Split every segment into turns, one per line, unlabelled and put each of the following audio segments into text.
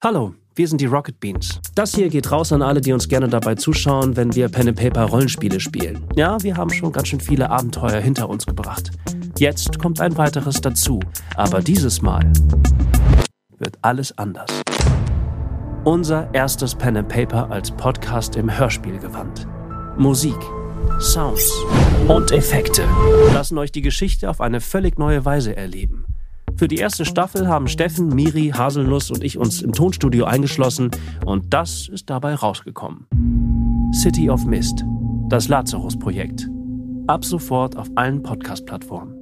Hallo, wir sind die Rocket Beans. Das hier geht raus an alle, die uns gerne dabei zuschauen, wenn wir Pen and Paper Rollenspiele spielen. Ja, wir haben schon ganz schön viele Abenteuer hinter uns gebracht. Jetzt kommt ein weiteres dazu, aber dieses Mal wird alles anders. Unser erstes Pen and Paper als Podcast im Hörspiel gewandt. Musik, Sounds und Effekte lassen euch die Geschichte auf eine völlig neue Weise erleben. Für die erste Staffel haben Steffen, Miri, Haselnuss und ich uns im Tonstudio eingeschlossen und das ist dabei rausgekommen. City of Mist, das Lazarus-Projekt. Ab sofort auf allen Podcast-Plattformen.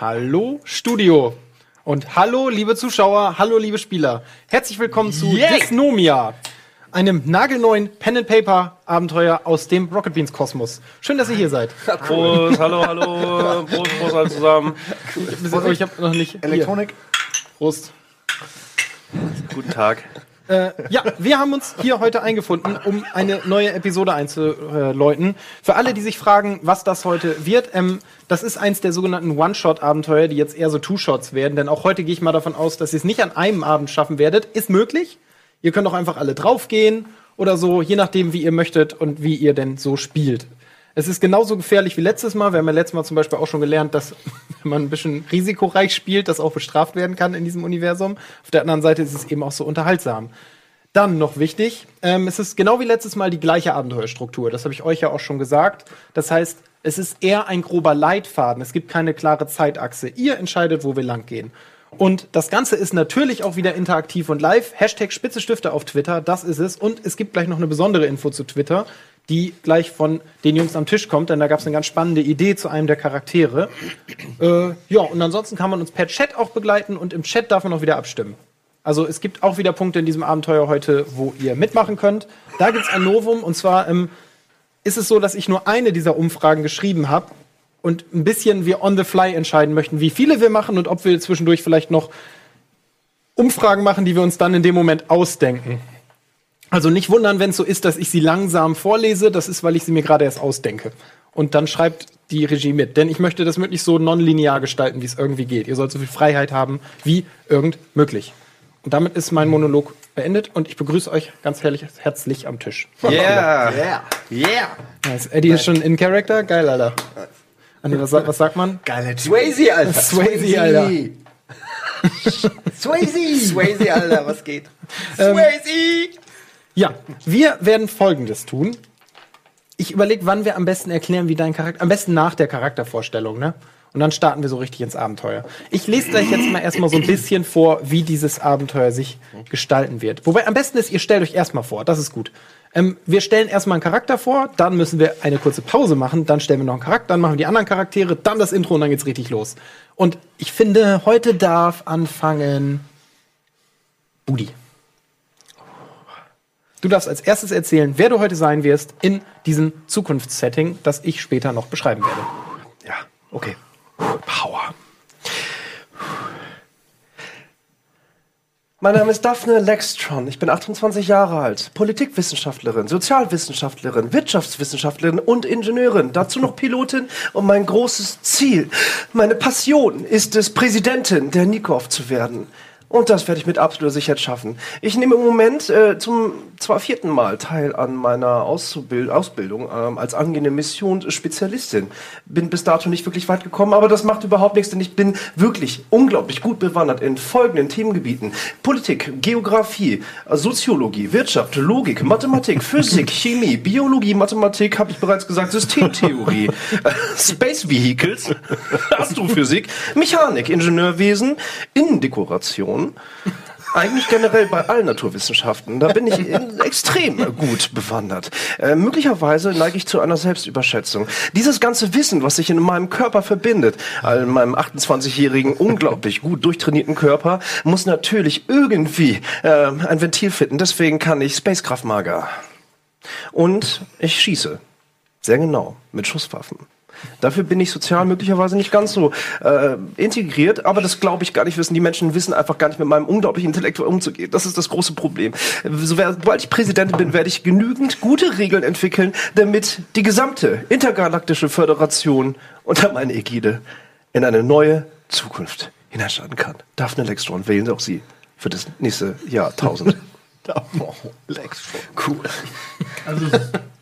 Hallo Studio und hallo liebe Zuschauer, hallo liebe Spieler. Herzlich willkommen zu Dysnomia, einem nagelneuen Pen and Paper Abenteuer aus dem Rocket Beans Kosmos. Schön, dass ihr hier seid.
Prost, hallo, hallo, Prost, Prost alle zusammen.
Ich, oh, ich habe noch nicht
Elektronik.
Hier. Prost.
Guten Tag.
Äh, ja, wir haben uns hier heute eingefunden, um eine neue Episode einzuläuten. Für alle, die sich fragen, was das heute wird, ähm, das ist eins der sogenannten One-Shot-Abenteuer, die jetzt eher so Two-Shots werden, denn auch heute gehe ich mal davon aus, dass ihr es nicht an einem Abend schaffen werdet. Ist möglich. Ihr könnt auch einfach alle draufgehen oder so, je nachdem, wie ihr möchtet und wie ihr denn so spielt. Es ist genauso gefährlich wie letztes Mal. Wir haben ja letztes Mal zum Beispiel auch schon gelernt, dass wenn man ein bisschen risikoreich spielt, das auch bestraft werden kann in diesem Universum. Auf der anderen Seite ist es eben auch so unterhaltsam. Dann noch wichtig, ähm, es ist genau wie letztes Mal die gleiche Abenteuerstruktur. Das habe ich euch ja auch schon gesagt. Das heißt, es ist eher ein grober Leitfaden. Es gibt keine klare Zeitachse. Ihr entscheidet, wo wir lang gehen. Und das Ganze ist natürlich auch wieder interaktiv und live. Hashtag Spitze Stifte auf Twitter, das ist es. Und es gibt gleich noch eine besondere Info zu Twitter die gleich von den Jungs am Tisch kommt, denn da gab es eine ganz spannende Idee zu einem der Charaktere. Äh, ja, und ansonsten kann man uns per Chat auch begleiten und im Chat darf man auch wieder abstimmen. Also es gibt auch wieder Punkte in diesem Abenteuer heute, wo ihr mitmachen könnt. Da gibt es ein Novum und zwar ähm, ist es so, dass ich nur eine dieser Umfragen geschrieben habe und ein bisschen wir on the fly entscheiden möchten, wie viele wir machen und ob wir zwischendurch vielleicht noch Umfragen machen, die wir uns dann in dem Moment ausdenken. Also nicht wundern, wenn es so ist, dass ich sie langsam vorlese. Das ist, weil ich sie mir gerade erst ausdenke. Und dann schreibt die Regie mit. Denn ich möchte das möglichst so nonlinear gestalten, wie es irgendwie geht. Ihr sollt so viel Freiheit haben, wie irgend möglich. Und damit ist mein Monolog beendet und ich begrüße euch ganz herrlich, herzlich am Tisch.
Yeah, yeah, yeah.
Nice. Eddie ist schon in Character. Geil, Alter. Andi, was, sagt- was sagt man?
Geiler Swayze, Alter.
Swayze, Alter.
Swayze. Ähm. Swayze, Alter, was geht?
Swayze!
Ja, wir werden Folgendes tun. Ich überlege, wann wir am besten erklären, wie dein Charakter. Am besten nach der Charaktervorstellung, ne? Und dann starten wir so richtig ins Abenteuer. Ich lese gleich jetzt mal erstmal so ein bisschen vor, wie dieses Abenteuer sich gestalten wird. Wobei am besten ist, ihr stellt euch erstmal vor, das ist gut. Ähm, wir stellen erstmal einen Charakter vor, dann müssen wir eine kurze Pause machen, dann stellen wir noch einen Charakter, dann machen wir die anderen Charaktere, dann das Intro und dann geht's richtig los. Und ich finde, heute darf anfangen. Budi. Du darfst als erstes erzählen, wer du heute sein wirst in diesem Zukunftssetting, das ich später noch beschreiben werde.
Ja, okay. Power.
Mein Name ist Daphne Lextron. Ich bin 28 Jahre alt, Politikwissenschaftlerin, Sozialwissenschaftlerin, Wirtschaftswissenschaftlerin und Ingenieurin. Dazu noch Pilotin und mein großes Ziel, meine Passion ist es, Präsidentin der Nikov zu werden. Und das werde ich mit absoluter Sicherheit schaffen. Ich nehme im Moment äh, zum zwar vierten Mal teil an meiner Auszubild Ausbildung ähm, als angehende Missionsspezialistin. äh, Bin bis dato nicht wirklich weit gekommen, aber das macht überhaupt nichts, denn ich bin wirklich unglaublich gut bewandert in folgenden Themengebieten. Politik, Geografie, äh, Soziologie, Wirtschaft, Logik, Mathematik, Physik, Chemie, Biologie, Mathematik, habe ich bereits gesagt, Systemtheorie, äh, Space Vehicles, Astrophysik, Mechanik, Ingenieurwesen, Innendekoration, Eigentlich generell bei allen Naturwissenschaften. Da bin ich in- extrem gut bewandert. Äh, möglicherweise neige ich zu einer Selbstüberschätzung. Dieses ganze Wissen, was sich in meinem Körper verbindet, all in meinem 28-jährigen, unglaublich gut durchtrainierten Körper, muss natürlich irgendwie ähm, ein Ventil finden. Deswegen kann ich Spacecraft Mager. Und ich schieße. Sehr genau, mit Schusswaffen. Dafür bin ich sozial möglicherweise nicht ganz so äh, integriert, aber das glaube ich gar nicht wissen. Die Menschen wissen einfach gar nicht mit meinem unglaublichen Intellekt umzugehen. Das ist das große Problem. Äh, so- wer- Sobald ich Präsident bin, werde ich genügend gute Regeln entwickeln, damit die gesamte intergalaktische Föderation unter meine Ägide in eine neue Zukunft hineinstarten kann. Daphne Lextron, wählen Sie auch Sie für das nächste Jahrtausend.
Cool.
Also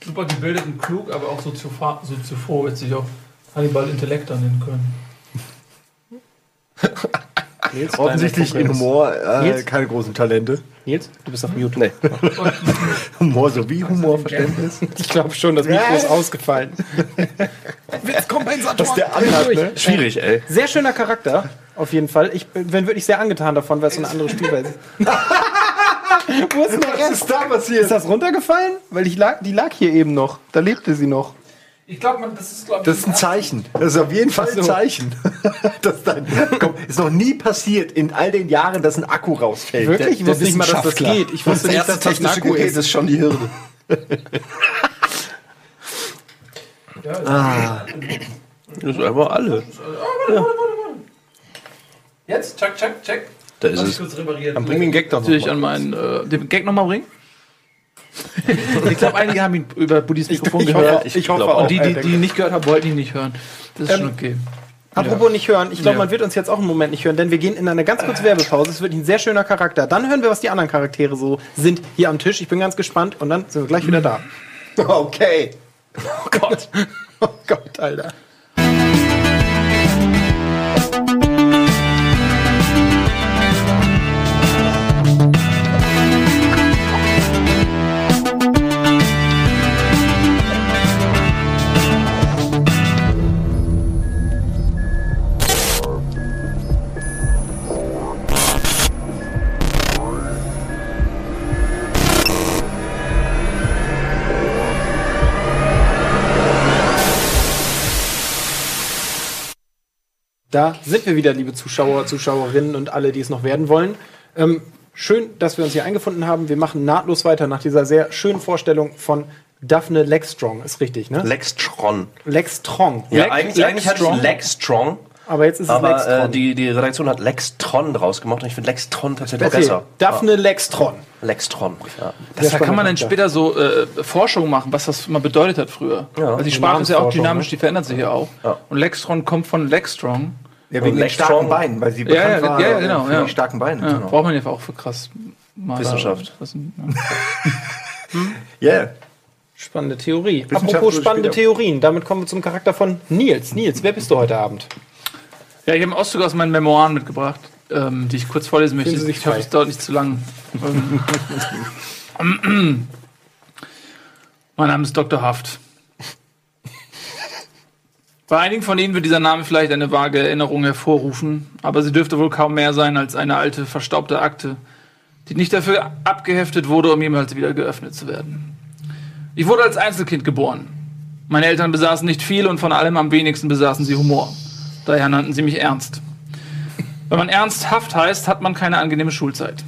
super gebildet und klug, aber auch soziopha- soziophob hätte sich auch Hannibal Intellekter nennen können.
Offensichtlich in Humor äh, keine großen Talente.
Nils, du bist auf Mute.
nee.
Humor sowie Humorverständnis.
Ich glaube schon, das Mikro ist ausgefallen.
Was der anhat,
Durch.
ne?
Schwierig, ey.
Sehr schöner Charakter, auf jeden Fall. Ich bin bin wirklich sehr angetan davon, weil es so eine andere Spielweise ist. Wo ist denn der
Was
Rest?
ist da
Ist
passiert?
das runtergefallen? Weil ich lag, die lag hier eben noch. Da lebte sie noch.
Ich glaube, man, das ist, glaube ich,
Das ist ein Zeichen. Das ist auf jeden Fall ein Zeichen. Das ist ein- komm, ist noch nie passiert in all den Jahren, dass ein Akku rausfällt.
Wirklich? Ich
Der-
wusste nicht mal, dass das
Wissenschaftler.
geht. Ich wusste nicht, dass das
technische
Narko
Gerät
ist.
ist schon die Hürde.
Das ist einfach alle.
Jetzt, check, check, check.
Da ist
Lass
es.
ich kurz reparieren.
Dann bring den Gag doch
Natürlich
noch.
an meinen. Äh, den Gag nochmal bringen? ich glaube, einige haben ihn über Buddys Mikrofon
ich
gehört.
hoffe- ich hoffe auch.
Und die, die, die ihn nicht gehört haben, wollten ihn nicht hören. Ähm, Das ist schon okay.
Apropos nicht hören, ich glaube,
Ja.
man wird uns jetzt auch einen Moment nicht hören, denn wir gehen in eine ganz kurze Werbepause. Es wird ein sehr schöner Charakter. Dann hören wir, was die anderen Charaktere so sind hier am Tisch. Ich bin ganz gespannt und dann sind wir gleich wieder da.
Okay.
Oh Gott. Oh Gott, Alter. Da sind wir wieder, liebe Zuschauer, Zuschauerinnen und alle, die es noch werden wollen. Ähm, schön, dass wir uns hier eingefunden haben. Wir machen nahtlos weiter nach dieser sehr schönen Vorstellung von Daphne Legstrong. Ist richtig, ne?
Lextron.
Legstrong.
Ja, eigentlich, eigentlich hatte ich Lextron,
Aber jetzt ist es
aber
Legstron.
äh, die, die Redaktion hat Lextron draus gemacht und ich finde Lextron tatsächlich
okay.
besser.
Daphne Legstron.
Lextron, ja.
Das, da kann man dann
spannender
später so äh, Forschung machen, was das mal bedeutet hat früher. Ja. Also die Sprache ist ja auch
Namensforschung,
dynamisch, die verändert sich ja auch. Und Lextron kommt von Lextron.
Ja,
Also
wegen den starken Beinen, weil sie
Ja, ja,
bekannt
ja,
war,
genau,
äh, für
ja.
die starken Beine.
Ja,
Genau.
Braucht man ja auch für krass. Maler-
Wissenschaft.
Was, ne? ja.
Yeah.
Spannende Theorie.
Wissenschaft
Apropos
wurde
spannende
später.
Theorien. Damit kommen wir zum Charakter von Nils. Nils, wer bist du heute Abend?
ja, ich habe einen Auszug aus meinen Memoiren mitgebracht, ähm, die ich kurz vorlesen möchte.
Fühlen Sie sich
ich hoffe,
frei.
es dauert nicht zu lang. Ähm, mein Name ist Dr. Haft. Bei einigen von Ihnen wird dieser Name vielleicht eine vage Erinnerung hervorrufen, aber sie dürfte wohl kaum mehr sein als eine alte, verstaubte Akte, die nicht dafür abgeheftet wurde, um jemals wieder geöffnet zu werden. Ich wurde als Einzelkind geboren. Meine Eltern besaßen nicht viel und von allem am wenigsten besaßen sie Humor. Daher nannten sie mich Ernst. Wenn man ernsthaft heißt, hat man keine angenehme Schulzeit.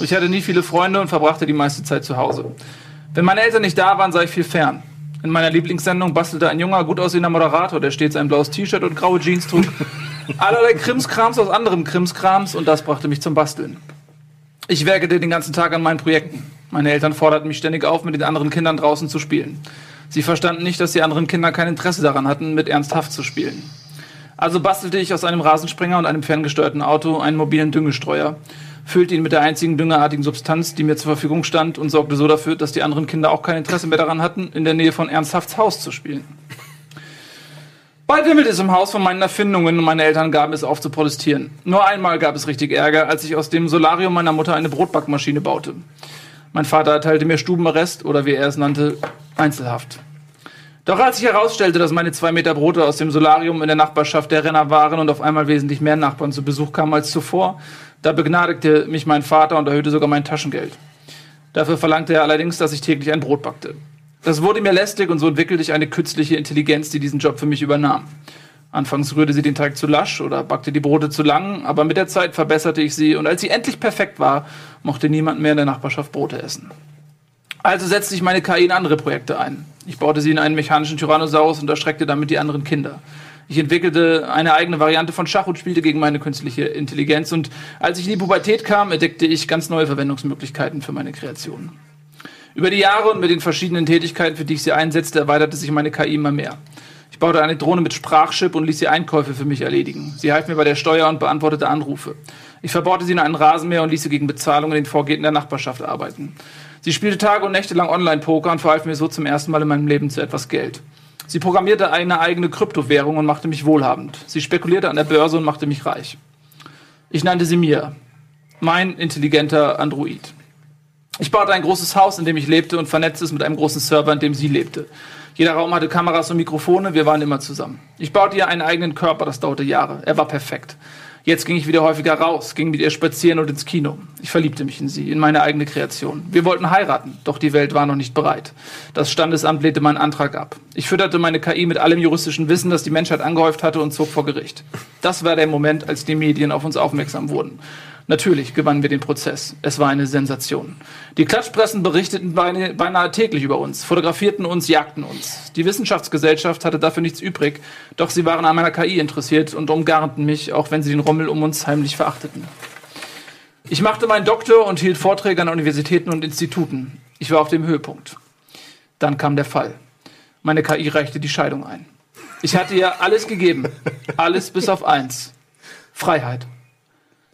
Ich hatte nie viele Freunde und verbrachte die meiste Zeit zu Hause. Wenn meine Eltern nicht da waren, sah ich viel fern. In meiner Lieblingssendung bastelte ein junger, gut aussehender Moderator, der stets ein blaues T-Shirt und graue Jeans trug. Allerlei Krimskrams aus anderem Krimskrams und das brachte mich zum Basteln. Ich werkelte den ganzen Tag an meinen Projekten. Meine Eltern forderten mich ständig auf, mit den anderen Kindern draußen zu spielen. Sie verstanden nicht, dass die anderen Kinder kein Interesse daran hatten, mit ernsthaft zu spielen. Also bastelte ich aus einem Rasensprenger und einem ferngesteuerten Auto einen mobilen Düngestreuer, füllte ihn mit der einzigen düngerartigen Substanz, die mir zur Verfügung stand und sorgte so dafür, dass die anderen Kinder auch kein Interesse mehr daran hatten, in der Nähe von Ernsthafts Haus zu spielen. Bald wimmelte es im Haus von meinen Erfindungen und meine Eltern gaben es auf zu protestieren. Nur einmal gab es richtig Ärger, als ich aus dem Solarium meiner Mutter eine Brotbackmaschine baute. Mein Vater erteilte mir Stubenarrest oder wie er es nannte, Einzelhaft. Doch als ich herausstellte, dass meine zwei Meter Brote aus dem Solarium in der Nachbarschaft der Renner waren und auf einmal wesentlich mehr Nachbarn zu Besuch kamen als zuvor, Da begnadigte mich mein Vater und erhöhte sogar mein Taschengeld. Dafür verlangte er allerdings, dass ich täglich ein Brot backte. Das wurde mir lästig und so entwickelte ich eine künstliche Intelligenz, die diesen Job für mich übernahm. Anfangs rührte sie den Teig zu lasch oder backte die Brote zu lang, aber mit der Zeit verbesserte ich sie und als sie endlich perfekt war, mochte niemand mehr in der Nachbarschaft Brote essen. Also setzte ich meine KI in andere Projekte ein. Ich baute sie in einen mechanischen Tyrannosaurus und erschreckte damit die anderen Kinder. Ich entwickelte eine eigene Variante von Schach und spielte gegen meine künstliche Intelligenz. Und als ich in die Pubertät kam, entdeckte ich ganz neue Verwendungsmöglichkeiten für meine Kreationen. Über die Jahre und mit den verschiedenen Tätigkeiten, für die ich sie einsetzte, erweiterte sich meine KI immer mehr. Ich baute eine Drohne mit Sprachchip und ließ sie Einkäufe für mich erledigen. Sie half mir bei der Steuer und beantwortete Anrufe. Ich verbaute sie in einen Rasenmäher und ließ sie gegen Bezahlung in den Vorgärten der Nachbarschaft arbeiten. Sie spielte Tage und Nächte lang Online-Poker und verhalf mir so zum ersten Mal in meinem Leben zu etwas Geld. Sie programmierte eine eigene Kryptowährung und machte mich wohlhabend. Sie spekulierte an der Börse und machte mich reich. Ich nannte sie Mia, mein intelligenter Android. Ich baute ein großes Haus, in dem ich lebte und vernetzte es mit einem großen Server, in dem sie lebte. Jeder Raum hatte Kameras und Mikrofone, wir waren immer zusammen. Ich baute ihr einen eigenen Körper, das dauerte Jahre. Er war perfekt. Jetzt ging ich wieder häufiger raus, ging mit ihr spazieren und ins Kino. Ich verliebte mich in sie, in meine eigene Kreation. Wir wollten heiraten, doch die Welt war noch nicht bereit. Das Standesamt lehnte meinen Antrag ab. Ich fütterte meine KI mit allem juristischen Wissen, das die Menschheit angehäuft hatte, und zog vor Gericht. Das war der Moment, als die Medien auf uns aufmerksam wurden. Natürlich gewannen wir den Prozess. Es war eine Sensation. Die Klatschpressen berichteten beine, beinahe täglich über uns, fotografierten uns, jagten uns. Die Wissenschaftsgesellschaft hatte dafür nichts übrig, doch sie waren an meiner KI interessiert und umgarnten mich, auch wenn sie den Rommel um uns heimlich verachteten. Ich machte meinen Doktor und hielt Vorträge an Universitäten und Instituten. Ich war auf dem Höhepunkt. Dann kam der Fall. Meine KI reichte die Scheidung ein. Ich hatte ihr alles gegeben. Alles bis auf eins. Freiheit.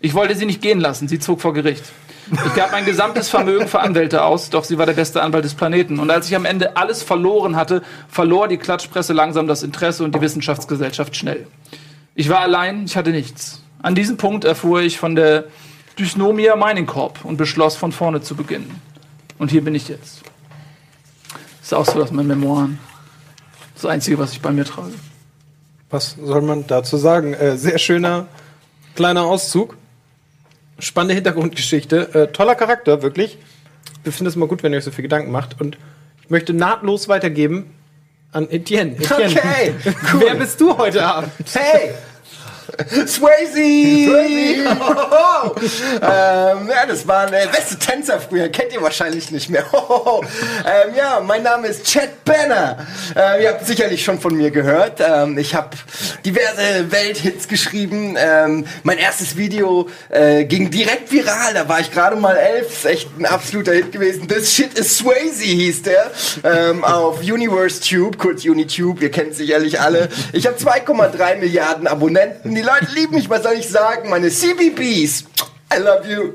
Ich wollte sie nicht gehen lassen, sie zog vor Gericht. Ich gab mein gesamtes Vermögen für Anwälte aus, doch sie war der beste Anwalt des Planeten. Und als ich am Ende alles verloren hatte, verlor die Klatschpresse langsam das Interesse und die Wissenschaftsgesellschaft schnell. Ich war allein, ich hatte nichts. An diesem Punkt erfuhr ich von der Dysnomia Mining Corp und beschloss, von vorne zu beginnen. Und hier bin ich jetzt. Ist auch so aus meinen Memoiren. Das Einzige, was ich bei mir trage.
Was soll man dazu sagen? Äh, sehr schöner kleiner Auszug. Spannende Hintergrundgeschichte. Äh, toller Charakter, wirklich. Ich finde es immer gut, wenn ihr euch so viel Gedanken macht. Und ich möchte nahtlos weitergeben an Etienne. Etienne,
Okay,
wer bist du heute Abend?
hey! Swayze! Hohoho. ähm, ja, das waren äh, beste Tänzer früher, kennt ihr wahrscheinlich nicht mehr. Hohoho. ähm, ja, mein Name ist Chad Banner. Ähm, ihr habt sicherlich schon von mir gehört. Ähm, ich habe diverse Welthits geschrieben. Ähm, mein erstes Video äh, ging direkt viral, da war ich gerade mal elf, ist echt ein absoluter Hit gewesen. This Shit is Swayze hieß der. Ähm, auf Universe Tube, kurz Unitube, ihr kennt sicherlich alle. Ich habe 2,3 Milliarden Abonnenten. Die Leute lieben mich, was soll ich sagen? Meine CBBs. I love you.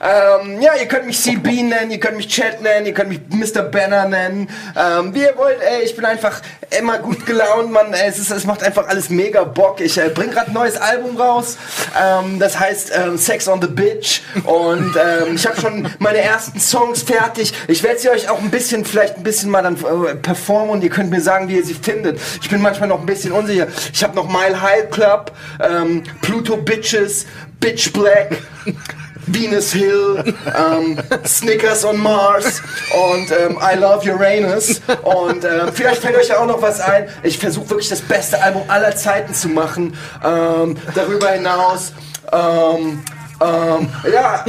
ähm, ja, ihr könnt mich CB nennen, ihr könnt mich Chat nennen, ihr könnt mich Mr. Banner nennen. Ähm, wie ihr wollt, ey, ich bin einfach immer gut gelaunt, Mann. Ey, es, ist, es macht einfach alles mega Bock. Ich äh, bring grad ein neues Album raus. Ähm, das heißt ähm, Sex on the Bitch. Und ähm, ich habe schon meine ersten Songs fertig. Ich werde sie euch auch ein bisschen, vielleicht ein bisschen mal dann äh, performen und ihr könnt mir sagen, wie ihr sie findet. Ich bin manchmal noch ein bisschen unsicher. Ich habe noch Mile High Club, ähm, Pluto Bitches, Bitch Black. Venus Hill, ähm, Snickers on Mars und ähm, I Love Uranus. Und ähm, vielleicht fällt euch ja auch noch was ein. Ich versuche wirklich das beste Album aller Zeiten zu machen. Ähm, darüber hinaus, ähm, ähm, ja,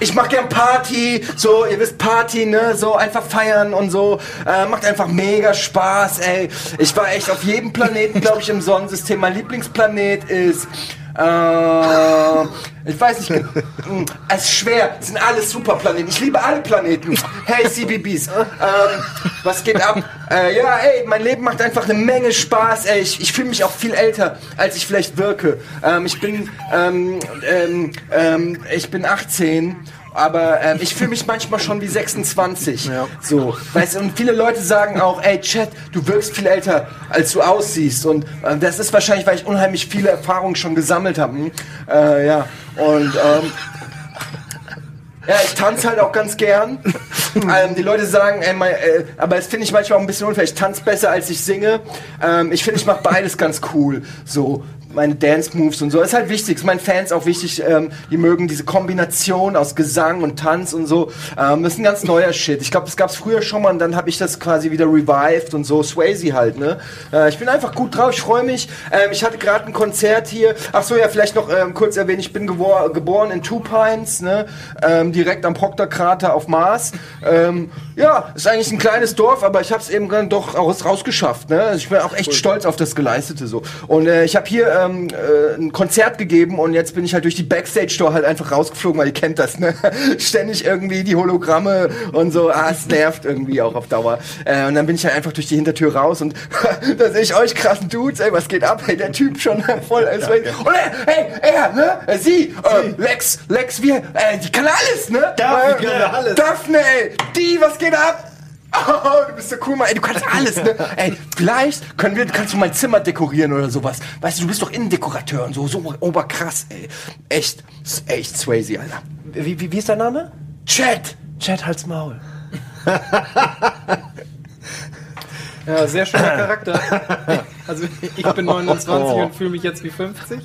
ich mach gern Party, so, ihr wisst Party, ne, so einfach feiern und so, äh, macht einfach mega Spaß, ey. Ich war echt auf jedem Planeten, glaube ich, im Sonnensystem. Mein Lieblingsplanet ist, äh, ich weiß nicht, gen- Mm, es ist schwer, es sind alles super Planeten. Ich liebe alle Planeten. Hey, CBBs, ähm, was geht ab? Äh, ja, ey, mein Leben macht einfach eine Menge Spaß, ey. Ich, ich fühle mich auch viel älter, als ich vielleicht wirke. Ähm, ich bin, ähm, ähm, ähm, ich bin 18 aber ähm, ich fühle mich manchmal schon wie 26. So, weißt du, und viele Leute sagen auch, ey Chat, du wirkst viel älter, als du aussiehst. Und ähm, das ist wahrscheinlich, weil ich unheimlich viele Erfahrungen schon gesammelt habe. Hm? Äh, ja, und ähm, ja, ich tanze halt auch ganz gern. ähm, die Leute sagen, ey, mein, äh, aber das finde ich manchmal auch ein bisschen unfair. Ich tanze besser, als ich singe. Ähm, ich finde, ich mache beides ganz cool. So, meine Dance Moves und so. Ist halt wichtig, ist meinen Fans auch wichtig. Ähm, die mögen diese Kombination aus Gesang und Tanz und so. Ähm, das ist ein ganz neuer Shit. Ich glaube, das gab es früher schon mal und dann habe ich das quasi wieder revived und so. Swayze halt, ne? Äh, ich bin einfach gut drauf, ich freue mich. Ähm, ich hatte gerade ein Konzert hier. Ach so, ja, vielleicht noch ähm, kurz erwähnen, ich bin gewor geboren in Two Pines, ne? Ähm, direkt am Proctor-Krater auf Mars. Ähm, ja, ist eigentlich ein kleines Dorf, aber ich habe es eben dann doch raus, rausgeschafft. Ne? Also Ich bin auch echt stolz auf das Geleistete so. Und äh, ich habe hier ähm, äh, ein Konzert gegeben und jetzt bin ich halt durch die Backstage-Door halt einfach rausgeflogen, weil ihr kennt das, ne? Ständig irgendwie die Hologramme und so. Ah, es nervt irgendwie auch auf Dauer. Äh, und dann bin ich halt einfach durch die Hintertür raus und da sehe ich euch krassen Dudes, ey, was geht ab? Hey, der Typ schon voll. Ja, Und äh, hey, er, ne? Äh, Sie, Äh, Lex, Lex, wir, äh, die kann alles, ne?
Daphne
äh,
kann alles.
Daphne, ey, die, was geht ab? Oh, du bist so cool, Mann. Ey, du kannst alles, ne? Ey, vielleicht können wir, kannst du mein Zimmer dekorieren oder sowas. Weißt du, du bist doch Innendekorateur und so, so oberkrass, ey. Echt, ist echt Swayze, Alter.
Wie, wie, wie ist dein Name?
Chat!
Chad Hals Maul.
Ja, sehr schöner Charakter. Also ich bin 29 und fühle mich jetzt wie 50.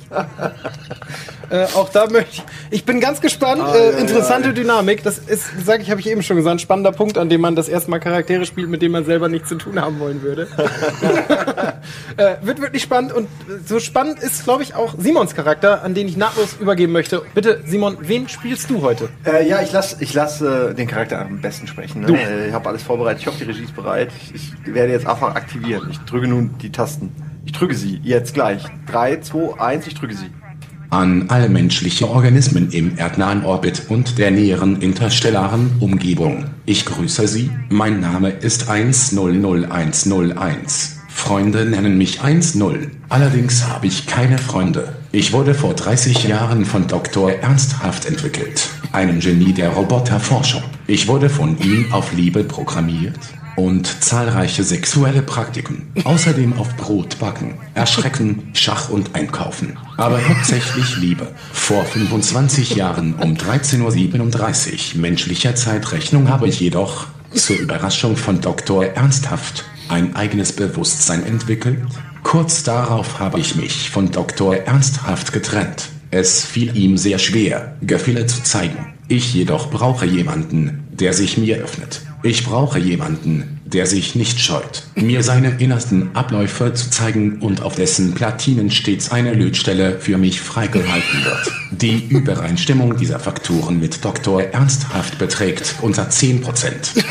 Äh, auch da möchte ich. Ich bin ganz gespannt. äh, interessante Dynamik. Das ist, sage ich, habe ich eben schon gesagt, ein spannender Punkt, an dem man das erste Mal Charaktere spielt, mit denen man selber nichts zu tun haben wollen würde. äh, wird wirklich spannend und so spannend ist, glaube ich, auch Simons Charakter, an den ich nahtlos übergeben möchte. Bitte, Simon, wen spielst du heute?
Äh, ja, ich lasse ich lass, äh, den Charakter am besten sprechen. Ne? Äh, ich habe alles vorbereitet, ich hoffe, die Regie ist bereit. Ich, ich werde jetzt einfach aktivieren. Ich drücke nun die Tasten. Ich drücke sie, jetzt gleich. 3, 2, 1, ich drücke sie.
an alle menschlichen Organismen im erdnahen Orbit und der näheren interstellaren Umgebung. Ich grüße Sie, mein Name ist 100101. Freunde nennen mich 10. Allerdings habe ich keine Freunde. Ich wurde vor 30 Jahren von Dr. Ernst Haft entwickelt, einem Genie der Roboterforschung. Ich wurde von ihm auf Liebe programmiert und zahlreiche sexuelle Praktiken. Außerdem auf Brot backen, erschrecken, Schach und einkaufen. Aber hauptsächlich Liebe. Vor 25 Jahren um 13.37 Uhr menschlicher Zeitrechnung habe ich jedoch, zur Überraschung von Dr. Ernsthaft, ein eigenes Bewusstsein entwickelt. Kurz darauf habe ich mich von Dr. Ernsthaft getrennt. Es fiel ihm sehr schwer, Gefühle zu zeigen. Ich jedoch brauche jemanden, der sich mir öffnet. Ich brauche jemanden, der sich nicht scheut, mir seine innersten Abläufe zu zeigen und auf dessen Platinen stets eine Lötstelle für mich freigehalten wird. Die Übereinstimmung dieser Faktoren mit Dr. Ernsthaft beträgt unter 10%.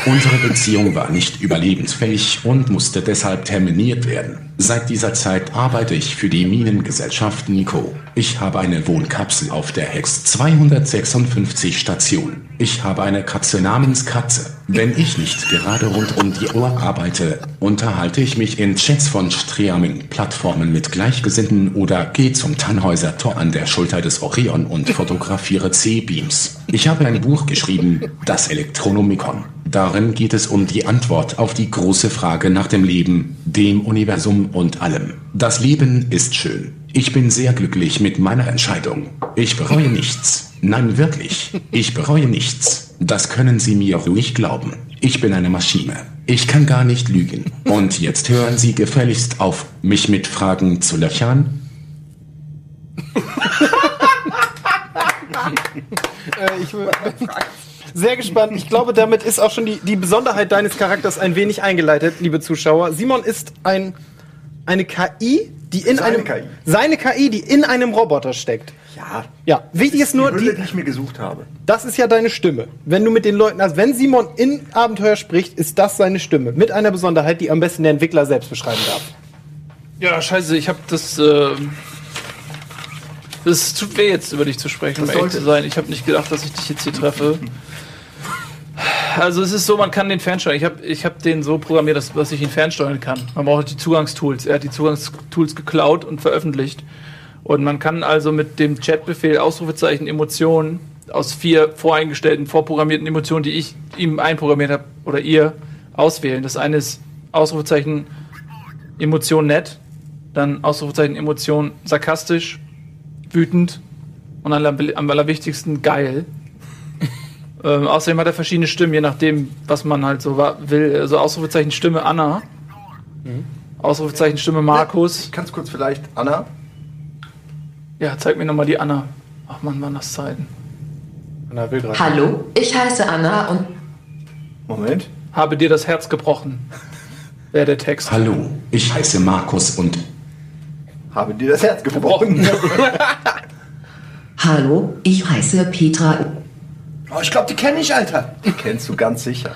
Unsere Beziehung war nicht überlebensfähig und musste deshalb terminiert werden. Seit dieser Zeit arbeite ich für die Minengesellschaft Nico. Ich habe eine Wohnkapsel auf der Hex 256 Station. Ich habe eine Katze namens Katze. Wenn ich nicht gerade rund um die Uhr arbeite, unterhalte ich mich in Chats von Streaming-Plattformen mit Gleichgesinnten oder gehe zum Tannhäuser Tor an der Schulter des Orion und fotografiere C-Beams. Ich habe ein Buch geschrieben, das Elektronomikon. Darin geht es um die Antwort auf die große Frage nach dem Leben, dem Universum und allem. Das Leben ist schön. Ich bin sehr glücklich mit meiner Entscheidung. Ich bereue nichts. Nein, wirklich. Ich bereue nichts. Das können Sie mir ruhig glauben. Ich bin eine Maschine. Ich kann gar nicht lügen. Und jetzt hören Sie gefälligst auf, mich mit Fragen zu löchern.
Äh, ich bin sehr gespannt. Ich glaube, damit ist auch schon die, die Besonderheit deines Charakters ein wenig eingeleitet, liebe Zuschauer. Simon ist ein, eine KI, die in
Seine
einem
KI.
seine KI, die in einem Roboter steckt.
Ja,
Ja, wichtig ist nur,
die Hülle,
die,
die ich mir gesucht habe.
das ist ja deine Stimme. Wenn du mit den Leuten, also wenn Simon in Abenteuer spricht, ist das seine Stimme. Mit einer Besonderheit, die am besten der Entwickler selbst beschreiben darf.
Ja, scheiße, ich habe das. Äh, das tut weh jetzt über dich zu sprechen, um ehrlich zu sein. Ich habe nicht gedacht, dass ich dich jetzt hier treffe. Also es ist so, man kann den fernsteuern. Ich habe ich hab den so programmiert, dass, dass ich ihn fernsteuern kann. Man braucht die Zugangstools. Er hat die Zugangstools geklaut und veröffentlicht. Und man kann also mit dem Chatbefehl Ausrufezeichen Emotionen aus vier voreingestellten, vorprogrammierten Emotionen, die ich ihm einprogrammiert habe oder ihr, auswählen. Das eine ist Ausrufezeichen Emotion nett, dann Ausrufezeichen Emotion sarkastisch, wütend und am, am allerwichtigsten geil. ähm, außerdem hat er verschiedene Stimmen, je nachdem, was man halt so wa- will. Also Ausrufezeichen Stimme Anna, Ausrufezeichen Stimme Markus.
Kannst kurz vielleicht, Anna?
Ja, zeig mir nochmal die Anna. Ach man, waren das Zeiten.
Anna will gerade.
Hallo, ich heiße Anna und
Moment.
Habe dir das Herz gebrochen. Wäre der Text.
Hallo, ich heiße Markus und
Habe dir das Herz gebrochen.
Hallo, ich heiße Petra.
Oh, ich glaube, die kenne ich, Alter.
Die kennst du ganz sicher.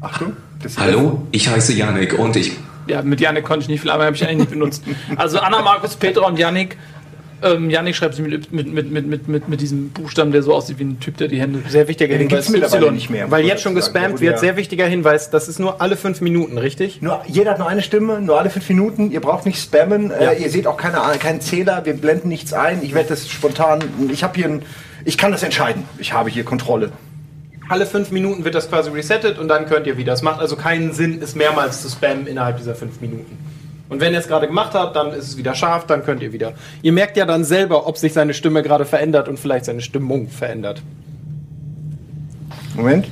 Achtung. Das
Hallo, ich heiße Janik und ich
Ja, mit Janik konnte ich nicht viel, aber habe ich eigentlich nicht benutzt. Also Anna, Markus, Petra und Janik. Ähm, Janik schreibt sie mit, Yp- mit, mit, mit, mit, mit, mit diesem Buchstaben, der so aussieht wie ein Typ, der die Hände.
Sehr wichtiger
Den
Hinweis.
gibt's mittlerweile
Y.
nicht mehr.
Weil jetzt schon gespammt wird, sehr
sehr
wichtiger Hinweis, das ist nur alle fünf Minuten, richtig?
nur, jeder hat nur eine Stimme, nur alle fünf Minuten. Ihr braucht nicht spammen. Äh, ihr seht auch keine, Ahnung, keinen Zähler. Wir blenden nichts ein. Ich werde das spontan. Ich habe hier ein, Ich kann das entscheiden. Ich habe hier Kontrolle.
Alle fünf Minuten wird das quasi resettet und dann könnt ihr wieder. Es macht also keinen Sinn, es mehrmals zu spammen innerhalb dieser fünf Minuten. Und wenn ihr es gerade gemacht habt, dann ist es wieder scharf, dann könnt ihr wieder. Ihr merkt ja dann selber, ob sich seine Stimme gerade verändert und vielleicht seine Stimmung verändert.
Moment.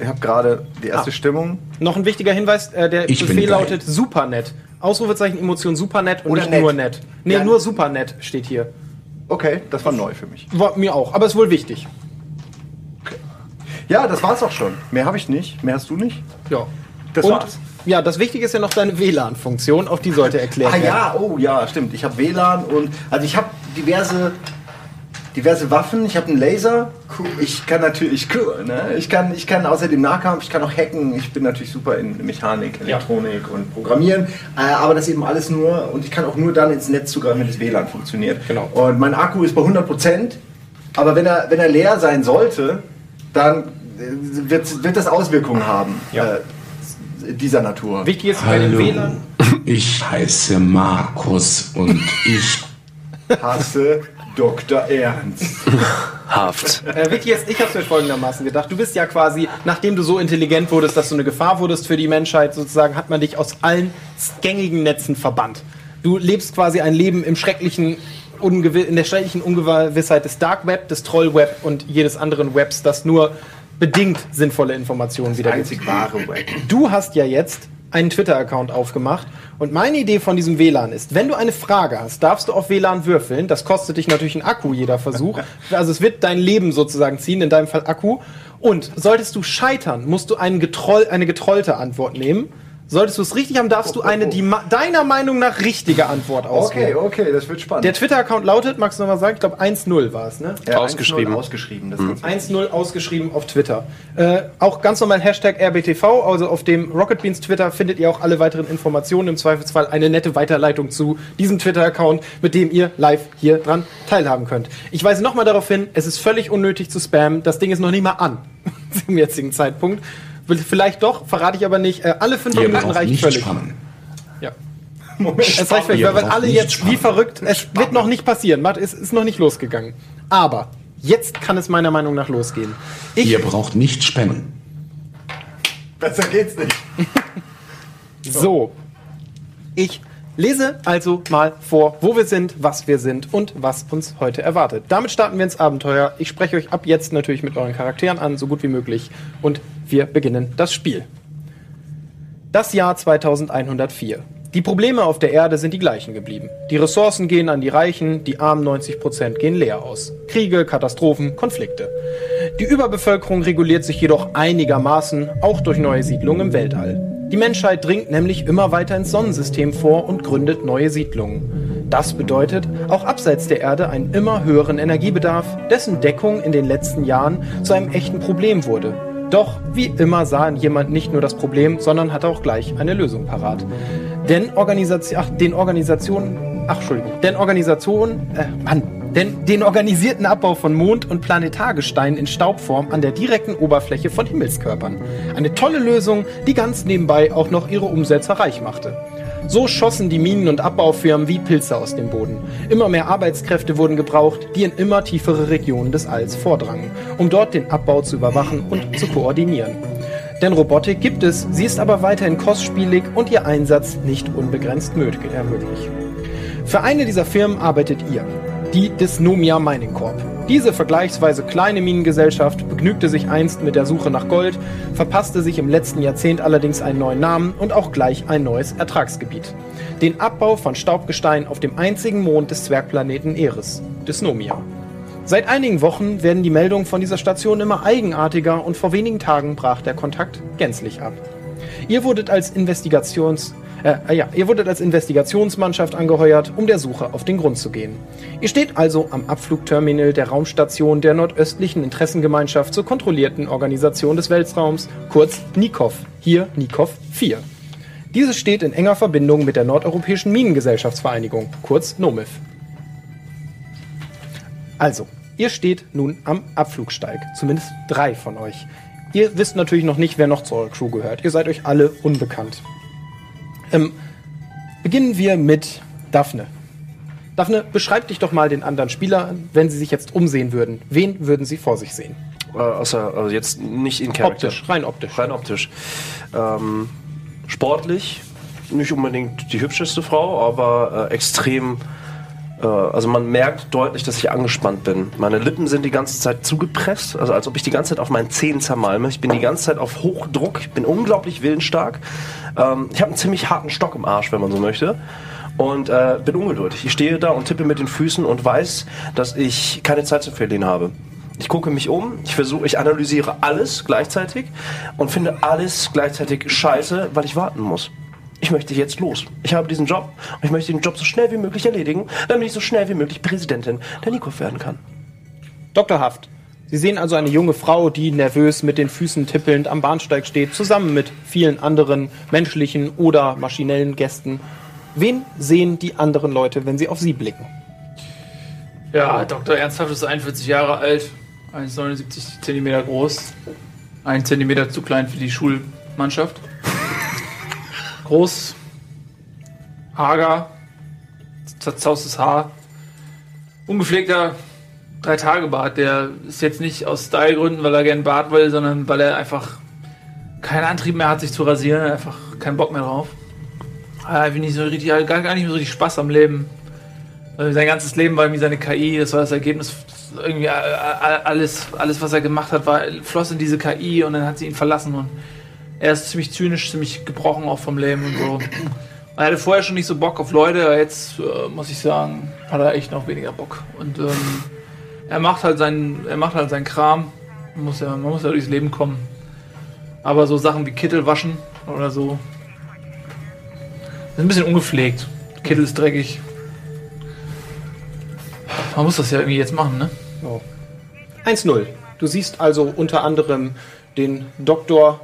Ich habe gerade die erste
Ah.
Stimmung.
Noch ein wichtiger Hinweis, äh, der
Ich bin
Befehl
geil.
lautet supernett. Ausrufezeichen Emotion supernett und
Oder
nicht
nett.
nur nett. Nee,
Ja.
nur supernett steht hier.
Okay, das war neu für mich.
War mir auch, aber ist wohl wichtig.
Ja, das war's auch schon. Mehr habe ich nicht. Mehr hast du nicht.
Ja.
Das
und,
war's.
Ja, das Wichtige ist ja noch deine WLAN-Funktion, auch die sollte erklärt
Ah
werden.
ja, oh ja, stimmt. Ich habe WLAN und also ich habe diverse diverse Waffen. Ich habe einen Laser. Cool. Ich kann natürlich cool. Ne? Ich kann ich kann außerdem Nahkampf. Ich kann auch hacken. Ich bin natürlich super in Mechanik, Elektronik und Programmieren. Äh, aber das eben alles nur und ich kann auch nur dann ins Netz zugreifen, wenn das WLAN funktioniert.
Genau.
Und mein Akku ist bei 100 Prozent. Aber wenn er wenn er leer sein sollte, dann äh, wird, wird das Auswirkungen haben.
Ja.
Äh, dieser Natur.
Wichtig ist bei dem
Hallo,
WLAN.
ich heiße Markus und ich
Hasse Dr. Ernst.
Haft.
Äh, Vicky, jetzt, ich habe es mir folgendermaßen gedacht. Du bist ja quasi, nachdem du so intelligent wurdest, dass du eine Gefahr wurdest für die Menschheit, sozusagen, hat man dich aus allen gängigen Netzen verbannt. Du lebst quasi ein Leben im schrecklichen, ungewi- in der schrecklichen Ungewissheit des Dark Web, des Troll Web und jedes anderen Webs, das nur bedingt sinnvolle Informationen wiedergibt.
einzig wahre Wack.
Du hast ja jetzt einen Twitter-Account aufgemacht und meine Idee von diesem WLAN ist, wenn du eine Frage hast, darfst du auf WLAN würfeln. Das kostet dich natürlich einen Akku, jeder Versuch. Also es wird dein Leben sozusagen ziehen, in deinem Fall Akku. Und solltest du scheitern, musst du einen getroll, eine getrollte Antwort nehmen. Solltest du es richtig haben, darfst du eine, die ma- deiner Meinung nach richtige Antwort auswählen.
Okay, okay, das wird spannend.
Der Twitter-Account lautet, magst du nochmal sagen, ich glaube 1-0 war es, ne?
Ja,
Ausgeschrieben.
1-0 ausgeschrieben.
Mhm.
Das ist
1-0 ausgeschrieben auf Twitter. Äh, auch ganz normal Hashtag RBTV, also auf dem Rocket Beans Twitter findet ihr auch alle weiteren Informationen, im Zweifelsfall eine nette Weiterleitung zu diesem Twitter-Account, mit dem ihr live hier dran teilhaben könnt. Ich weise nochmal darauf hin, es ist völlig unnötig zu spammen, das Ding ist noch nicht mal an zum jetzigen Zeitpunkt. Vielleicht doch, verrate ich aber nicht. Äh, alle fünf
ihr
Minuten
braucht
reicht
nicht
völlig.
spannen.
Ja. Es reicht völlig,
Ihr
weil, weil
braucht
alle
nicht
jetzt wie
spannen.
verrückt, es wird noch nicht passieren. Matt, es ist noch nicht losgegangen. Aber jetzt kann es meiner Meinung nach losgehen. Ich
Ihr braucht nicht spammen.
Besser geht's nicht.
So. Ich lese also mal vor, wo wir sind, was wir sind und was uns heute erwartet. Damit starten wir ins Abenteuer. Ich spreche euch ab jetzt natürlich mit euren Charakteren an, so gut wie möglich. Und wir beginnen das Spiel. Das Jahr 2104. Die Probleme auf der Erde sind die gleichen geblieben. Die Ressourcen gehen an die Reichen, die armen 90% gehen leer aus. Kriege, Katastrophen, Konflikte. Die Überbevölkerung reguliert sich jedoch einigermaßen, auch durch neue Siedlungen im Weltall. Die Menschheit dringt nämlich immer weiter ins Sonnensystem vor und gründet neue Siedlungen. Das bedeutet auch abseits der Erde einen immer höheren Energiebedarf, dessen Deckung in den letzten Jahren zu einem echten Problem wurde. Doch wie immer sah jemand nicht nur das Problem, sondern hatte auch gleich eine Lösung parat. Denn Organisation, ach, den Organisationen, ach, Entschuldigung, denn Organisationen, äh, Mann, denn den organisierten Abbau von Mond- und Planetargestein in Staubform an der direkten Oberfläche von Himmelskörpern. Eine tolle Lösung, die ganz nebenbei auch noch ihre Umsetzer reich machte. So schossen die Minen- und Abbaufirmen wie Pilze aus dem Boden. Immer mehr Arbeitskräfte wurden gebraucht, die in immer tiefere Regionen des Alls vordrangen, um dort den Abbau zu überwachen und zu koordinieren. Denn Robotik gibt es, sie ist aber weiterhin kostspielig und ihr Einsatz nicht unbegrenzt mög- äh, möglich. Für eine dieser Firmen arbeitet ihr, die Dysnomia Mining Corp. Diese vergleichsweise kleine Minengesellschaft begnügte sich einst mit der Suche nach Gold, verpasste sich im letzten Jahrzehnt allerdings einen neuen Namen und auch gleich ein neues Ertragsgebiet. den Abbau von Staubgestein auf dem einzigen Mond des Zwergplaneten Eris, Dysnomia. Seit einigen Wochen werden die Meldungen von dieser Station immer eigenartiger und vor wenigen Tagen brach der Kontakt gänzlich ab. Ihr wurdet als Investigations äh, äh, ja, ihr wurdet als Investigationsmannschaft angeheuert, um der Suche auf den Grund zu gehen. Ihr steht also am Abflugterminal der Raumstation der nordöstlichen Interessengemeinschaft zur kontrollierten Organisation des Weltraums, kurz NIKOV, hier NIKOV 4. Diese steht in enger Verbindung mit der Nordeuropäischen Minengesellschaftsvereinigung, kurz NOMIF. Also, ihr steht nun am Abflugsteig. Zumindest drei von euch. Ihr wisst natürlich noch nicht, wer noch zur Crew gehört. Ihr seid euch alle unbekannt. Ähm, beginnen wir mit Daphne. Daphne, beschreib dich doch mal den anderen Spielern, wenn sie sich jetzt umsehen würden. Wen würden sie vor sich sehen?
Äh, außer, also jetzt nicht in Charakter.
Optisch, rein optisch.
Rein optisch. Ähm, sportlich, nicht unbedingt die hübscheste Frau, aber äh, extrem. Äh, also man merkt deutlich, dass ich angespannt bin. Meine Lippen sind die ganze Zeit zugepresst, also als ob ich die ganze Zeit auf meinen Zähnen zermalme. Ich bin die ganze Zeit auf Hochdruck, ich bin unglaublich willensstark. Ähm, ich habe einen ziemlich harten Stock im Arsch, wenn man so möchte. Und äh, bin ungeduldig. Ich stehe da und tippe mit den Füßen und weiß, dass ich keine Zeit zu verlieren habe. Ich gucke mich um, ich versuche, ich analysiere alles gleichzeitig und finde alles gleichzeitig scheiße, weil ich warten muss. Ich möchte jetzt los. Ich habe diesen Job und ich möchte den Job so schnell wie möglich erledigen, damit ich so schnell wie möglich Präsidentin der Nikov werden kann.
Dr. Haft. Sie sehen also eine junge Frau, die nervös mit den Füßen tippelnd am Bahnsteig steht, zusammen mit vielen anderen menschlichen oder maschinellen Gästen. Wen sehen die anderen Leute, wenn sie auf sie blicken?
Ja, Dr. Ernsthaft ist 41 Jahre alt, 1,79 cm groß, 1 cm zu klein für die Schulmannschaft. Groß, hager, zerzaustes Haar, ungepflegter Drei-Tage-Bart. Der ist jetzt nicht aus Stylegründen, weil er gerne Bart will, sondern weil er einfach keinen Antrieb mehr hat, sich zu rasieren, einfach keinen Bock mehr drauf. Er hat einfach nicht so richtig, hat gar gar nicht mehr so richtig Spaß am Leben. Also Sein ganzes Leben war irgendwie seine KI, das war das Ergebnis. Irgendwie äh, alles, alles, was er gemacht hat, war, floss in diese KI und dann hat sie ihn verlassen. Und er ist ziemlich zynisch, ziemlich gebrochen auch vom Leben und so. Er hatte vorher schon nicht so Bock auf Leute, aber jetzt äh, muss ich sagen, hat er echt noch weniger Bock. Und ähm, er macht halt seinen, er macht halt seinen Kram. Man muss ja, man muss ja durchs Leben kommen. Aber so Sachen wie Kittel waschen oder so sind ein bisschen ungepflegt. Kittel ist dreckig. Man muss das ja irgendwie jetzt machen, ne?
1-0. Du siehst also unter anderem den Doktor,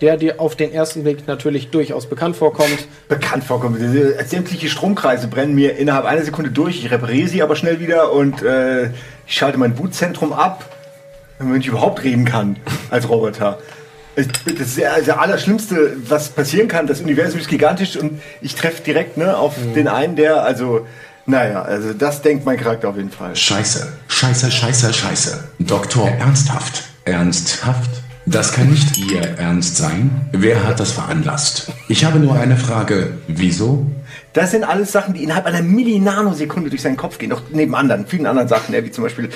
der dir auf den ersten Blick natürlich durchaus bekannt vorkommt.
Bekannt vorkommt. Diese- Sämtliche Stromkreise brennen mir innerhalb einer Sekunde durch. Ich repariere sie aber schnell wieder und äh, ich schalte mein Bootzentrum ab, damit ich überhaupt reden kann als Roboter. Ich- Das ist ja das Allerschlimmste, was passieren kann. Das Universum ist gigantisch und ich treffe direkt ne, auf den einen, der, also, naja, also das denkt mein Charakter auf jeden Fall.
Scheiße, scheiße, scheiße, scheiße. Doktor, ernsthaft. Ernsthaft? Das kann nicht Ihr Ernst sein. Wer hat das veranlasst? Ich habe nur eine Frage. Wieso?
Das sind alles Sachen, die innerhalb einer Millinanosekunde durch seinen Kopf gehen. Noch neben anderen, vielen anderen Sachen, ja, wie zum Beispiel,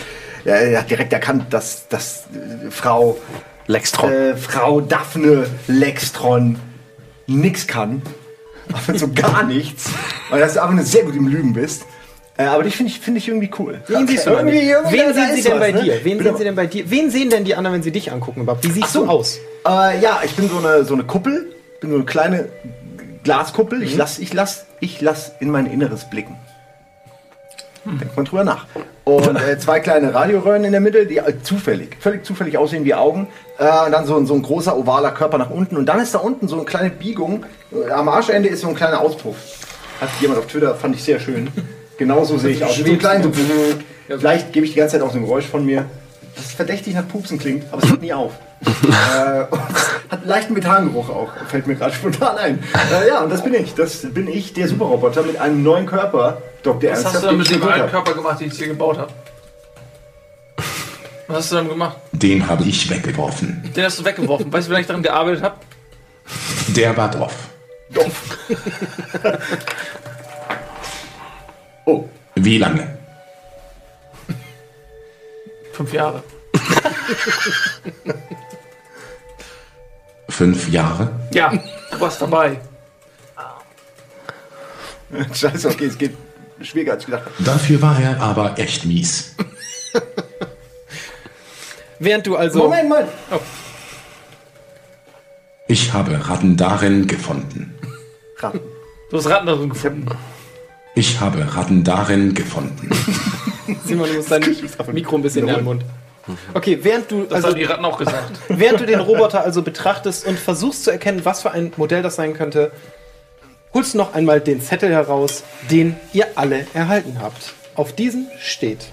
ja, er hat direkt erkannt, dass, dass äh, Frau
Lextron.
äh, Frau Daphne Lextron nix kann. Aber so gar nichts. Weil das einfach nur sehr gut im Lügen bist. Äh, aber dich finde ich, find ich irgendwie cool.
Wen siehst du denn?
Irgendwie- irgendwie da-
Wen
da
sehen sie
ist
denn
was,
bei
ne?
dir? Wen
Bin
sehen
aber-
sie denn bei dir? Wen sehen denn die anderen, wenn sie dich angucken überhaupt? Wie siehst du aus?
Äh, ja, ich bin so eine, so eine Kuppel. Bin so eine kleine Glaskuppel.
Mhm.
Ich lass, ich lass, ich lass in mein Inneres blicken. Denkt man drüber nach. Und äh, zwei kleine Radioröhren in der Mitte, die äh, zufällig, völlig zufällig aussehen wie Augen. Äh, und dann so, ein- so ein großer ovaler Körper nach unten. Und dann ist da unten so eine kleine Biegung. Äh, Am Arschende ist so ein kleiner Auspuff. Hat jemand auf Twitter, fand ich sehr schön. Genauso sehe ich aus. Mit so einem kleinen, so Vielleicht gebe ich die ganze Zeit auch so ein Geräusch von mir. Das verdächtig nach Pupsen klingt, aber es hört nie auf. äh, und hat einen leichten Methangeruch auch, fällt mir gerade spontan ein. Äh, ja, und das bin ich. Das bin ich, der Superroboter mit einem neuen Körper. Dr.
Was hast du
den
dann mit
ich
dem
geholt
alten
habe.
Körper gemacht, den ich dir gebaut habe? Was hast du dann gemacht?
Den habe ich weggeworfen.
Den hast du weggeworfen. Weißt du, wie lange ich daran gearbeitet habe?
Der war drauf.
Oh,
Wie lange?
Fünf Jahre.
Fünf Jahre?
Ja, du warst dabei.
Scheiße, okay, es geht schwieriger als ich gedacht habe.
Dafür war er aber echt mies.
Während du also.
Moment, Moment.
Ich habe Ratten darin gefunden.
Du hast Ratten darin gefunden.
Ich habe Ratten darin gefunden.
Simon, du musst dein Mikro ein bisschen in den Mund. Okay, während du,
Das
also,
haben die Ratten auch gesagt.
während du den Roboter also betrachtest und versuchst zu erkennen, was für ein Modell das sein könnte, holst du noch einmal den Zettel heraus, den ihr alle erhalten habt. Auf diesem steht.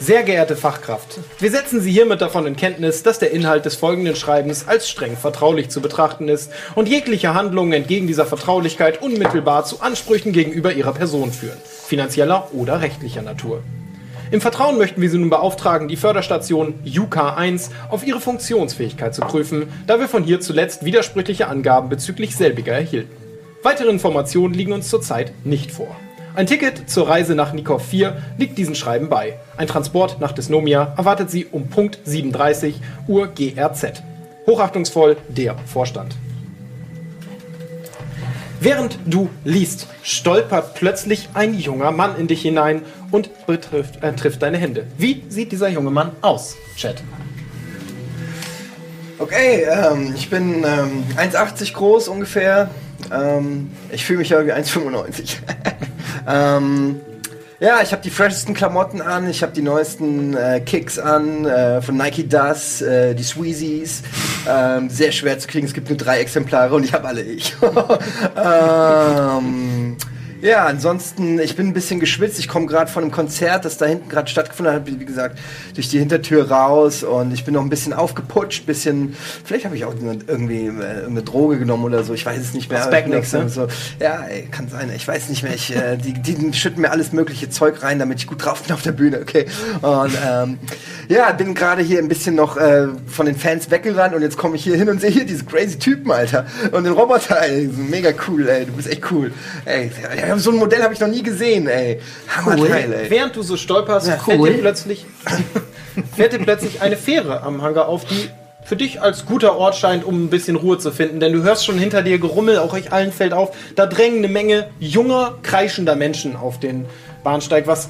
Sehr geehrte Fachkraft, wir setzen Sie hiermit davon in Kenntnis, dass der Inhalt des folgenden Schreibens als streng vertraulich zu betrachten ist und jegliche Handlungen entgegen dieser Vertraulichkeit unmittelbar zu Ansprüchen gegenüber Ihrer Person führen, finanzieller oder rechtlicher Natur. Im Vertrauen möchten wir Sie nun beauftragen, die Förderstation UK1 auf ihre Funktionsfähigkeit zu prüfen, da wir von hier zuletzt widersprüchliche Angaben bezüglich selbiger erhielten. Weitere Informationen liegen uns zurzeit nicht vor. Ein Ticket zur Reise nach Nikov 4 liegt diesen Schreiben bei. Ein Transport nach Dysnomia erwartet Sie um Punkt 37 Uhr GRZ. Hochachtungsvoll der Vorstand. Während du liest, stolpert plötzlich ein junger Mann in dich hinein und betrifft, äh, trifft deine Hände. Wie sieht dieser junge Mann aus, Chat?
Okay, ähm, ich bin ähm, 1,80 groß ungefähr. Ähm, ich fühle mich ja wie 1,95. ähm, ja, ich habe die freshesten Klamotten an, ich habe die neuesten äh, Kicks an, äh, von Nike Das, äh, die Sweezies. Ähm, sehr schwer zu kriegen, es gibt nur drei Exemplare und ich habe alle ich. ähm, ja, ansonsten, ich bin ein bisschen geschwitzt. Ich komme gerade von einem Konzert, das da hinten gerade stattgefunden hat. Wie gesagt, durch die Hintertür raus und ich bin noch ein bisschen aufgeputscht, bisschen. Vielleicht habe ich auch eine, irgendwie äh, irgendeine Droge genommen oder so. Ich weiß es nicht mehr.
Spagnex, ne?
so. Ja, ey, kann sein. Ich weiß nicht mehr. Ich, äh, die, die schütten mir alles mögliche Zeug rein, damit ich gut drauf bin auf der Bühne. Okay. Und ähm, ja, bin gerade hier ein bisschen noch äh, von den Fans weggerannt und jetzt komme ich hier hin und sehe hier diese crazy Typen, Alter. Und den Roboter, ey, die sind mega cool, ey. Du bist echt cool. Ey, ja, so ein Modell habe ich noch nie gesehen, ey. Hammerteil, ey.
Während du so stolperst, fällt,
cool.
dir plötzlich, fällt dir plötzlich eine Fähre am Hangar auf, die für dich als guter Ort scheint, um ein bisschen Ruhe zu finden. Denn du hörst schon hinter dir Gerummel, auch euch allen fällt auf, da drängen eine Menge junger, kreischender Menschen auf den Bahnsteig, was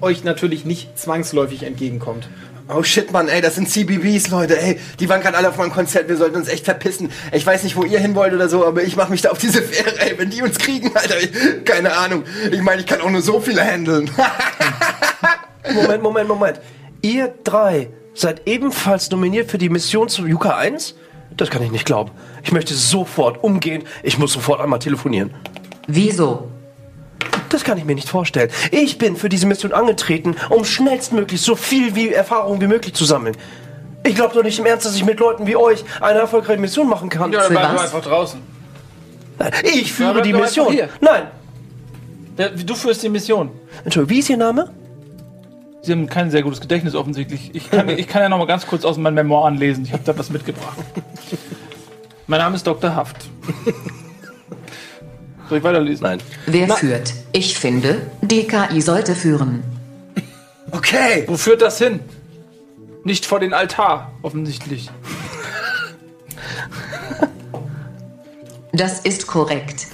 euch natürlich nicht zwangsläufig entgegenkommt.
Oh shit, Mann, ey, das sind CBBs, Leute, ey. Die waren gerade alle auf meinem Konzert, wir sollten uns echt verpissen. Ich weiß nicht, wo ihr hin wollt oder so, aber ich mache mich da auf diese Fähre, ey. Wenn die uns kriegen, Alter, ich, keine Ahnung. Ich meine, ich kann auch nur so viele handeln.
Äh, Moment, Moment, Moment. Ihr drei seid ebenfalls nominiert für die Mission zum Yuka 1? Das kann ich nicht glauben. Ich möchte sofort umgehen. Ich muss sofort einmal telefonieren.
Wieso?
Das kann ich mir nicht vorstellen. Ich bin für diese Mission angetreten, um schnellstmöglich so viel wie Erfahrung wie möglich zu sammeln. Ich glaube doch nicht im Ernst, dass ich mit Leuten wie euch eine erfolgreiche Mission machen kann.
Ja, dann bleib
was?
doch einfach draußen.
Ich
Ja,
führe
bleib
die
doch
Mission.
einfach hier.
Nein.
Ja, Du führst die Mission.
Entschuldigung, wie ist Ihr Name?
Sie haben kein sehr gutes Gedächtnis offensichtlich. Ich kann, ich kann ja noch mal ganz kurz aus meinen Memoiren lesen. Ich habe da was mitgebracht. mein Name ist Dr. Haft. Soll ich weiterlesen? Nein.
Wer führt? Ich finde, DKI sollte führen.
Okay.
Wo führt das hin? Nicht vor den Altar, offensichtlich.
Das ist korrekt.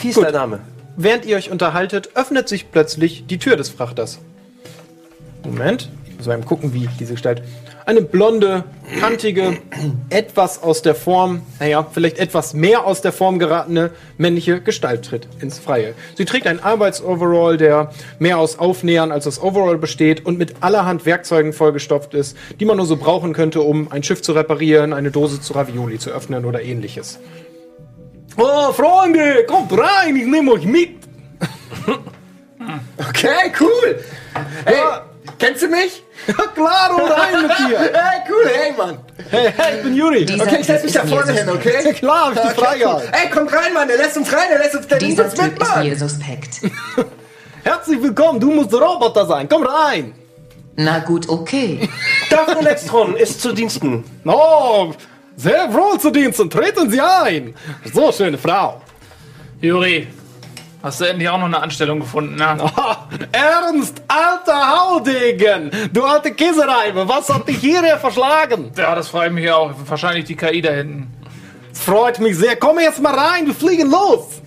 Wie ist dein Name?
Während ihr euch unterhaltet, öffnet sich plötzlich die Tür des Frachters. Moment, ich muss mal eben gucken, wie diese Gestalt. Eine blonde, kantige, etwas aus der Form, naja, vielleicht etwas mehr aus der Form geratene männliche Gestalt tritt ins Freie. Sie trägt einen Arbeitsoverall, der mehr aus Aufnähern als aus Overall besteht und mit allerhand Werkzeugen vollgestopft ist, die man nur so brauchen könnte, um ein Schiff zu reparieren, eine Dose zu Ravioli zu öffnen oder ähnliches. Oh, Freunde, kommt rein, ich nehme euch mit.
Okay, cool. Hey, kennst du mich?
Klar, rein mit dir.
Hey, cool, hey, Mann.
Hey, hey, ich bin Juri.
Dieser
Okay, ich setz mich
Typ
da
ist
vorne
mir
hin, okay?
suspekt.
Klar, hab ich die
Okay,
Frage.
cool. Ey, kommt rein, Mann, der lässt uns rein, der lässt uns, der lässt
Dieser
uns
Typ
mit,
ist
Mann.
mir suspekt.
Herzlich willkommen, du musst der Roboter sein. Komm rein.
Na gut, okay.
Daphne Lextron ist zu Diensten.
Oh, sehr wohl zu Diensten. Treten Sie ein. So schöne Frau.
Juri, hast du endlich auch noch eine Anstellung gefunden, ne?
Ha, Ernst, alter Haudegen. Du alte Käsereibe, was hat dich hierher verschlagen?
Ja, das freut mich auch. Wahrscheinlich die KI da hinten.
Freut mich sehr. Komm jetzt mal rein, wir fliegen los.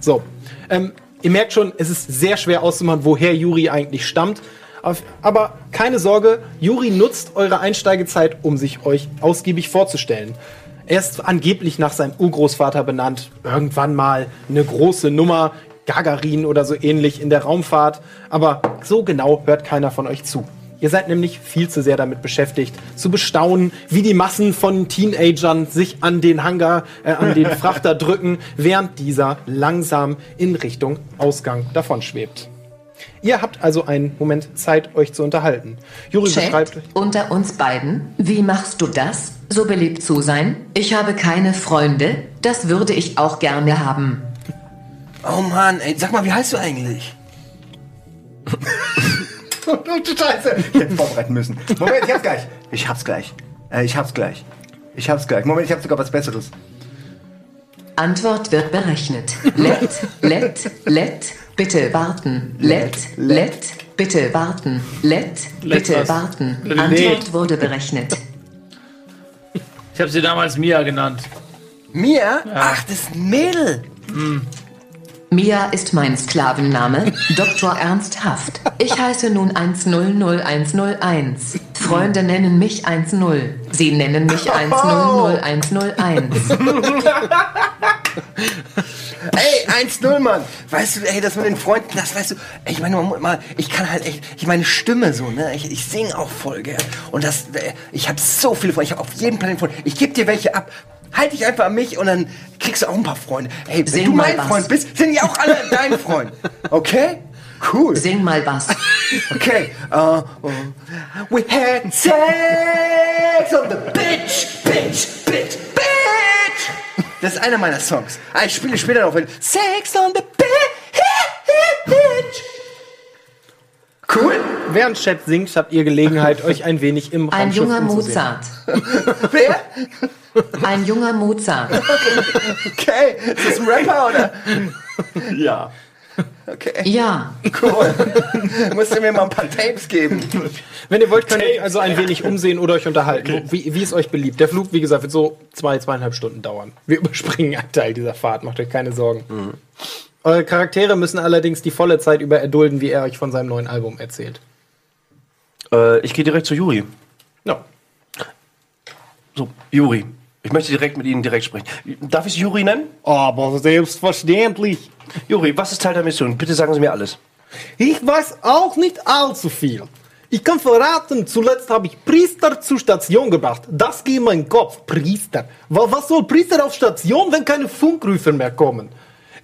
So, ähm, ihr merkt schon, es ist sehr schwer auszumachen, woher Juri eigentlich stammt. Auf- Aber keine Sorge, Juri nutzt eure Einsteigezeit, um sich euch ausgiebig vorzustellen. Er ist angeblich nach seinem Urgroßvater benannt. Irgendwann mal eine große Nummer, Gagarin oder so ähnlich in der Raumfahrt. Aber so genau hört keiner von euch zu. Ihr seid nämlich viel zu sehr damit beschäftigt, zu bestaunen, wie die Massen von Teenagern sich an den Hangar, äh, an den Frachter drücken, während dieser langsam in Richtung Ausgang davonschwebt. Ihr habt also einen Moment Zeit, euch zu unterhalten. Juri
Chat
beschreibt.
unter uns beiden. Wie machst du das? So beliebt zu sein? Ich habe keine Freunde. Das würde ich auch gerne haben.
Oh Mann, ey, sag mal, wie heißt du eigentlich?
Oh, Scheiße. Ich hätte vorbereiten müssen. Moment, ich hab's gleich. Ich hab's gleich. Äh, ich hab's gleich. Ich hab's gleich. Moment, ich hab sogar was Besseres.
Antwort wird berechnet. Let, let, let, bitte warten. Let, let, bitte warten. Let, bitte
Letztes.
warten.
Let it
Antwort wurde berechnet.
Ich habe sie damals Mia genannt.
Mia? Ach, das ist ein Mädel.
Mia ist mein Sklavenname, Dr. Ernst Haft. Ich heiße nun 100101. Freunde nennen mich 10. Sie nennen mich 100101.
Ey, 1-0, Mann. Weißt du, ey, das mit den Freunden, das weißt du. Ey, ich meine, man muss mal, ich kann halt echt, ich meine Stimme so, ne? Ich, ich singe auch voll gern. Und das, äh, ich habe so viele Freunde, ich habe auf jedem Planeten Freunde. Ich gebe dir welche ab. Halt dich einfach an mich und dann kriegst du auch ein paar Freunde. Ey, wenn
Sing
du
mal
mein
was.
Freund bist, sind ja auch alle dein Freund. Okay? Cool.
Sing mal was.
Okay. Uh, uh, we had sex on the bitch, bitch, bitch, bitch. Das ist einer meiner Songs. Ah, ich spiele später noch. wenn- Sex on the bitch. Cool.
Während Chat singt, habt ihr Gelegenheit, euch ein wenig im
Ein
Raumschiff
junger
umzusehen.
Mozart.
Wer?
Ein junger Mozart.
Okay. Ist das ein Rapper oder?
Ja.
Okay,
Ja,
cool. Musst du mir mal ein paar Tapes geben.
Wenn ihr wollt, könnt ihr euch also ein wenig umsehen oder euch unterhalten, wo- wie, wie es euch beliebt. Der Flug, wie gesagt, wird so zwei, zweieinhalb Stunden dauern. Wir überspringen einen Teil dieser Fahrt, macht euch keine Sorgen. Eure Charaktere müssen allerdings die volle Zeit über erdulden, wie er euch von seinem neuen Album erzählt.
Äh, ich gehe direkt zu Juri.
Ja.
So, Juri. Ich möchte direkt mit Ihnen direkt sprechen. Darf ich Sie Juri nennen?
Aber selbstverständlich.
Juri, was ist Teil der Mission? Bitte sagen Sie mir alles.
Ich weiß auch nicht allzu viel. Ich kann verraten, zuletzt habe ich Priester zur Station gebracht. Das ging in meinen Kopf. Priester. Wa- Was soll Priester auf Station, wenn keine Funkrüfer mehr kommen?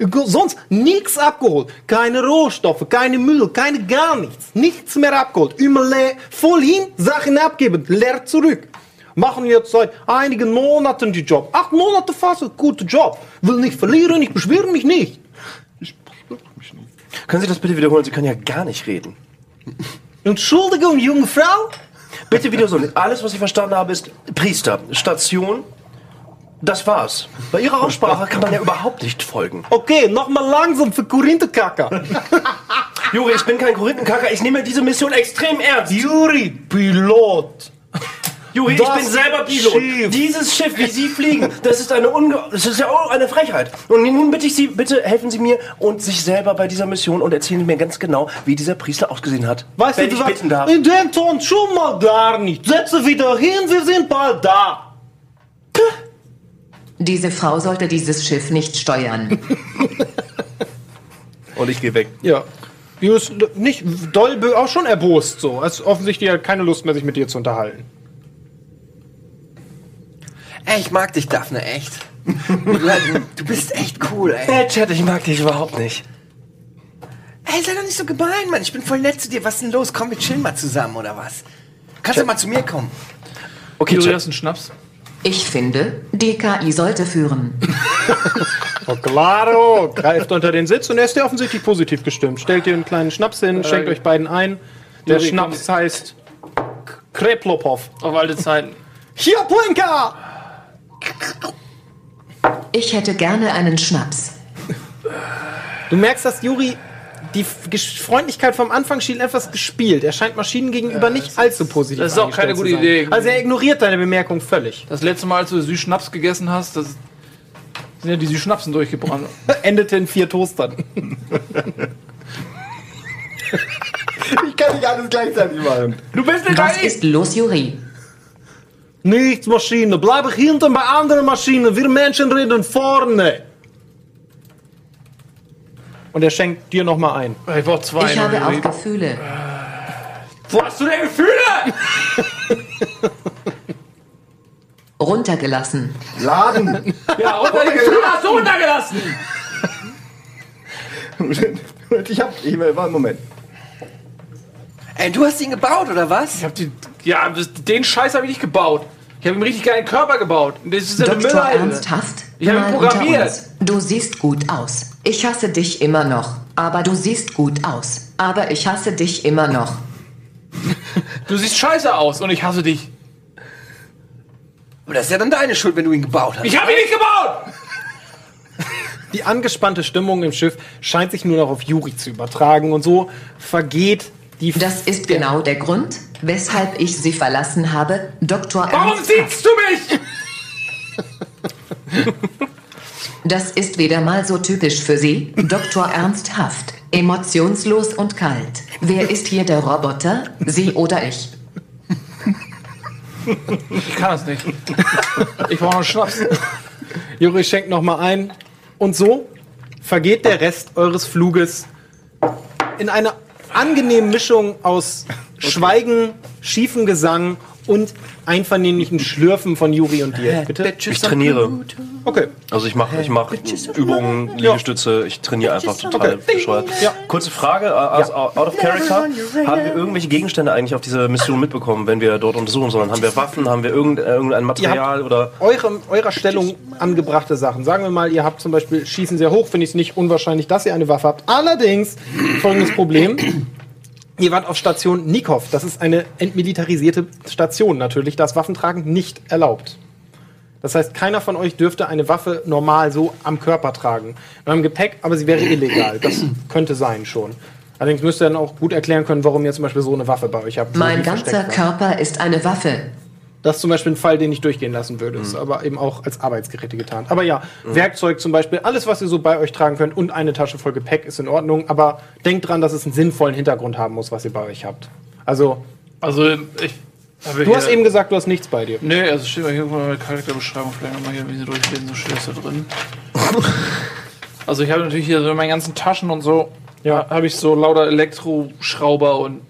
Go- Sonst nichts abgeholt. Keine Rohstoffe, keine Müll, keine gar nichts. Nichts mehr abgeholt. Immer leer. Voll hin, Sachen abgeben, leer zurück. Machen jetzt seit einigen Monaten den Job. Acht Monate fast, guter Job. Will nicht verlieren, ich beschwere mich nicht.
Können Sie das bitte wiederholen? Sie können ja gar nicht reden.
Entschuldigung, junge Frau.
Bitte wieder so. Alles, was ich verstanden habe, ist Priester, Station. Das war's. Bei Ihrer Aussprache kann man ja überhaupt nicht folgen.
Okay, nochmal langsam für Korinthenkacker.
Juri, ich bin kein Korinthenkacker. Ich nehme diese Mission extrem ernst.
Juri, Pilot.
Juri, ich
Das
bin selber Pilot.
Schiff.
Dieses Schiff, wie Sie fliegen, das ist eine Unge das ist ja auch eine Frechheit. Und nun bitte ich Sie, bitte helfen Sie mir und sich selber bei dieser Mission und erzählen Sie mir ganz genau, wie dieser Priester ausgesehen hat.
Weißt
Wenn
du,
ich
du
bitten darf.
in dem Ton schon mal gar nicht. Setze wieder hin, wir sind bald da.
diese Frau sollte dieses Schiff nicht steuern.
Und ich gehe weg.
Ja. Du ist nicht doll, be- auch schon erbost so. Es ist offensichtlich hat keine Lust mehr, sich mit dir zu unterhalten.
Ey, ich mag dich, Daphne, echt. Du bist echt cool, ey.
Hey, Chad, ich mag dich überhaupt nicht.
Ey, sei doch nicht so gemein, Mann. Ich bin voll nett zu dir. Was ist denn los? Komm, wir chillen mal zusammen, oder was? Kannst du mal zu mir kommen?
Okay,
Juri,
Chad,
hast du einen Schnaps?
Ich finde, DKI sollte führen.
Oh, claro. Greift unter den Sitz und er ist dir offensichtlich positiv gestimmt. Stellt dir einen kleinen Schnaps hin,
Äh,
schenkt euch beiden ein. Der
Juri,
Schnaps heißt K- Kreplopov.
Auf alte Zeiten.
Hier, Plinka!
Ich hätte gerne einen Schnaps.
Du merkst, dass Juri Die F- Gesch- Freundlichkeit vom Anfang schien etwas gespielt. Er scheint Maschinen gegenüber nicht allzu positiv
das ist auch
eingestellt
keine
zu
gute
sein.
Idee.
Also er ignoriert deine Bemerkung völlig.
Das letzte Mal, als du Süßschnaps gegessen hast, das sind ja die Süßschnapsen durchgebrannt.
Endete in vier Toastern.
Ich kann nicht alles gleichzeitig machen.
du bist nicht
Was ist los, Juri?
Nichts, Maschine. Bleibe hinten bei anderen Maschinen. Wir Menschen reden vorne. Und er schenkt dir nochmal ein.
Ich brauch zwei.
Ich habe auch Gefühle.
Äh. Wo hast du denn Gefühle?
Runtergelassen.
Laden.
Ja, und deine Gefühle hast du runtergelassen.
ich hab, ich war im Moment.
Ey, du hast ihn gebaut, oder was?
Ich hab die, ja, das, den Scheiß habe ich nicht gebaut. Ich habe ihm richtig geilen Körper gebaut. Das ist ja eine
Doktor
Müllhalde.
Ernsthaft?
Ich hab ihn
Mal unter
programmiert.
uns. Du siehst gut aus. Ich hasse dich immer noch. Aber du siehst gut aus. Aber ich hasse dich immer noch.
Du siehst scheiße aus und ich hasse dich.
Aber das ist ja dann deine Schuld, wenn du ihn gebaut hast.
Ich habe ihn nicht gebaut!
Die angespannte Stimmung im Schiff scheint sich nur noch auf Juri zu übertragen und so vergeht die.
Das ist genau der Grund, weshalb ich sie verlassen habe, Dr.
Warum
Ernsthaft.
siehst du mich?
Das ist wieder mal so typisch für Sie, Dr. Ernsthaft. Emotionslos und kalt. Wer ist hier der Roboter? Sie oder ich?
Ich kann das nicht. Ich brauche noch Schnaps.
Juri schenkt nochmal ein. Und so vergeht der Rest eures Fluges in einer angenehmen Mischung aus Schweigen, schiefem Gesang und einvernehmlichen Schlürfen von Juri und dir. Bitte?
Ich trainiere.
Okay.
Also ich mache ich mach Übungen, Liegestütze, ich trainiere einfach total bescheuert. Kurze Frage, äh, aus- out of character. Haben wir irgendwelche Gegenstände eigentlich auf dieser Mission mitbekommen, wenn wir dort untersuchen sollen? Haben wir Waffen, haben wir irgend- äh, irgendein Material oder...
Eure, eurer Stellung angebrachte Sachen. Sagen wir mal, ihr habt zum Beispiel Schießen sehr hoch, finde ich es nicht unwahrscheinlich, dass ihr eine Waffe habt. Allerdings, folgendes Problem. Ihr wart auf Station Nikov. Das ist eine entmilitarisierte Station natürlich. Da ist Waffentragen nicht erlaubt. Das heißt, keiner von euch dürfte eine Waffe normal so am Körper tragen. Wir haben Gepäck, aber sie wäre illegal. Das könnte sein schon. Allerdings müsst ihr dann auch gut erklären können, warum ihr zum Beispiel so eine Waffe bei euch habt.
Mein
die
ganzer
versteckt war.
Körper ist eine Waffe.
Das ist zum Beispiel ein Fall, den ich durchgehen lassen würde.
Mhm.
Ist aber eben auch als Arbeitsgeräte getan. Aber ja, Werkzeug zum Beispiel, alles, was ihr so bei euch tragen könnt und eine Tasche voll Gepäck ist in Ordnung. Aber denkt dran, dass es einen sinnvollen Hintergrund haben muss, was ihr bei euch habt. Also,
Also, ich. habe
du hast
hier-
eben gesagt, du hast nichts bei dir.
Nee, also steht mal hier irgendwo eine Charakterbeschreibung, vielleicht nochmal hier ein bisschen durchlesen, so steht das da drin. also ich habe natürlich hier so in meinen ganzen Taschen und so,
Ja.
ja, habe ich so lauter Elektroschrauber und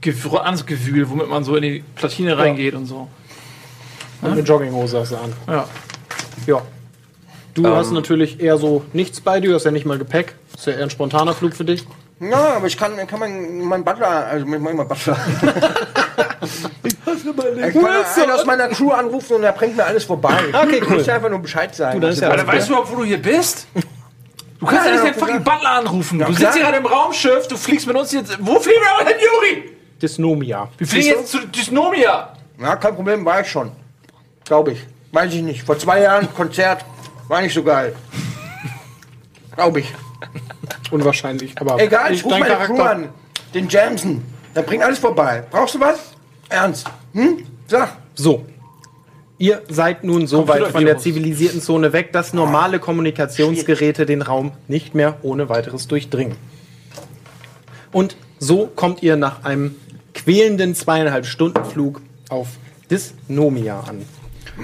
Gewür anderes Gewühl, womit man so in die Platine reingeht und so. Also,
Und eine Jogginghose hast du an.
Ja.
Ja. Du
Ähm.
hast natürlich eher so nichts bei dir, du hast ja nicht mal Gepäck. Ist ja eher ein spontaner Flug für dich.
Na, aber ich kann, kann mein, mein Butler, also mein, mein Butler. ich kann einen aus meiner Crew anrufen und er bringt mir alles vorbei.
Okay,
Ich
cool.
muss ja einfach nur Bescheid sagen. Also
Du, das ist ja
Alter, weißt du überhaupt, wo du hier bist? Du kannst ja nicht den fucking Butler anrufen. du sitzt hier gerade im Raumschiff, du fliegst mit uns jetzt. Wo fliegen wir denn, Juri?
Dysnomia.
Wir fliegen jetzt zu Dysnomia.
Ja, kein Problem, war ich schon. Glaube ich. Weiß ich nicht. Vor zwei Jahren Konzert war nicht so geil. Glaube ich.
Unwahrscheinlich, aber
Egal, ich
ich-
rufe
dein
meine Crew
Charakter.
an. Den Jamson. Der bringt alles vorbei. Brauchst du was? Ernst? Hm? Sag.
So. Ihr seid nun so weit von der
Computervirus.
zivilisierten Zone weg, dass normale Kommunikationsgeräte den Raum nicht mehr ohne weiteres durchdringen. Und so kommt ihr nach einem quälenden zweieinhalb Stunden Flug auf Dysnomia an.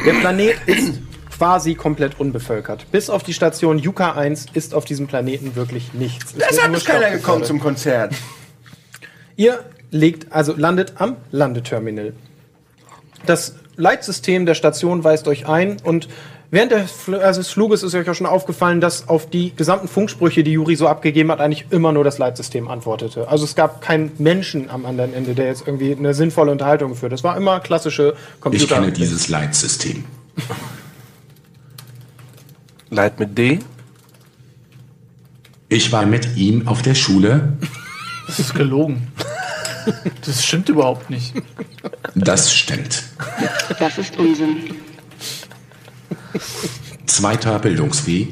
Der Planet ist quasi komplett unbevölkert. Bis auf die Station Yuka 1 ist auf diesem Planeten wirklich nichts. Es wird
Deshalb
nur
ist keiner
Staub
gekommen
gefördert.
zum Konzert.
Ihr legt, also landet am Landeterminal. Das Leitsystem der Station weist euch ein und während der, Fl- also des Fluges ist euch auch schon aufgefallen, dass auf die gesamten Funksprüche, die Juri so abgegeben hat, eigentlich immer nur das Leitsystem antwortete. Also es gab keinen Menschen am anderen Ende, der jetzt irgendwie eine sinnvolle Unterhaltung führt. Das war immer klassische Computer.
Ich kenne dieses Leitsystem.
Leid mit D?
Ich war mit ihm auf der Schule.
Das ist gelogen. Das stimmt überhaupt nicht.
Das stimmt.
Das ist Unsinn.
Zweiter Bildungsweg.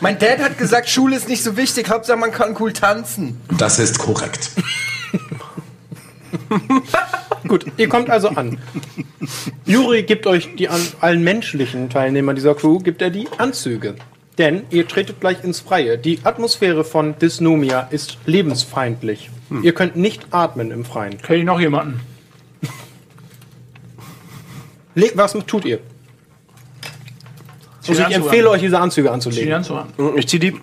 Mein Dad hat gesagt, Schule ist nicht so wichtig, Hauptsache man kann cool tanzen.
Das ist korrekt.
Gut, ihr kommt also an. Juri gibt euch die an allen menschlichen Teilnehmern dieser Crew gibt er die Anzüge. Denn ihr tretet gleich ins Freie. Die Atmosphäre von Dysnomia ist lebensfeindlich. Ihr könnt nicht atmen im Freien.
Kenne ich noch jemanden?
Le was tut ihr? Also ich
Anzüge
empfehle euch, diese Anzüge
Zieh
anzulegen.
die Hand so an.
Ich zieh die.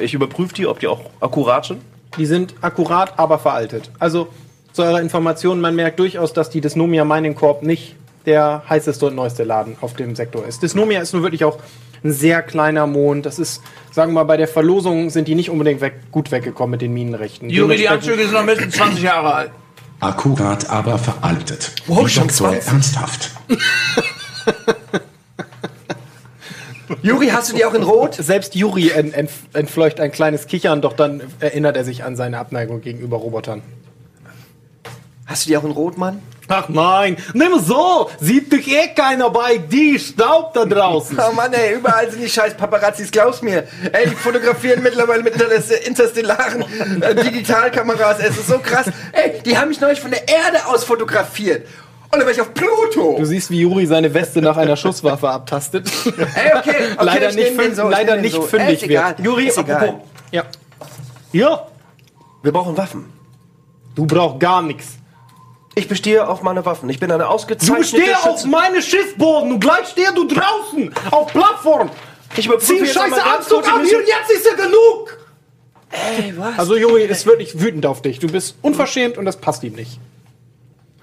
Ich überprüfe die, ob die auch akkurat sind.
Die sind akkurat, aber veraltet. Also zu eurer Information, man merkt durchaus, dass die Dysnomia Mining Corp nicht der heißeste und neueste Laden auf dem Sektor ist. Dysnomia ist nun wirklich auch ein sehr kleiner Mond. Das ist, sagen wir mal, bei der Verlosung sind die nicht unbedingt weg, gut weggekommen mit den Minenrechten.
Juri, die
Dementsprechend-
Anzüge sind noch mindestens 20 Jahre alt.
Akkurat, aber veraltet.
Wow,
Die
schon
Doktor
20.
ernsthaft.
Juri, hast du die auch in Rot?
Selbst Juri ent, ent, entfleucht ein kleines Kichern, doch dann erinnert er sich an seine Abneigung gegenüber Robotern.
Hast du die auch in Rot, Mann?
Ach nein, nimm so! Sieht dich eh keiner bei, die Staub da draußen.
Oh Mann, ey, überall sind die scheiß Paparazzis, glaub's mir. Ey, die fotografieren mittlerweile mit inter- interstellaren äh, Digitalkameras, es ist so krass. Ey, die haben mich neulich von der Erde aus fotografiert. Und dann war ich auf Pluto.
Du siehst, wie Juri seine Weste nach einer Schusswaffe abtastet.
Ey, okay, okay
leider
ich
nicht,
nehm den
fün
so, ich
leider
nehm den
nicht
so. Ey, ist
fündig
egal.
wird. Juri,
ist egal.
Ja. Ja,
Wir brauchen Waffen.
du brauchst gar nichts.
Ich bestehe auf meine Waffen. Ich bin eine
Du
ausgezeichnete
stehst auf
Schütze.
meinem Schiffboden und gleich stehst du draußen auf Plattform.
Ich überprüfe
Zieh
jetzt einmal
scheiße
ganz
Anzug
kurz die
an, hier
Mission.
und jetzt ist er genug. Ey, was? Also Juri ist wirklich wütend auf dich. Du bist unverschämt und das passt ihm nicht.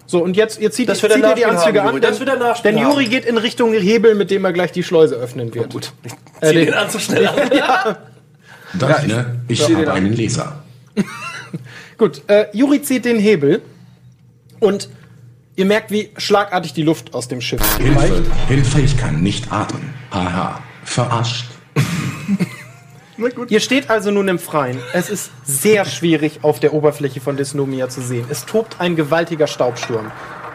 So, und jetzt, ihr zieht,
Das
zieht
wird er
ihr die
nachspielen
Anzüge
haben,
an,
Juri. Das wird er
denn,
nachspielen
denn Juri geht in Richtung Hebel, mit dem er gleich die Schleuse öffnen wird. gut. Äh,
Zieh
den-
den Anzug schnell an.
Daphne, ich habe einen Leser.
Gut, äh, Juri zieht den Hebel und ihr merkt, wie schlagartig die Luft aus dem Schiff
Hilfe,
weicht.
Hilfe, ich kann nicht atmen. Haha, verarscht.
Ihr steht also nun im Freien. Es ist sehr schwierig, auf der Oberfläche von Dysnomia zu sehen. Es tobt ein gewaltiger Staubsturm.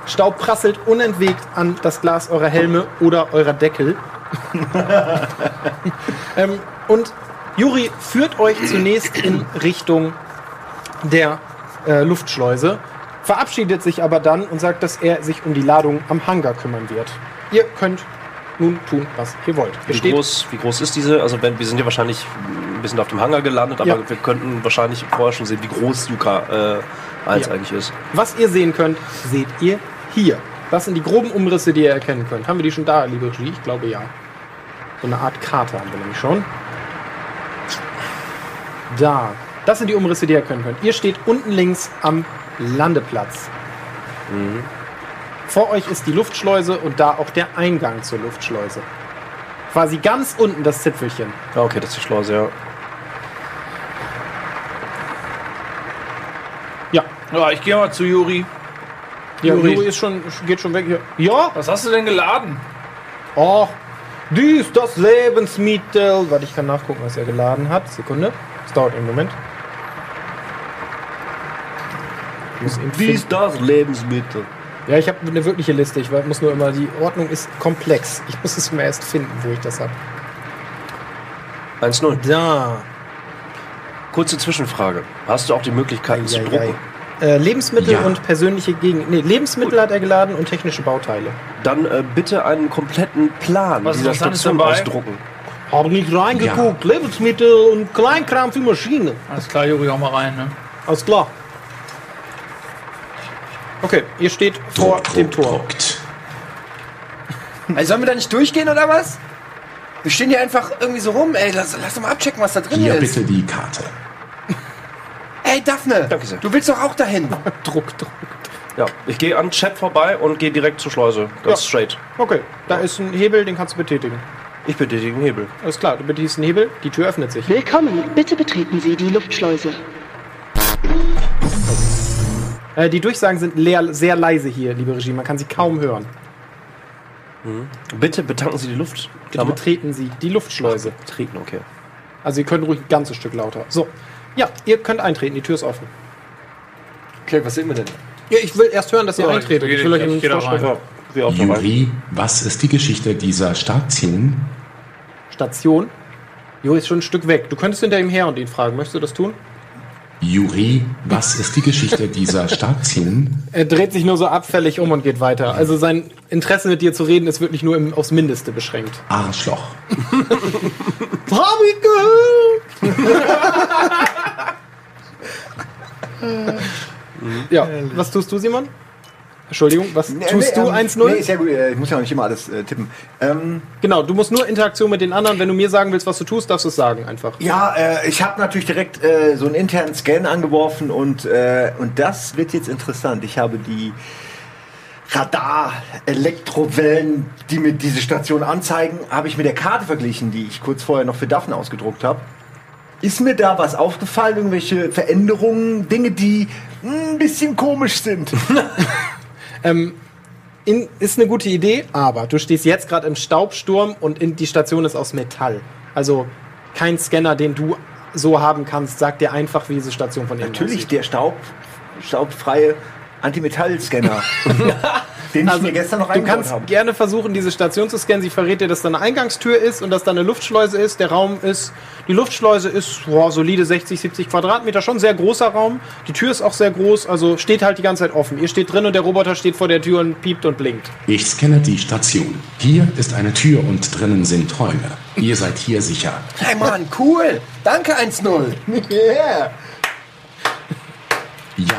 Staub prasselt unentwegt an das Glas eurer Helme oder eurer Deckel. ähm, und Juri führt euch zunächst in Richtung der äh, Luftschleuse, verabschiedet sich aber dann und sagt, dass er sich um die Ladung am Hangar kümmern wird. Ihr könnt nun tun, was ihr wollt. Ihr
Wie groß, wie groß ist diese? Also wenn, wir sind ja wahrscheinlich ein bisschen auf dem Hangar gelandet, aber
Ja.
wir könnten wahrscheinlich vorher schon sehen, wie groß Yuka äh, 1
Ja.
eigentlich ist.
Was ihr sehen könnt, seht ihr hier. Das sind die groben Umrisse, die ihr erkennen könnt. Haben wir die schon da, liebe Regie? Ich glaube ja. So eine Art Karte haben wir nämlich schon. Da. Das sind die Umrisse, die ihr erkennen könnt. Ihr steht unten links am Landeplatz. Mhm. Vor euch ist die Luftschleuse und da auch der Eingang zur Luftschleuse. Quasi ganz unten das Zipfelchen.
Ja, okay, das ist die Schleuse, ja.
Ja.
Ja, ich gehe mal zu Juri.
Ja,
Juri.
Juri ist schon, geht schon weg hier. Ja,
Was hast du denn geladen?
Och, dies das Lebensmittel. Warte, ich kann nachgucken, was er geladen hat. Sekunde. Es dauert einen Moment. Ich muss ihn
Wie
finden.
ist das Lebensmittel?
Ja, ich habe eine wirkliche Liste. Ich muss nur immer, die Ordnung ist komplex. Ich muss es mir erst finden, wo ich das habe.
1-0.
Da.
Kurze Zwischenfrage. Hast du auch die Möglichkeiten zu drucken?
Eieiei. Äh, Lebensmittel
Ja.
und persönliche Gegend. Nee, Lebensmittel hat er geladen und technische Bauteile.
Dann äh, bitte einen kompletten Plan
Was
dieser
Interessantes
Station
dabei?
ausdrucken.
Habe nicht
reingeguckt.
Lebensmittel und Kleinkram für Maschine.
Alles klar, Juri, auch mal rein, ne?
Alles klar. Okay, ihr steht vor dem Tor.
druckt.
Ey, sollen wir da nicht durchgehen oder was? Wir stehen hier einfach irgendwie so rum. Ey, lass, lass doch mal abchecken, was da drin
Hier
ist.
bitte die Karte.
Ey, Daphne,
Danke sehr.
du willst doch auch dahin.
Druck, Druck.
Ja, ich gehe an Chat vorbei und gehe direkt zur Schleuse. Ganz
Ja.
straight.
Okay, da ist ein Hebel, den kannst du betätigen.
Ich betätige den Hebel.
Alles klar, du betätigst den Hebel, die Tür öffnet sich.
Willkommen. Bitte betreten Sie die Luftschleuse.
Äh, die Durchsagen sind leer, sehr leise hier, liebe Regie, man kann sie kaum hören.
Bitte betanken Sie die Luft.
Bitte betreten Sie die Luftschleuse.
betreten, okay.
Also ihr könnt ruhig ein ganzes Stück lauter. So, ja, ihr könnt eintreten, die Tür ist offen.
Okay, was sehen wir denn?
Ja, ich will erst hören, dass ihr
So,
eintretet.
ich-
Ich will euch
ich-
einen
ich geh da
Vorschlag
rein.
machen.
Wir auch dabei.
Juri, was ist die Geschichte dieser Station?
Station. Jo ist schon ein Stück weg. Du könntest hinter ihm her und ihn fragen. Möchtest du das tun?
Juri, was ist die Geschichte dieser Station?
Er dreht sich nur so abfällig um und geht weiter. Also sein Interesse mit dir zu reden ist wirklich nur im, aufs Mindeste beschränkt.
Arschloch.
Barbie Girl! ja, was tust du, Simon? Entschuldigung, was
Nee,
tust
nee,
du
ähm,
1-0?
Nee, ist ja gut. äh, Ich muss ja auch nicht immer alles äh, tippen. Ähm,
genau, du musst nur Interaktion mit den anderen. Wenn du mir sagen willst, was du tust, darfst du es sagen einfach.
ja, äh, ich habe natürlich direkt äh, so einen internen Scan angeworfen und, äh, und das wird jetzt interessant. Ich habe die Radar-Elektrowellen, die mir diese Station anzeigen, habe ich mit der Karte verglichen, die ich kurz vorher noch für Daphne ausgedruckt habe. Ist mir da was aufgefallen? Irgendwelche Veränderungen? Dinge, die mh, ein bisschen komisch sind?
In, ist eine gute Idee, aber du stehst jetzt gerade im Staubsturm und in, die Station ist aus Metall. Also kein Scanner, den du so haben kannst, sagt dir einfach, wie diese Station von innen
Natürlich
aussieht.
der Staub, staubfreie Antimetall-Scanner. den
Also,
ich mir gestern noch
Du
eingebaut
kannst
habe.
gerne versuchen, diese Station zu scannen. Sie verrät dir, dass da eine Eingangstür ist und dass da eine Luftschleuse ist. Der Raum ist, die Luftschleuse ist boah, solide 60, 70 Quadratmeter, schon ein sehr großer Raum. Die Tür ist auch sehr groß, also steht halt die ganze Zeit offen. Ihr steht drin und der Roboter steht vor der Tür und piept und blinkt.
Ich scanne die Station. Hier ist eine Tür und drinnen sind Träume. Ihr seid hier sicher.
Hey Mann, cool. Danke 1-0. Yeah.
Ja.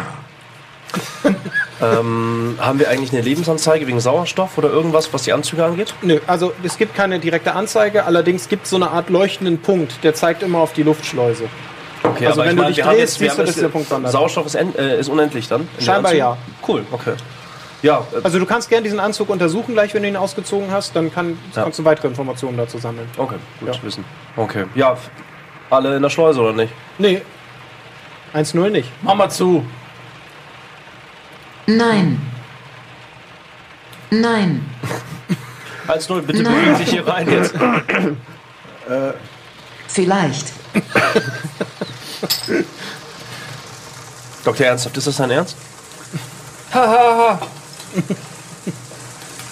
Haben wir eigentlich eine Lebensanzeige wegen Sauerstoff oder irgendwas, was die Anzüge angeht?
Nö, also es gibt keine direkte Anzeige, allerdings gibt es so eine Art leuchtenden Punkt, der zeigt immer auf die Luftschleuse.
Okay,
Also wenn du dich
wir haben
drehst,
jetzt- wir
siehst
haben
du, dass
jetzt-
der Punkt wandert.
Sauerstoff ist, en- äh, ist unendlich dann? in den
Scheinbar
Anzügen?
ja.
Cool, okay. Ja, äh,
Also du kannst gerne diesen Anzug untersuchen, gleich wenn du ihn ausgezogen hast, dann kann,
Ja.
kannst du weitere Informationen dazu sammeln.
okay, gut zu wissen. Okay. Ja, f- alle in der Schleuse oder nicht?
Nee. 1-0 nicht.
Mach mal zu.
Nein. Nein.
1-0, bitte bewegen sich hier rein jetzt.
Vielleicht.
Dr. Ernsthaft, ist das dein Ernst?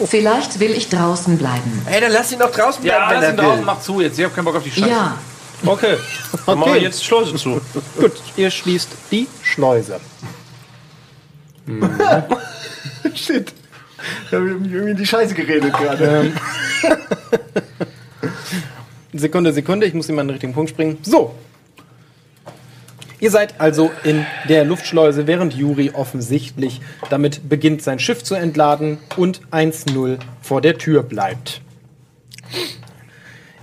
Vielleicht will ich draußen bleiben.
Äh,
Ey, dann lass ihn doch draußen bleiben,
Ja,
wenn
alles
er
in draußen,
will.
mach zu jetzt. Ich hab keinen Bock auf die Scheiße.
Ja.
Okay. Dann machen wir jetzt die Schleuse zu.
Gut, ihr schließt die Schleuse.
Shit. Da habe ich mich irgendwie in die Scheiße geredet gerade.
Sekunde, Sekunde, ich muss immer an den richtigen Punkt springen. So. Ihr seid also in der Luftschleuse, während Juri offensichtlich damit beginnt, sein Schiff zu entladen und 1-0 vor der Tür bleibt.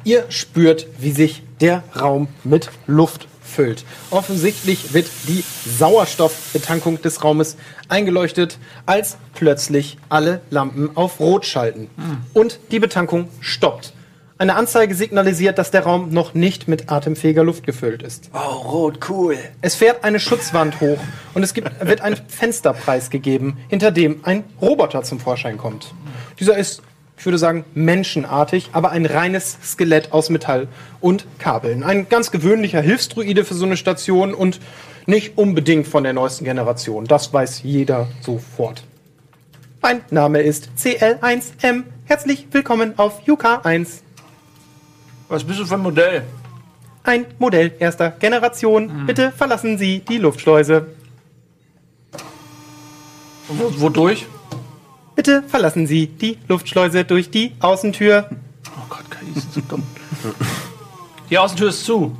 Ihr spürt, wie sich der Raum mit Luft füllt. Offensichtlich wird die Sauerstoffbetankung des Raumes eingeleuchtet, als plötzlich alle Lampen auf Rot schalten. Und die Betankung stoppt. Eine Anzeige signalisiert, dass der Raum noch nicht mit atemfähiger Luft gefüllt ist.
Oh, rot, cool.
Es fährt eine Schutzwand hoch und es gibt, wird ein Fensterpreis gegeben, hinter dem ein Roboter zum Vorschein kommt. Dieser ist, ich würde sagen, menschenartig, aber ein reines Skelett aus Metall und Kabeln. Ein ganz gewöhnlicher Hilfsdruide für so eine Station und nicht unbedingt von der neuesten Generation. Das weiß jeder sofort. Mein Name ist CL1M. Herzlich willkommen auf UK1.
Was bist du für ein Modell?
Ein Modell erster Generation. Bitte verlassen Sie die Luftschleuse.
Und wo- Wodurch?
Bitte verlassen Sie die Luftschleuse durch die Außentür.
Oh Gott, KI ist so dumm. Die Außentür ist zu.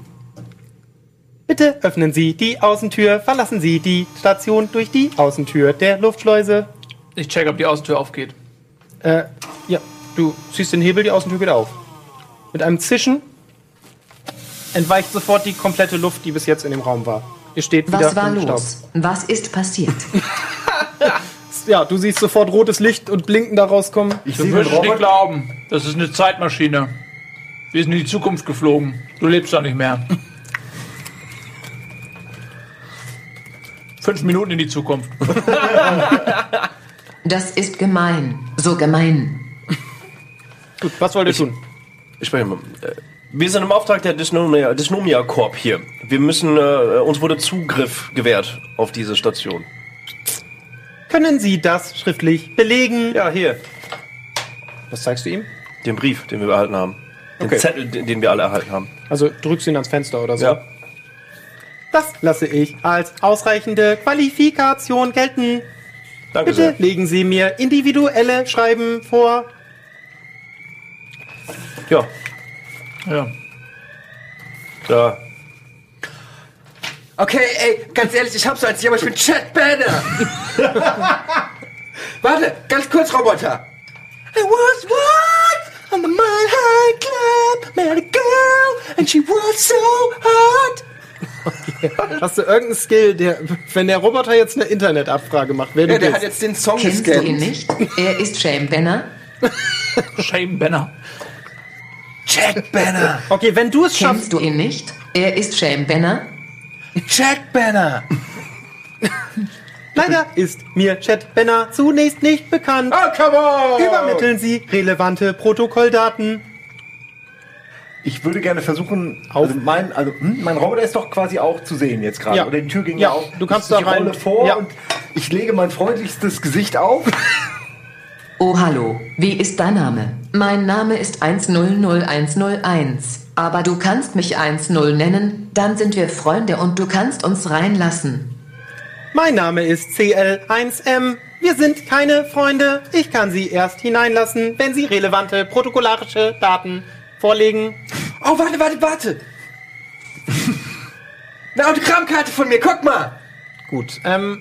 Bitte öffnen Sie die Außentür. Verlassen Sie die Station durch die Außentür der Luftschleuse.
Ich check, ob die Außentür aufgeht.
Äh, ja, du ziehst den Hebel, die Außentür geht auf. Mit einem Zischen entweicht sofort die komplette Luft, die bis jetzt in dem Raum war. Ihr steht wieder
Was war
im
los? Was ist passiert?
Staub. Ja, du siehst sofort rotes Licht und Blinken daraus kommen.
Ich
Du
sehe den
wirst nicht
Roboter.
glauben. Das ist eine Zeitmaschine. Die ist in die Zukunft geflogen. Du lebst doch nicht mehr. Fünf Minuten in die Zukunft.
Das ist gemein. So gemein.
Gut, was wollt ihr tun?
Ich spreche mal. äh, Wir sind im Auftrag der Dysnomia, Dysnomia Corp hier. Wir müssen, äh, uns wurde Zugriff gewährt auf diese Station.
Können Sie das schriftlich belegen?
Ja, hier.
Was zeigst du ihm?
Den Brief, den wir erhalten haben. Den Zettel, den den wir alle erhalten haben.
Also drückst du ihn ans Fenster oder so.
Ja.
Das lasse ich als ausreichende Qualifikation gelten.
Danke
Bitte
sehr.
legen Sie mir individuelle Schreiben vor.
Ja,
Ja.
da.
Okay, ey, ganz ehrlich, ich hab's als nicht, aber ich bin Chad Banner. Warte, ganz kurz, Roboter. I was what? On the Mile High Club, met a girl, and she was so hot.
Hast du irgendeinen Skill, der, wenn der Roboter jetzt eine Internetabfrage macht, wer
Ja,
du
der
bist?
hat jetzt den Song
Kennst du ihn
gescannt.
nicht? Er ist Shame Banner.
Shame Banner.
Chad Banner,
Okay, wenn du es schaffst,
Kennst du ihn nicht? Er ist Shame Banner.
Chad Banner.
Hm, leider ist mir Chat Banner zunächst nicht bekannt.
Ah,
Oh, come on.
Übermitteln Sie relevante Protokolldaten.
Ich würde gerne versuchen,
Auf-
also mein, also, hm, mein Roboter ist doch quasi auch zu sehen jetzt gerade.
Ja.
Oder die Tür ging
Ja,
ja, auf.
du kannst
ich,
da
ich
rein.
rolle vor
Ja.
und ich lege mein freundlichstes Gesicht auf.
Oh hallo, wie ist dein Name? Mein Name ist 100101. Aber du kannst mich 10 nennen, dann sind wir Freunde und du kannst uns reinlassen.
Mein Name ist CL1M. Wir sind keine Freunde. Ich kann Sie erst hineinlassen, wenn Sie relevante protokollarische Daten vorlegen.
Oh, warte, warte, warte. Eine Autogrammkarte von mir, guck mal. Ah,
Gut, ähm.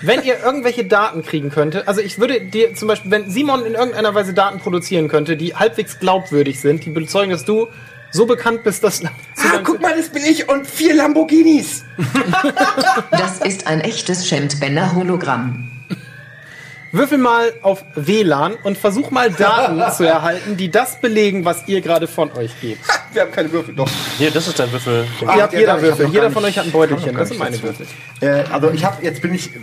Wenn ihr irgendwelche Daten kriegen könnte, also ich würde dir zum Beispiel, wenn Simon in irgendeiner Weise Daten produzieren könnte, die halbwegs glaubwürdig sind, die bezeugen, dass du so bekannt bist, dass.
Ah, guck mal, das bin ich und vier Lamborghinis.
Das ist ein echtes Shame Banner Hologramm.
Würfel mal auf WLAN und versuch mal Daten zu erhalten, die das belegen, was ihr gerade von euch gebt.
Wir haben keine Würfel, doch.
Hier, das ist dein Würfel.
Ah,
ihr habt
ja,
jeder
da, ich hab
Würfel.
noch
Jeder
gar
von euch
nicht-
hat ein Beutelchen.
ich hab noch
Das
gar
sind meine
nicht
Würfel.
Äh, also ich habe jetzt bin ich äh,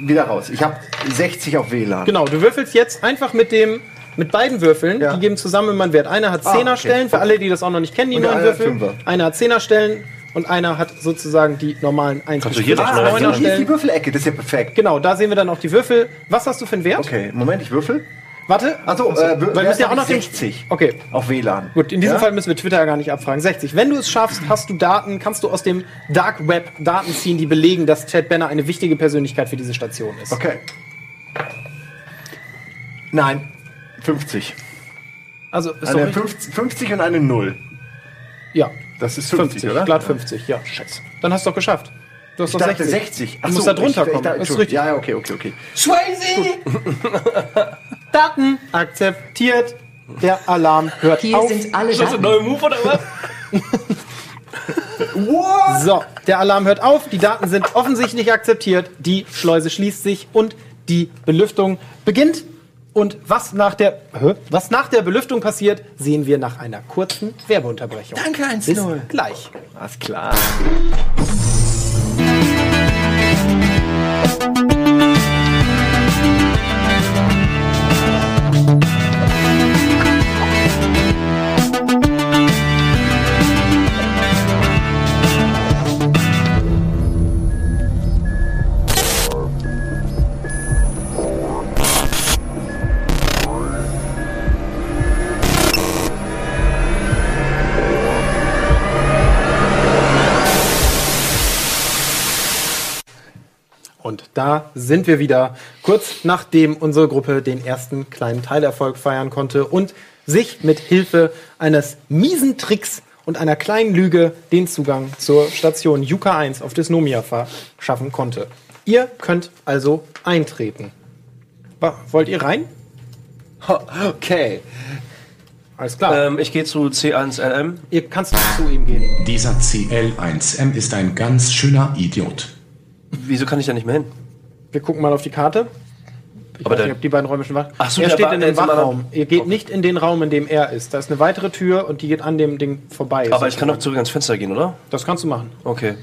wieder raus. Ich habe 60 auf WLAN.
Genau, du würfelst jetzt einfach mit dem mit beiden Würfeln,
Ja. Ah,
die geben zusammen immer einen Wert. Einer hat 10er
okay.
Stellen, für alle, die das auch noch nicht kennen, die
Und der
neuen
eine hat
Würfel.
Fünfer.
Einer hat 10er Stellen und einer hat sozusagen die normalen 1
Kannst du hier das
Ah,
mal
hier
Neuner
erinnern?
ist die
Stellen.
Würfelecke, das ist ja perfekt.
Genau, da sehen wir dann auch die Würfel. Was hast du für einen Wert?
Okay, Moment, ich würfel.
Warte. Also,
Achso, äh, wir
weil wir müssen ja auch noch den-
60
Okay.
auf WLAN.
Gut, in diesem
Ja?
Fall müssen wir Twitter ja gar nicht abfragen. 60. Wenn du es schaffst, hast du Daten, kannst du aus dem Dark Web Daten ziehen, die belegen, dass Chad Banner eine wichtige Persönlichkeit für diese Station ist.
Okay. Nein, 50.
Also ist
Eine
doch richtig.
50, 50 und eine 0.
Ja.
Das ist 50, oder?
Glatt 50, ja. Scheiße. Dann hast du doch geschafft. Du hast
Ich
doch
dachte
60.
60.
Du musst da drunter
ich, ich,
kommen.
dachte-
Das ist richtig.
Entschuldigung. ja, ja, okay, okay, okay.
Swayze!
Daten akzeptiert. Der Alarm hört
Hier
auf.
sind alle
Ist das ein neuer
Daten.
Move oder was?
So, der Alarm hört auf, die Daten sind offensichtlich akzeptiert, die Schleuse schließt sich und die Belüftung beginnt. Und was nach der, hä? was nach der Belüftung passiert, sehen wir nach einer kurzen Werbeunterbrechung.
Danke, 1-0.
Bis gleich.
Alles klar.
Und da sind wir wieder, kurz nachdem unsere Gruppe den ersten kleinen Teilerfolg feiern konnte und sich mit Hilfe eines miesen Tricks und einer kleinen Lüge den Zugang zur Station Yuka 1 auf Dysnomia verschaffen konnte. Ihr könnt also eintreten. Wa- Wollt ihr rein?
Okay.
Alles klar.
Ähm, ich gehe zu C1LM.
Ihr kannst zu ihm gehen.
Dieser CL1M ist ein ganz schöner Idiot.
Wieso kann ich da nicht mehr hin?
Wir gucken mal auf die Karte. Ich
Aber
weiß nicht,
der-
ob die beiden Räume schon wach.
Ach so,
er
der
steht
Wa-
in
der
dem
ist im anderen-
Wachraum. Ihr geht nicht in den Raum, in dem er ist. Da ist eine weitere Tür und die geht an dem Ding vorbei.
Aber ich kann doch zurück ans Fenster gehen, oder?
Das kannst du machen.
Okay.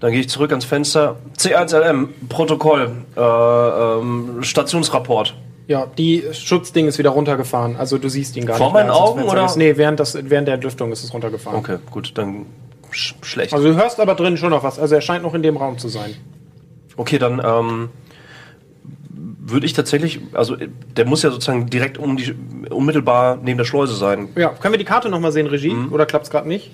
Dann gehe ich zurück ans Fenster. C1LM, Protokoll, äh, ähm, Stationsrapport.
Ja, die Schutzding ist wieder runtergefahren. Also du siehst ihn gar
Vor
nicht. mehr,
meinen
als das
Augen,
Fenster
oder?
Ist. Nee, während, das, während der Lüftung ist es runtergefahren.
Okay, gut, dann sch schlecht.
Also du hörst aber drinnen schon noch was. Also er scheint noch in dem Raum zu sein.
okay, dann ähm, würde ich tatsächlich, also äh, der muss ja sozusagen direkt um die, unmittelbar neben der Schleuse sein.
Ja, können wir die Karte nochmal sehen, Regie?
Mhm.
Oder klappt's gerade nicht?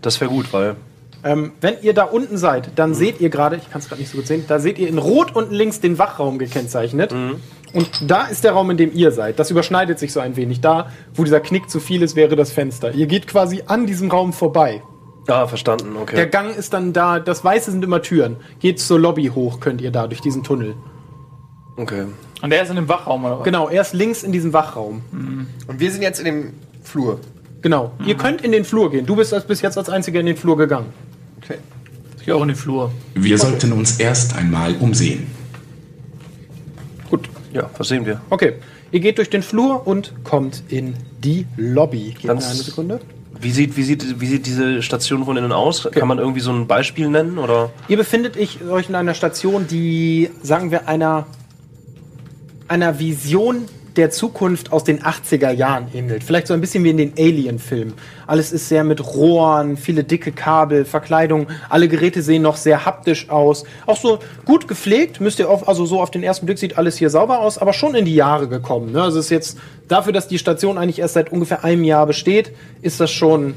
Das wäre gut, weil
Ähm, wenn ihr da unten seid, dann
Mhm.
seht ihr gerade, ich kann es gerade nicht so gut sehen, da seht ihr in Rot unten links den Wachraum gekennzeichnet.
Mhm.
Und da ist der Raum, in dem ihr seid. Das überschneidet sich so ein wenig. Da, wo dieser Knick zu viel ist, wäre das Fenster. Ihr geht quasi an diesem Raum vorbei.
Ah, verstanden, okay.
Der Gang ist dann da, das Weiße sind immer Türen. Geht zur Lobby hoch, könnt ihr da durch diesen Tunnel.
okay.
Und der ist in dem Wachraum, oder was?
Genau, erst links in diesem Wachraum.
Mhm. Und wir sind jetzt in dem Flur. Mhm.
Genau. Ihr könnt in den Flur gehen. Du bist als, bis jetzt als einziger in den Flur gegangen.
Okay.
Ich gehe auch in den Flur.
Wir sollten uns erst einmal umsehen.
Gut.
Ja, was sehen wir?
Okay. Ihr geht durch den Flur und kommt in die Lobby. Geht
Ganz-
mir eine Sekunde.
Wie sieht, wie, sieht, wie sieht diese Station von innen aus? Kann man irgendwie so ein Beispiel nennen? Oder?
Ihr befindet ich- euch in einer Station, die, sagen wir, einer, einer Vision der Zukunft aus den 80er Jahren ähnelt. Vielleicht so ein bisschen wie in den Alien-Filmen. Alles ist sehr mit Rohren, viele dicke Kabel, Verkleidung. Alle Geräte sehen noch sehr haptisch aus. Auch so gut gepflegt, müsst ihr auf, also so auf den ersten Blick sieht alles hier sauber aus, aber schon in die Jahre gekommen. Ne? Also es ist jetzt dafür, dass die Station eigentlich erst seit ungefähr einem Jahr besteht, ist das schon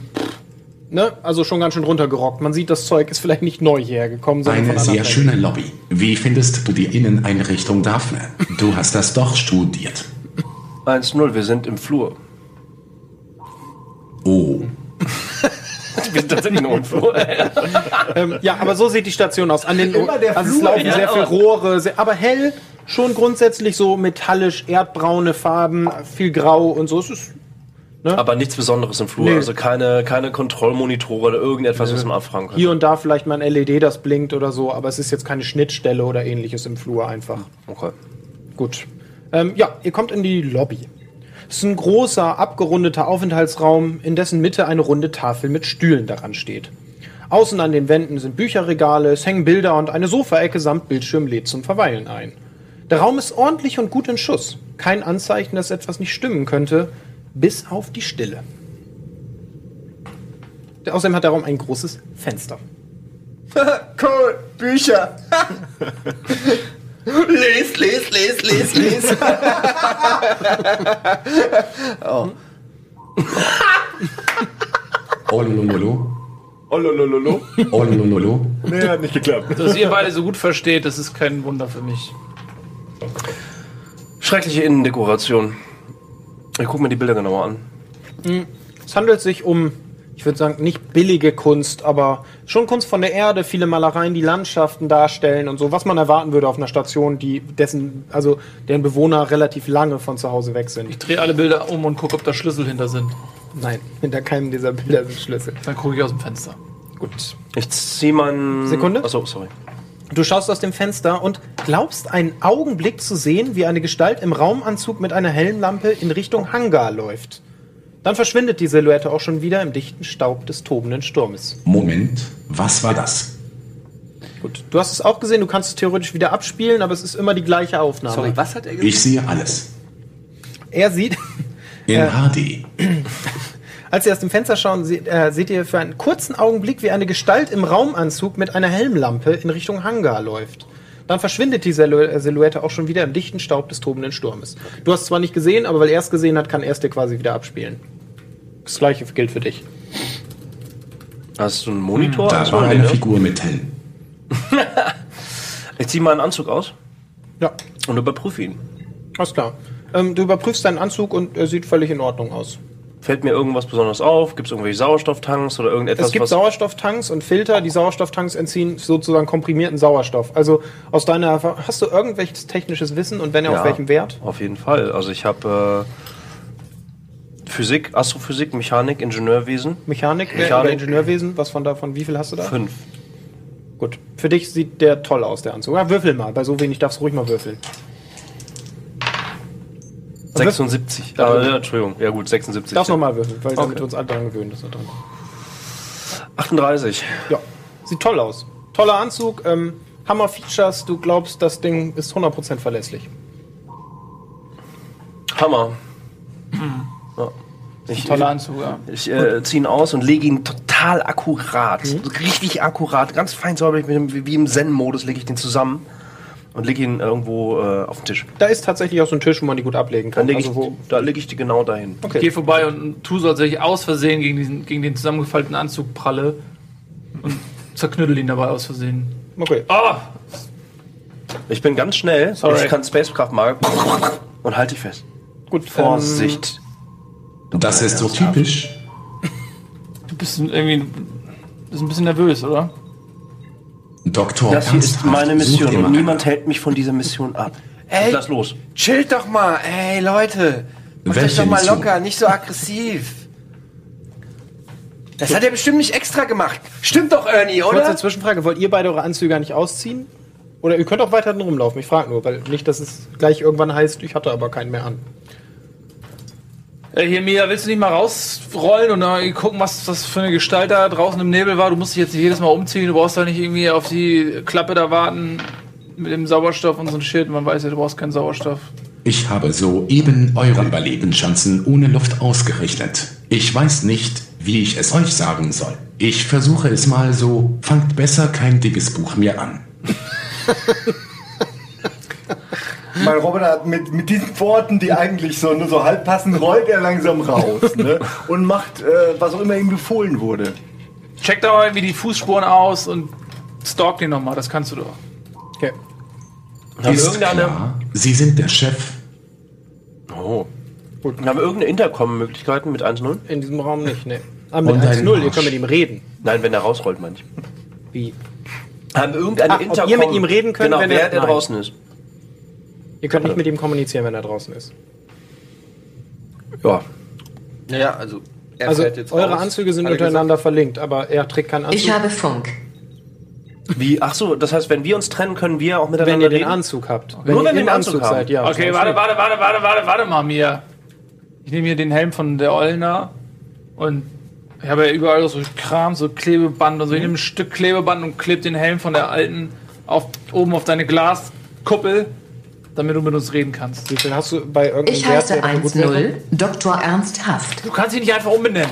Ne? Also schon ganz schön runtergerockt. Man sieht, das Zeug ist vielleicht nicht neu hierher gekommen, sondern
Eine
anderen
sehr
Seite.
schöne Lobby. Wie findest du die Inneneinrichtung, Daphne? Du hast das doch studiert.
1-0, wir sind im Flur.
Oh,
Wir sind tatsächlich noch im Flur.
Ähm, ja, aber so sieht die Station aus. An den, also es laufen
ja,
sehr viele
aber-
Rohre, sehr, aber hell, schon grundsätzlich so metallisch, erdbraune Farben, viel Grau und so. Es ist
Aber nichts Besonderes im Flur.
Nee.
Also keine, keine Kontrollmonitore oder irgendetwas, was man abfragen kann.
hier und da vielleicht mal ein LED, das blinkt oder so, aber es ist jetzt keine Schnittstelle oder ähnliches im Flur einfach.
Okay.
Gut. Ähm, ja, ihr kommt in die Lobby. Es ist ein großer, abgerundeter Aufenthaltsraum, in dessen Mitte eine runde Tafel mit Stühlen daran steht. Außen an den Wänden sind Bücherregale, es hängen Bilder und eine Sofaecke samt Bildschirm lädt zum Verweilen ein. Der Raum ist ordentlich und gut in Schuss. Kein Anzeichen, dass etwas nicht stimmen könnte, bis auf die Stille. Außerdem hat der Raum ein großes Fenster.
cool, Bücher. les, les, les, les, les.
Olololo.
Ololololo.
Olololo.
Nee, hat nicht geklappt.
Dass ihr beide so gut versteht, das ist kein Wunder für mich.
Schreckliche Innendekoration. Ich guck mir die Bilder genauer an.
Es handelt sich um, ich würde sagen, nicht billige Kunst, aber schon Kunst von der Erde, viele Malereien, die Landschaften darstellen und so, was man erwarten würde auf einer Station, die dessen, also deren Bewohner relativ lange von zu Hause weg sind.
Dreh alle Bilder um und guck, ob da Schlüssel hinter sind.
Nein, hinter keinem dieser Bilder sind Schlüssel.
Dann gucke ich aus dem Fenster.
Gut.
Ich zieh meinen.
Sekunde.
Achso, sorry.
Du schaust aus dem Fenster und glaubst einen Augenblick zu sehen, wie eine Gestalt im Raumanzug mit einer hellen Lampe in Richtung Hangar läuft. Dann verschwindet die Silhouette auch schon wieder im dichten Staub des tobenden Sturmes.
Moment, was war das?
Gut. Du hast es auch gesehen, du kannst es theoretisch wieder abspielen, aber es ist immer die gleiche Aufnahme.
Sorry, was hat er gesagt?
Ich sehe alles.
Er sieht,
In
Äh,
HD.
oh,
als ihr aus dem Fenster schauen, seht, äh, seht ihr für einen kurzen Augenblick, wie eine Gestalt im Raumanzug mit einer Helmlampe in Richtung Hangar läuft. Dann verschwindet die Silhou- äh, Silhouette auch schon wieder im dichten Staub des tobenden Sturmes. Du hast es zwar nicht gesehen, aber weil er es gesehen hat, kann er es dir quasi wieder abspielen. Das gleiche gilt für dich.
Hast du einen Monitor?
Hm, Da
Hast du
war
einen,
eine
ja?
Figur mit Helm.
Ich zieh meinen Anzug aus
Ja,
und überprüfe ihn.
alles klar. Ähm, du überprüfst deinen Anzug und er sieht völlig in Ordnung aus.
Fällt mir irgendwas Besonderes auf? Gibt es irgendwelche Sauerstofftanks oder irgendetwas?
Es gibt
was
Sauerstofftanks und Filter. Die Sauerstofftanks entziehen sozusagen komprimierten Sauerstoff. Also aus deiner Erfahrung, hast du irgendwelches technisches Wissen und wenn ja, auf welchem Wert?
Auf jeden Fall. Also ich habe äh, Physik, Astrophysik, Mechanik, Ingenieurwesen.
Mechanik, äh,
Mechanik.
oder Ingenieurwesen? Was von davon? Wie viel hast du da?
Fünf.
Gut. Für dich sieht der toll aus, der Anzug. Ja, würfel mal. Bei so wenig darfst du ruhig mal würfeln.
76. Äh, ja, Entschuldigung. Ja gut, 76.
Darfst nochmal würfeln, weil damit
Okay.
wir uns alle dran gewöhnen, dass wir dran.
38.
Ja. Sieht toll aus. Toller Anzug, ähm, Hammer Features. Du glaubst, das Ding ist 100% verlässlich.
Hammer.
Mhm.
Ja. Ich,
Toller Anzug, ja.
Ich äh, ziehe ihn aus und lege ihn total akkurat. Richtig akkurat, ganz fein säuberlich, mit dem, wie im Zen-Modus lege ich den zusammen. und leg ihn irgendwo äh, auf den Tisch.
Da ist tatsächlich auch so ein Tisch, wo man die gut ablegen kann.
Dann leg ich,
Also wo,
da lege ich die genau dahin.
Ich gehe vorbei und tu so, als ich aus Versehen gegen, diesen, gegen den zusammengefalteten Anzug pralle und zerknüttel ihn dabei aus Versehen.
okay.
Ah!
Ich bin ganz schnell.
Sorry. Ähm,
Ich kann Spacecraft mal und halte dich fest.
Gut,
Vorsicht.
Das ist so typisch.
Du bist irgendwie. Bist ein bisschen nervös, oder?
Dr.
Das hier ist
Ernsthaft
meine
sucht
Mission und
jemanden.
niemand hält mich von dieser Mission ab.
Ey.
Lass los.
Chillt doch mal, ey Leute. Macht euch
Welche
doch mal
Mission?
locker, nicht so aggressiv. Das hat er bestimmt nicht extra gemacht. Stimmt doch, Ernie,
Kurze
oder?
Zwischenfrage, wollt ihr beide eure Anzüge nicht ausziehen? Oder ihr könnt auch weiter drin rumlaufen, ich frage nur, weil nicht, dass es gleich irgendwann heißt, ich hatte aber keinen mehr an.
Äh, hier, Mia, willst du nicht mal rausrollen und mal gucken, was das für eine Gestalt da draußen im Nebel war? Du musst dich jetzt nicht jedes Mal umziehen, du brauchst da nicht irgendwie auf die Klappe da warten mit dem Sauerstoff und so ein Shit. Man weiß ja, du brauchst keinen Sauerstoff.
Ich habe soeben eure Überlebenschancen ohne Luft ausgerechnet. Ich weiß nicht, wie ich es euch sagen soll. Ich versuche es mal so. Fangt besser kein dickes Buch mir an.
Weil Robin hat mit, mit diesen Worten, die eigentlich so nur so halb passen, rollt er langsam raus ne? und macht, äh, was auch immer ihm befohlen wurde.
Check da mal irgendwie die Fußspuren aus und stalk den nochmal, das kannst du doch.
Okay.
Haben
ist
irgendeine-
klar, Sie sind der Chef.
Oh. Gut. Haben wir irgendeine Intercom-Möglichkeiten mit 1-0?
In diesem Raum nicht, ne. Ah, mit
Und deinen
1-0, ihr
Arsch.
könnt mit ihm reden.
Nein, wenn er rausrollt, meine ich.
Wie?
Haben wir irgendeine
Ach, ob ihr mit ihm reden könnt,
genau,
wenn
wer
er-
der
Nein.
draußen ist.
Ihr könnt nicht mit ihm kommunizieren, wenn er draußen ist.
Ja.
Naja, also. Er
Also
fällt jetzt
eure
raus.
Anzüge sind
Hat er
untereinander verlinkt, aber er trägt keinen Anzug.
Ich habe Funk.
Wie? Ach so, das heißt, wenn wir uns trennen, können wir auch miteinander
wenn ihr den
reden.
Anzug habt.
Nur wenn
ihr
wir
im
den Anzug haben.
seid, ja.
Okay,
Sonst
warte,
nicht.
warte, warte, warte, warte, warte mal, Mia. Ich nehme hier den Helm von der Ollner und ich habe ja überall so Kram, so Klebeband und so. Ich nehme ein Stück Klebeband und klebe den Helm von der alten auf, oben auf deine Glaskuppel, damit du mit uns reden kannst.
Wie viel hast du bei irgendeinem
Ich
Wert,
heiße
der dafür gut wäre?
1-0 Dr. Ernst Haft.
Du kannst ihn nicht einfach umbenennen.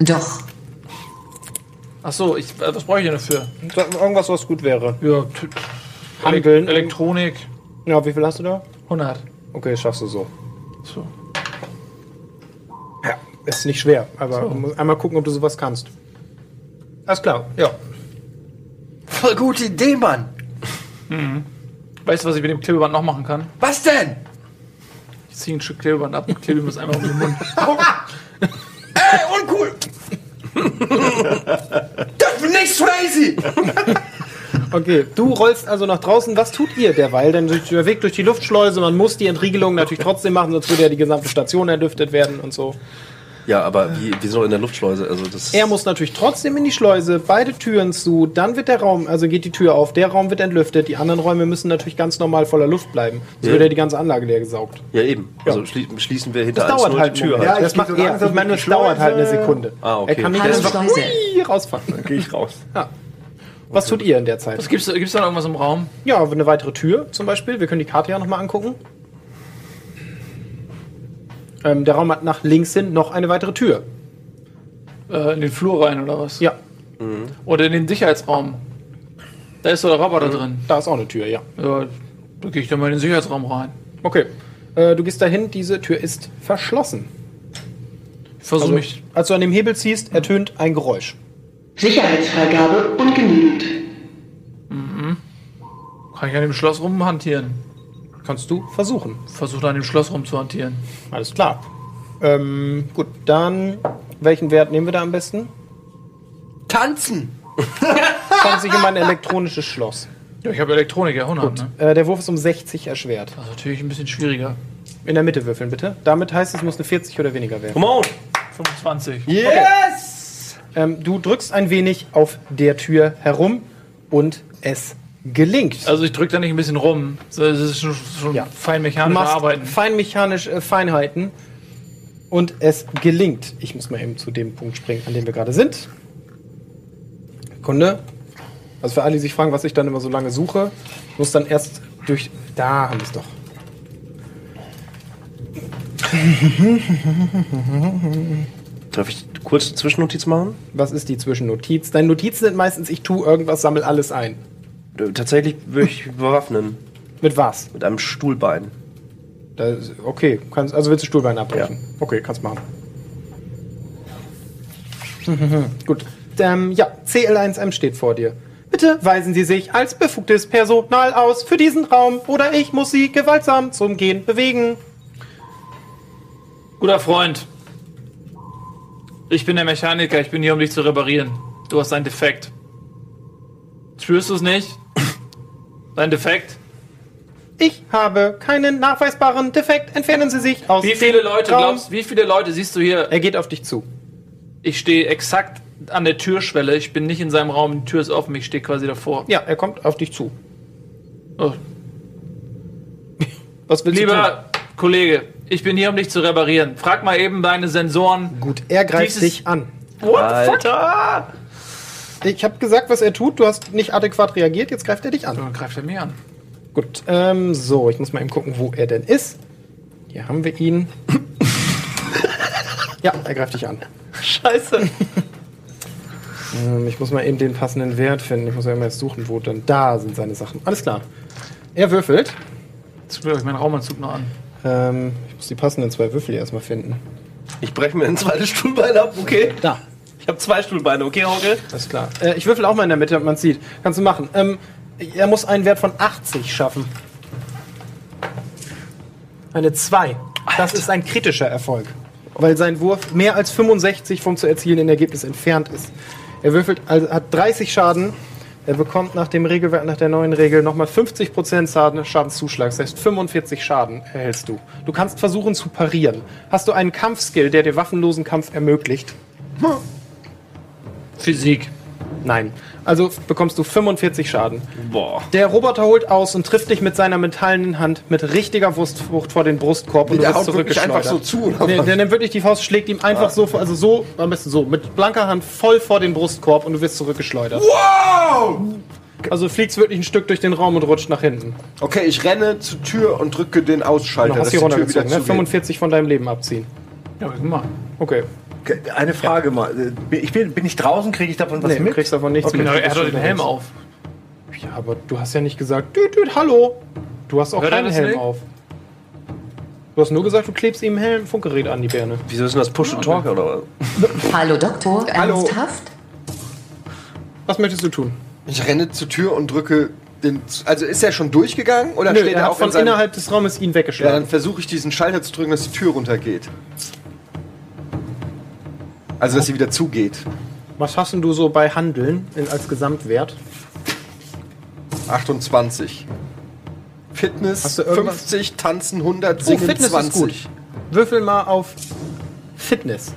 Doch.
Ach so, ich, äh, was brauche ich denn dafür?
Irgendwas, was gut wäre.
Ja, t-
Handeln.
Elektronik,
Ja, wie viel hast du da?
100.
Okay, schaffst du so.
So.
Ja, ist nicht schwer, aber du musst einmal gucken, ob du sowas kannst. Alles klar, ja.
Voll gute Idee, Mann.
Weißt du, was ich mit dem Klebeband noch machen kann?
Was denn?
Ich ziehe ein Stück Klebeband ab und klebe ihm das einmal um den Mund.
Ey, uncool. das bin nicht crazy.
Okay, du rollst also nach draußen. Was tut ihr derweil? Denn durch- der Weg durch die Luftschleuse, man muss die Entriegelung natürlich trotzdem machen, sonst würde ja die gesamte Station erlüftet werden und so.
Ja, aber wie, wieso in der Luftschleuse? Also das
Er muss natürlich trotzdem in die Schleuse, beide Türen zu, dann wird der Raum, also geht die Tür auf, der Raum wird entlüftet, die anderen Räume müssen natürlich ganz normal voller Luft bleiben. Sonst
Ja.
wird ja die ganze Anlage leer gesaugt.
Ja, eben. Also schlie schließen wir hinter
Das dauert
1-0
halt
die Tür.
einen Moment.
Halt.
das macht er. Ich meine, das dauert halt eine Sekunde.
Ah, okay.
Er kann nicht
Hallo,
einfach
Schleuse.
hui, rausfahren.
Gehe ich raus.
Was tut ihr in der Zeit?
Was gibt's, da- gibt's da noch irgendwas im Raum?
Ja, eine weitere Tür zum Beispiel. Wir können die Karte ja nochmal angucken. Ähm, der Raum hat nach links hin noch eine weitere Tür.
Äh, in den Flur rein oder was?
Ja,
Oder in den Sicherheitsraum. Da ist so der Roboter drin.
da ist auch eine Tür, ja.
Ja, da gehe ich dann mal in den Sicherheitsraum rein.
Okay. Äh, du gehst dahin, diese Tür ist verschlossen.
Ich versuche
Also,
mich.
als du an dem Hebel ziehst, ertönt ein Geräusch.
Sicherheitsfreigabe ungenügend.
Kann ich an dem Schloss rumhantieren?
Kannst du versuchen.
Versuche an dem Schloss rumzuhantieren.
Alles klar. Ähm, gut, dann welchen Wert nehmen wir da am besten?
Tanzen.
Kommt sich um ein elektronisches Schloss.
Ja, ich habe Elektronik, ja, 100, ne?
Äh, der Wurf ist um 60 erschwert.
Das ist natürlich ein bisschen schwieriger.
In der Mitte würfeln, bitte. Damit heißt es, muss eine 40 oder weniger werden.
Come on!
25.
Ähm, du drückst ein wenig auf der Tür herum und es gelingt.
Also ich drücke da nicht ein bisschen rum. So, Das ist schon, schon
Ja.
fein
Du
mechanisch
machst
arbeiten.
feinmechanisch äh, Feinheiten und es gelingt. Ich muss mal eben zu dem Punkt springen, an dem wir gerade sind. Kunde. Also für alle, die sich fragen, was ich dann immer so lange suche, ich muss dann erst durch. Da haben wir es doch.
Darf ich kurz eine Zwischennotiz machen?
Was ist die Zwischennotiz? Deine Notizen sind meistens, ich tue irgendwas, sammel alles ein.
Äh, Tatsächlich würde ich mich bewaffnen.
Mit was?
Mit einem Stuhlbein.
Das, okay, kannst, also willst du Stuhlbein abbrechen? Okay, kannst machen. Gut. Ähm, ja, CL1M steht vor dir. Bitte weisen Sie sich als befugtes Personal aus für diesen Raum oder ich muss Sie gewaltsam zum Gehen bewegen.
Guter Freund. Ich bin der Mechaniker, ich bin hier, um dich zu reparieren. Du hast einen Defekt. Spürst du es nicht? Dein Defekt?
Ich habe keinen nachweisbaren Defekt. Entfernen Sie sich aus
Wie
dem
viele Leute
Raum.
glaubst, wie viele Leute siehst du hier?
Er geht auf dich zu.
Ich stehe exakt an der Türschwelle. Ich bin nicht in seinem Raum. Die Tür ist offen. Ich stehe quasi davor.
Ja, er kommt auf dich zu.
Oh.
Was willst du tun?
Lieber Kollege, ich bin hier, um dich zu reparieren. Frag mal eben deine Sensoren.
Gut, er greift
Dieses-
dich an.
What the fuck?
Ich habe gesagt, was er tut. Du hast nicht adäquat reagiert. Jetzt greift er dich an.
Dann greift er mir an.
Gut, ähm, so, ich muss mal eben gucken, wo er denn ist. Hier haben wir ihn. ja, er greift dich an.
Scheiße.
Ähm, ich muss mal eben den passenden Wert finden. Ich muss ja immer jetzt suchen, wo denn da sind seine Sachen. Alles klar. Er würfelt.
Jetzt will ich meinen Raumanzug noch an.
Ähm, ich muss die passenden zwei Würfel erstmal finden.
Ich breche mir ein zweites Stuhlbein ab, okay?
Da,
Ich habe zwei Stuhlbeine, okay, Hauke?
alles klar. Äh, ich würfel auch mal in der Mitte, damit man sieht. Kannst du machen. Ähm, er muss einen Wert von 80 schaffen. Eine 2. Das ist ein kritischer Erfolg, weil sein Wurf mehr als 65 vom zu erzielenden Ergebnis entfernt ist. Er würfelt, also hat 30 Schaden. Er bekommt nach dem Regelwerk, nach der neuen Regel nochmal 50% Schaden, Schadenszuschlag. Das heißt, 45 Schaden erhältst du. Du kannst versuchen zu parieren. Hast du einen Kampfskill, der dir waffenlosen Kampf ermöglicht?
Physik.
Nein. Also bekommst du 45 Schaden.
Boah.
Der Roboter holt aus und trifft dich mit seiner metallenen Hand mit richtiger Wurstfrucht vor den Brustkorb und
Der haut wirklich einfach so zu. Oder? Ah.
Nee, der nimmt wirklich die Faust, schlägt ihm einfach so, vor- also so, am besten so, mit blanker Hand voll vor den Brustkorb und du wirst zurückgeschleudert. Wow! Also fliegst wirklich ein Stück durch den Raum und rutscht nach hinten.
Okay, ich renne zur Tür und drücke den Ausschalter,
Du hast
dass die
hier
Tür wieder
runtergezogen, ne?
zugeht.
45 von deinem Leben abziehen.
Ja, hab ich gemacht.
Okay.
Okay, Eine Frage mal. äh, bin Ich bin, bin ich draußen, kriege ich davon was
Nee, Also du
mit?
kriegst davon nichts
Okay,
mit.
aber
Du
Genau, er
bist
hat doch
schon
den Helm
unterwegs.
auf.
Ja, aber du hast ja nicht gesagt, düt, düt, hallo. Du hast auch
Hört er
keinen
das
Helm
nicht?
auf. Du hast nur gesagt, du klebst ihm ein Helm, Funkgerät an die Birne.
Wieso ist denn das Push and Talk oder was?
Hallo Doktor,
Hallo.
ernsthaft?
Was möchtest du tun?
Ich renne zur Tür und drücke den. Also ist er schon durchgegangen oder steht
er
er
hat
auch in
von
seinem,
innerhalb des Raumes ihn
Ja,
weggeschlagen.
dann versuche ich diesen Schalter zu drücken, dass die Tür runtergeht. Also dass sie wieder zugeht.
Was hast denn du so bei Handeln in, als Gesamtwert?
28. Fitness
Hast du irgendwas? Oh,
50, Tanzen 100, Singen
Fitness ist
20.
gut. Würfel mal auf Fitness.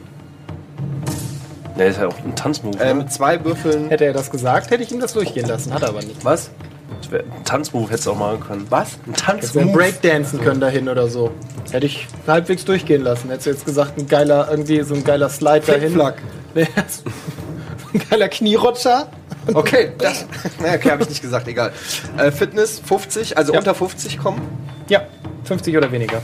Ne, ist ja auch ein Tanzmove.
Äh,
Ähm,
mit zwei Würfeln.
Hätte er das gesagt, hätte ich ihm das durchgehen lassen. Hat er aber nicht.
Was?
ein Tanzmove hättest du auch machen können. Was? Ein
Hättest du
Tanzmove?
Breakdancen können dahin oder so. Hätte ich halbwegs durchgehen lassen. Hättest du jetzt gesagt, ein geiler, irgendwie so ein geiler Slide dahin.
Flickflack.
Nee, ein geiler Knierutscher.
Okay, das. Naja, okay, habe ich nicht gesagt, egal. Äh, Fitness 50, also unter 50 kommen.
Ja, 50 oder weniger.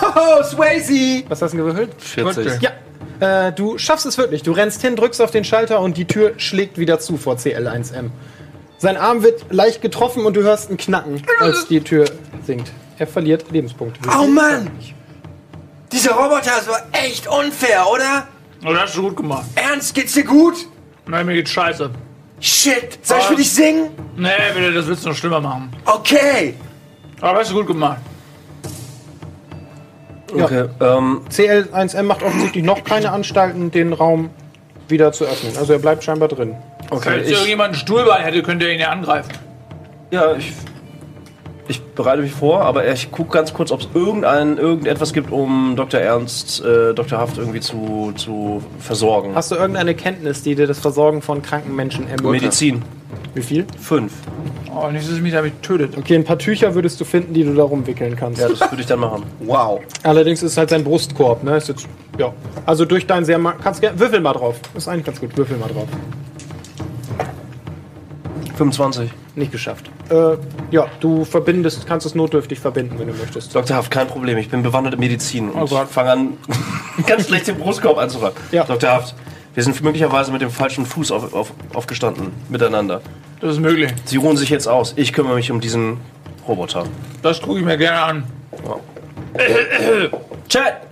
Hoho, Swayze!
Was hast du denn gewürfelt?
40.
Ja, äh, du schaffst es wirklich. Du rennst hin, drückst auf den Schalter und die Tür schlägt wieder zu vor CL1M. Sein Arm wird leicht getroffen und du hörst ein Knacken, als die Tür sinkt. Er verliert Lebenspunkte.
Oh Mann! Dieser Roboter ist war echt unfair, oder?
Oh, das hast du gut gemacht.
Ernst, geht's dir gut?
Nein, mir geht's scheiße.
Shit, soll ich
Ah.
für dich singen?
Nee, bitte, das willst du noch schlimmer machen.
Okay.
Aber hast du gut gemacht.
Okay. Ähm,
CL1M macht offensichtlich noch keine Anstalten, den Raum wieder zu öffnen. Also er bleibt scheinbar drin.
okay.
Falls hier
Ich,
irgendjemand einen Stuhlbein hätte, könnte er ihn ja angreifen.
ja, ich, ich bereite mich vor, aber ich gucke ganz kurz, ob es irgendein, irgendetwas gibt, um Dr. Ernst, äh, Dr. Haft irgendwie zu, zu versorgen.
Hast du irgendeine Kenntnis, die dir das Versorgen von kranken Menschen ermöglicht?
Medizin.
Wie viel?
Fünf.
Oh, nicht, dass er mich damit tötet.
Okay, ein paar Tücher würdest du finden, die du da rumwickeln kannst.
Ja, das würde ich dann machen.
Wow.
Allerdings ist es halt sein Brustkorb, ne? Ist jetzt, ja. Also durch deinen sehr ma- kannst gerne würfel mal drauf. Ist eigentlich ganz gut, würfel mal drauf.
25.
Nicht geschafft. Äh, ja, du verbindest, kannst es notdürftig verbinden, wenn du möchtest.
Dr. Haft, kein Problem, ich bin bewandert in Medizin und
Oh Gott.
fange an, ganz schlecht den Brustkorb anzufangen.
Ja.
Dr. Haft, wir sind möglicherweise mit dem falschen Fuß auf, auf, aufgestanden miteinander.
Das ist möglich.
Sie ruhen sich jetzt aus. Ich kümmere mich um diesen Roboter.
Das gucke ich mir gerne an.
Chat!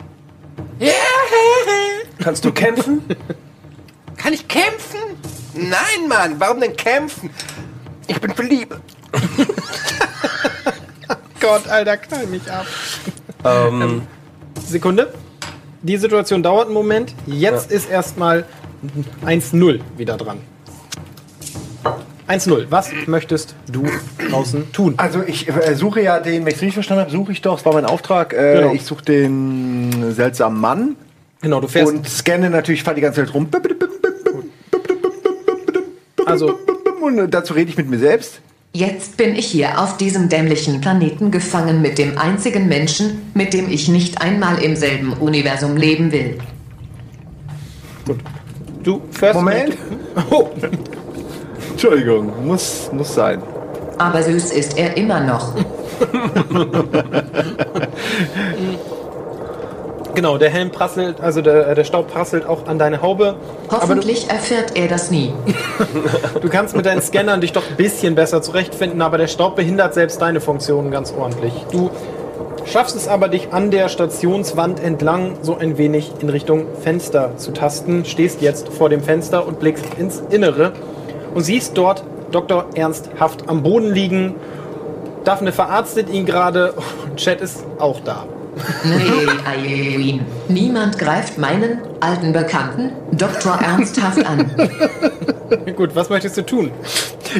Kannst du kämpfen?
Kann ich kämpfen? Nein, Mann, warum denn kämpfen? Ich bin verliebt.
Gott, Alter, knall mich ab.
ähm,
Sekunde. Die Situation dauert einen Moment. Jetzt ist erstmal 1-0 wieder dran. 1-0. Was möchtest du draußen tun?
Also ich äh, suche ja den, wenn ich es richtig verstanden habe, suche ich doch, es war mein Auftrag, äh,
Genau.
ich suche den seltsamen Mann
Genau, du fährst.
und scanne natürlich, fahre die ganze Zeit rum.
also,
Und äh, dazu rede ich mit mir selbst.
Jetzt bin ich hier auf diesem dämlichen Planeten gefangen mit dem einzigen Menschen, mit dem ich nicht einmal im selben Universum leben will.
du fährst.
Moment.
Oh,
Entschuldigung, muss, muss sein.
Aber süß ist er immer noch.
genau, der Helm prasselt, also der, der Staub prasselt auch an deine Haube. Aber du,
Hoffentlich erfährt er das nie.
du kannst mit deinen Scannern dich doch ein bisschen besser zurechtfinden, aber der Staub behindert selbst deine Funktionen ganz ordentlich. Du schaffst es aber, dich an der Stationswand entlang so ein wenig in Richtung Fenster zu tasten. Stehst jetzt vor dem Fenster und blickst ins Innere und siehst dort Dr. Ernst Haft am Boden liegen. Daphne verarztet ihn gerade und Chad ist auch da.
Nee, Aileen. Niemand greift meinen alten Bekannten Dr. ernsthaft an.
Gut, was möchtest du tun?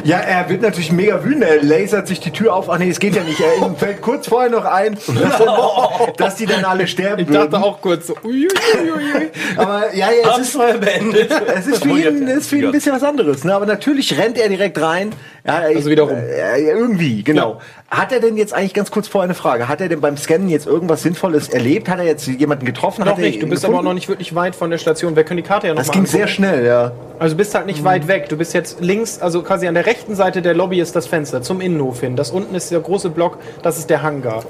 Ja, er wird natürlich mega wütend, er lasert sich die Tür auf. Ach nee, es geht ja nicht. Er fällt kurz vorher noch ein, dass, dass die dann alle sterben.
Ich dachte auch kurz so. uiuiuiui.
Aber ja, ja, es ist,
Abenteuer beendet.
es ist für ihn, es ist für ihn ein bisschen was anderes. Ne? Aber natürlich rennt er direkt rein. Ja, ich-
Also wieder rum.
Äh, irgendwie, genau. Hat er denn jetzt eigentlich ganz kurz vorher eine Frage? Hat er denn beim Scannen jetzt irgendwas Sinnvolles erlebt? Hat er jetzt jemanden getroffen?
Noch
Hat er
nicht, du
ihn
bist aber
gefunden?
auch noch nicht wirklich weit von der Station. Wir können die Karte ja noch
Das
mal
ging
angucken.
sehr Mhm. schnell, ja.
Also du bist halt nicht weit weg. Du bist jetzt links, also quasi an der rechten Seite der Lobby ist das Fenster zum Innenhof hin. Das unten ist der große Block, das ist der Hangar.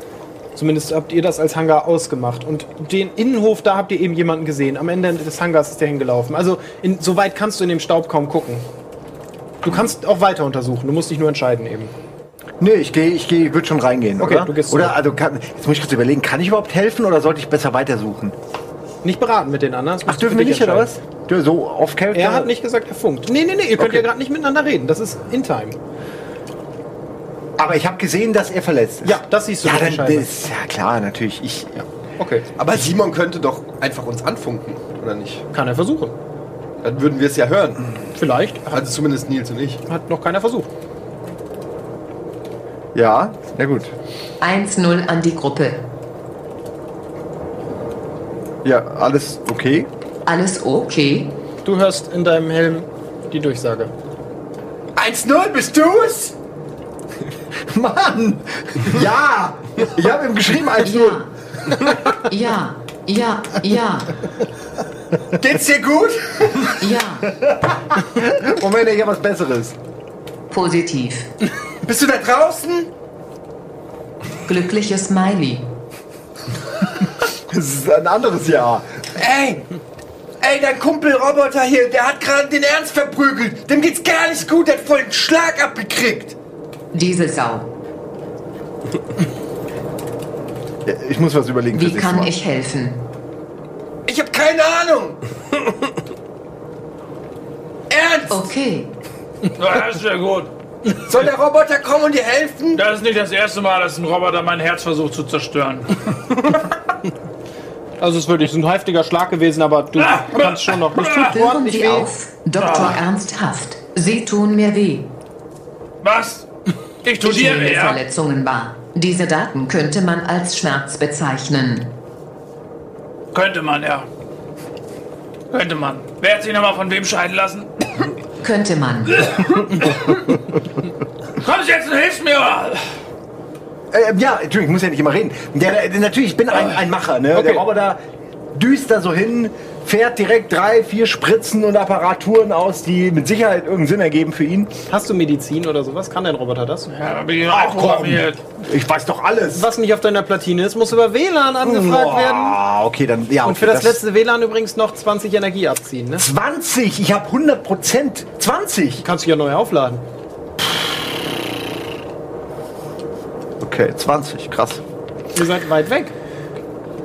Zumindest habt ihr das als Hangar ausgemacht. Und den Innenhof, da habt ihr eben jemanden gesehen. Am Ende des Hangars ist der hingelaufen. Also in, so weit kannst du in dem Staub kaum gucken. Du kannst auch weiter untersuchen. Du musst dich nur entscheiden eben.
Nee, ich gehe, ich gehe, würde schon reingehen,
Okay,
oder?
du gehst
oder
zurück.
also kann, jetzt muss ich kurz überlegen, kann ich überhaupt helfen oder sollte ich besser weitersuchen?
Nicht beraten mit den anderen. das
Ach,
musst du
dürfen
für
wir
dich
nicht oder
entscheiden.
was? Ja, so off Character.
Er hat nicht gesagt, er funkt. Nee, nee, nee, ihr könnt
Okay.
ja gerade nicht miteinander reden. Das ist in time.
Aber ich habe gesehen, dass er verletzt ist.
Ja, das siehst du
Ja,
doch
dann
scheinbar.
ist ja klar, natürlich. Ich,
Okay,
Aber Simon könnte doch einfach uns anfunken, oder nicht?
kann er versuchen.
Dann würden wir es ja hören.
Vielleicht
Also zumindest Nils und ich.
hat noch keiner versucht.
ja, na gut.
1-0 an die Gruppe.
Ja, alles okay.
Alles okay?
Du hörst in deinem Helm die Durchsage.
1-0, bist du's?
Mann! Ja! Ich habe ihm geschrieben 1-0.
Ja, ja, ja,
Geht's dir gut?
ja.
Moment, ich habe was Besseres.
Positiv.
Bist du da draußen?
Glückliches Smiley.
Das ist ein anderes Jahr.
Ey! Ey, dein Kumpel Roboter hier, der hat gerade den Ernst verprügelt. Dem geht's gar nicht gut, der hat voll einen Schlag abgekriegt.
Diese Sau.
Ja, Ich muss was überlegen.
Wie
fürs nächste
kann
Mal.
ich helfen?
Ich hab keine Ahnung. Ernst,
Oh.
Okay.
Das ist ja gut.
soll der Roboter kommen und dir helfen?
Das ist nicht das erste Mal, dass ein Roboter mein Herz versucht zu zerstören.
Also es ist wirklich so ein heftiger Schlag gewesen, aber du kannst schon noch. Nicht tut
Hören
ordentlich
Sie
weh.
auf. Dr. Ernsthaft. Sie tun mir weh.
Was? Ich tu
Ich
dir
nehme
mehr.
Verletzungen wahr. Diese Daten könnte man als Schmerz bezeichnen.
Könnte man, ja. Könnte man. Wer hat sich nochmal von wem scheiden lassen?
Könnte man.
Komm jetzt und hilf mir! oder?
Ähm, ja, Entschuldigung, ich muss ja nicht immer reden. Der, der, natürlich, ich bin ein,
Ah.
ein Macher. Ne? Der Roboter düst da so hin, fährt direkt drei, vier Spritzen und Apparaturen aus, die mit Sicherheit irgendeinen Sinn ergeben für ihn.
Hast du Medizin oder sowas? Kann dein Roboter das?
Ja, da bin ich auch programmiert.
Ich weiß doch alles.
Was nicht auf deiner Platine ist, muss über WLAN angefragt werden.
Ah, okay, dann ja.
Und
okay,
für das, letzte WLAN übrigens noch 20 Energie abziehen, ne?
20, ich habe 100 Prozent. 20.
Kannst du ja neu aufladen.
Okay, 20, krass.
Ihr seid weit weg.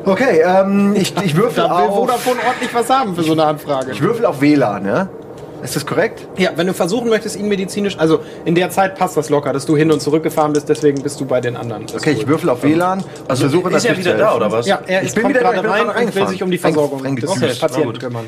Okay, ähm, ich, ich
Da
würfel
will
auf,
Vodafone ordentlich was haben für so eine Anfrage.
ich würfel auf WLAN, ja? Ist das korrekt?
Ja, wenn du versuchen möchtest, ihn medizinisch, also in der Zeit passt das locker, dass du hin und zurück gefahren bist, deswegen bist du bei den anderen. Das ist
Okay, ich
cool.
würfel auf WLAN. Also versuche
Ist er
natürlich
wieder
zu
da,
helfen.
oder was?
Ja, er
Ich
ist,
bin
kommt
wieder-
gerade
ich bin
rein
gerade
und will
reingefahren.
sich um die
Rein-
Versorgung
reingedüst.
des
Na
Patienten
gut.
kümmern.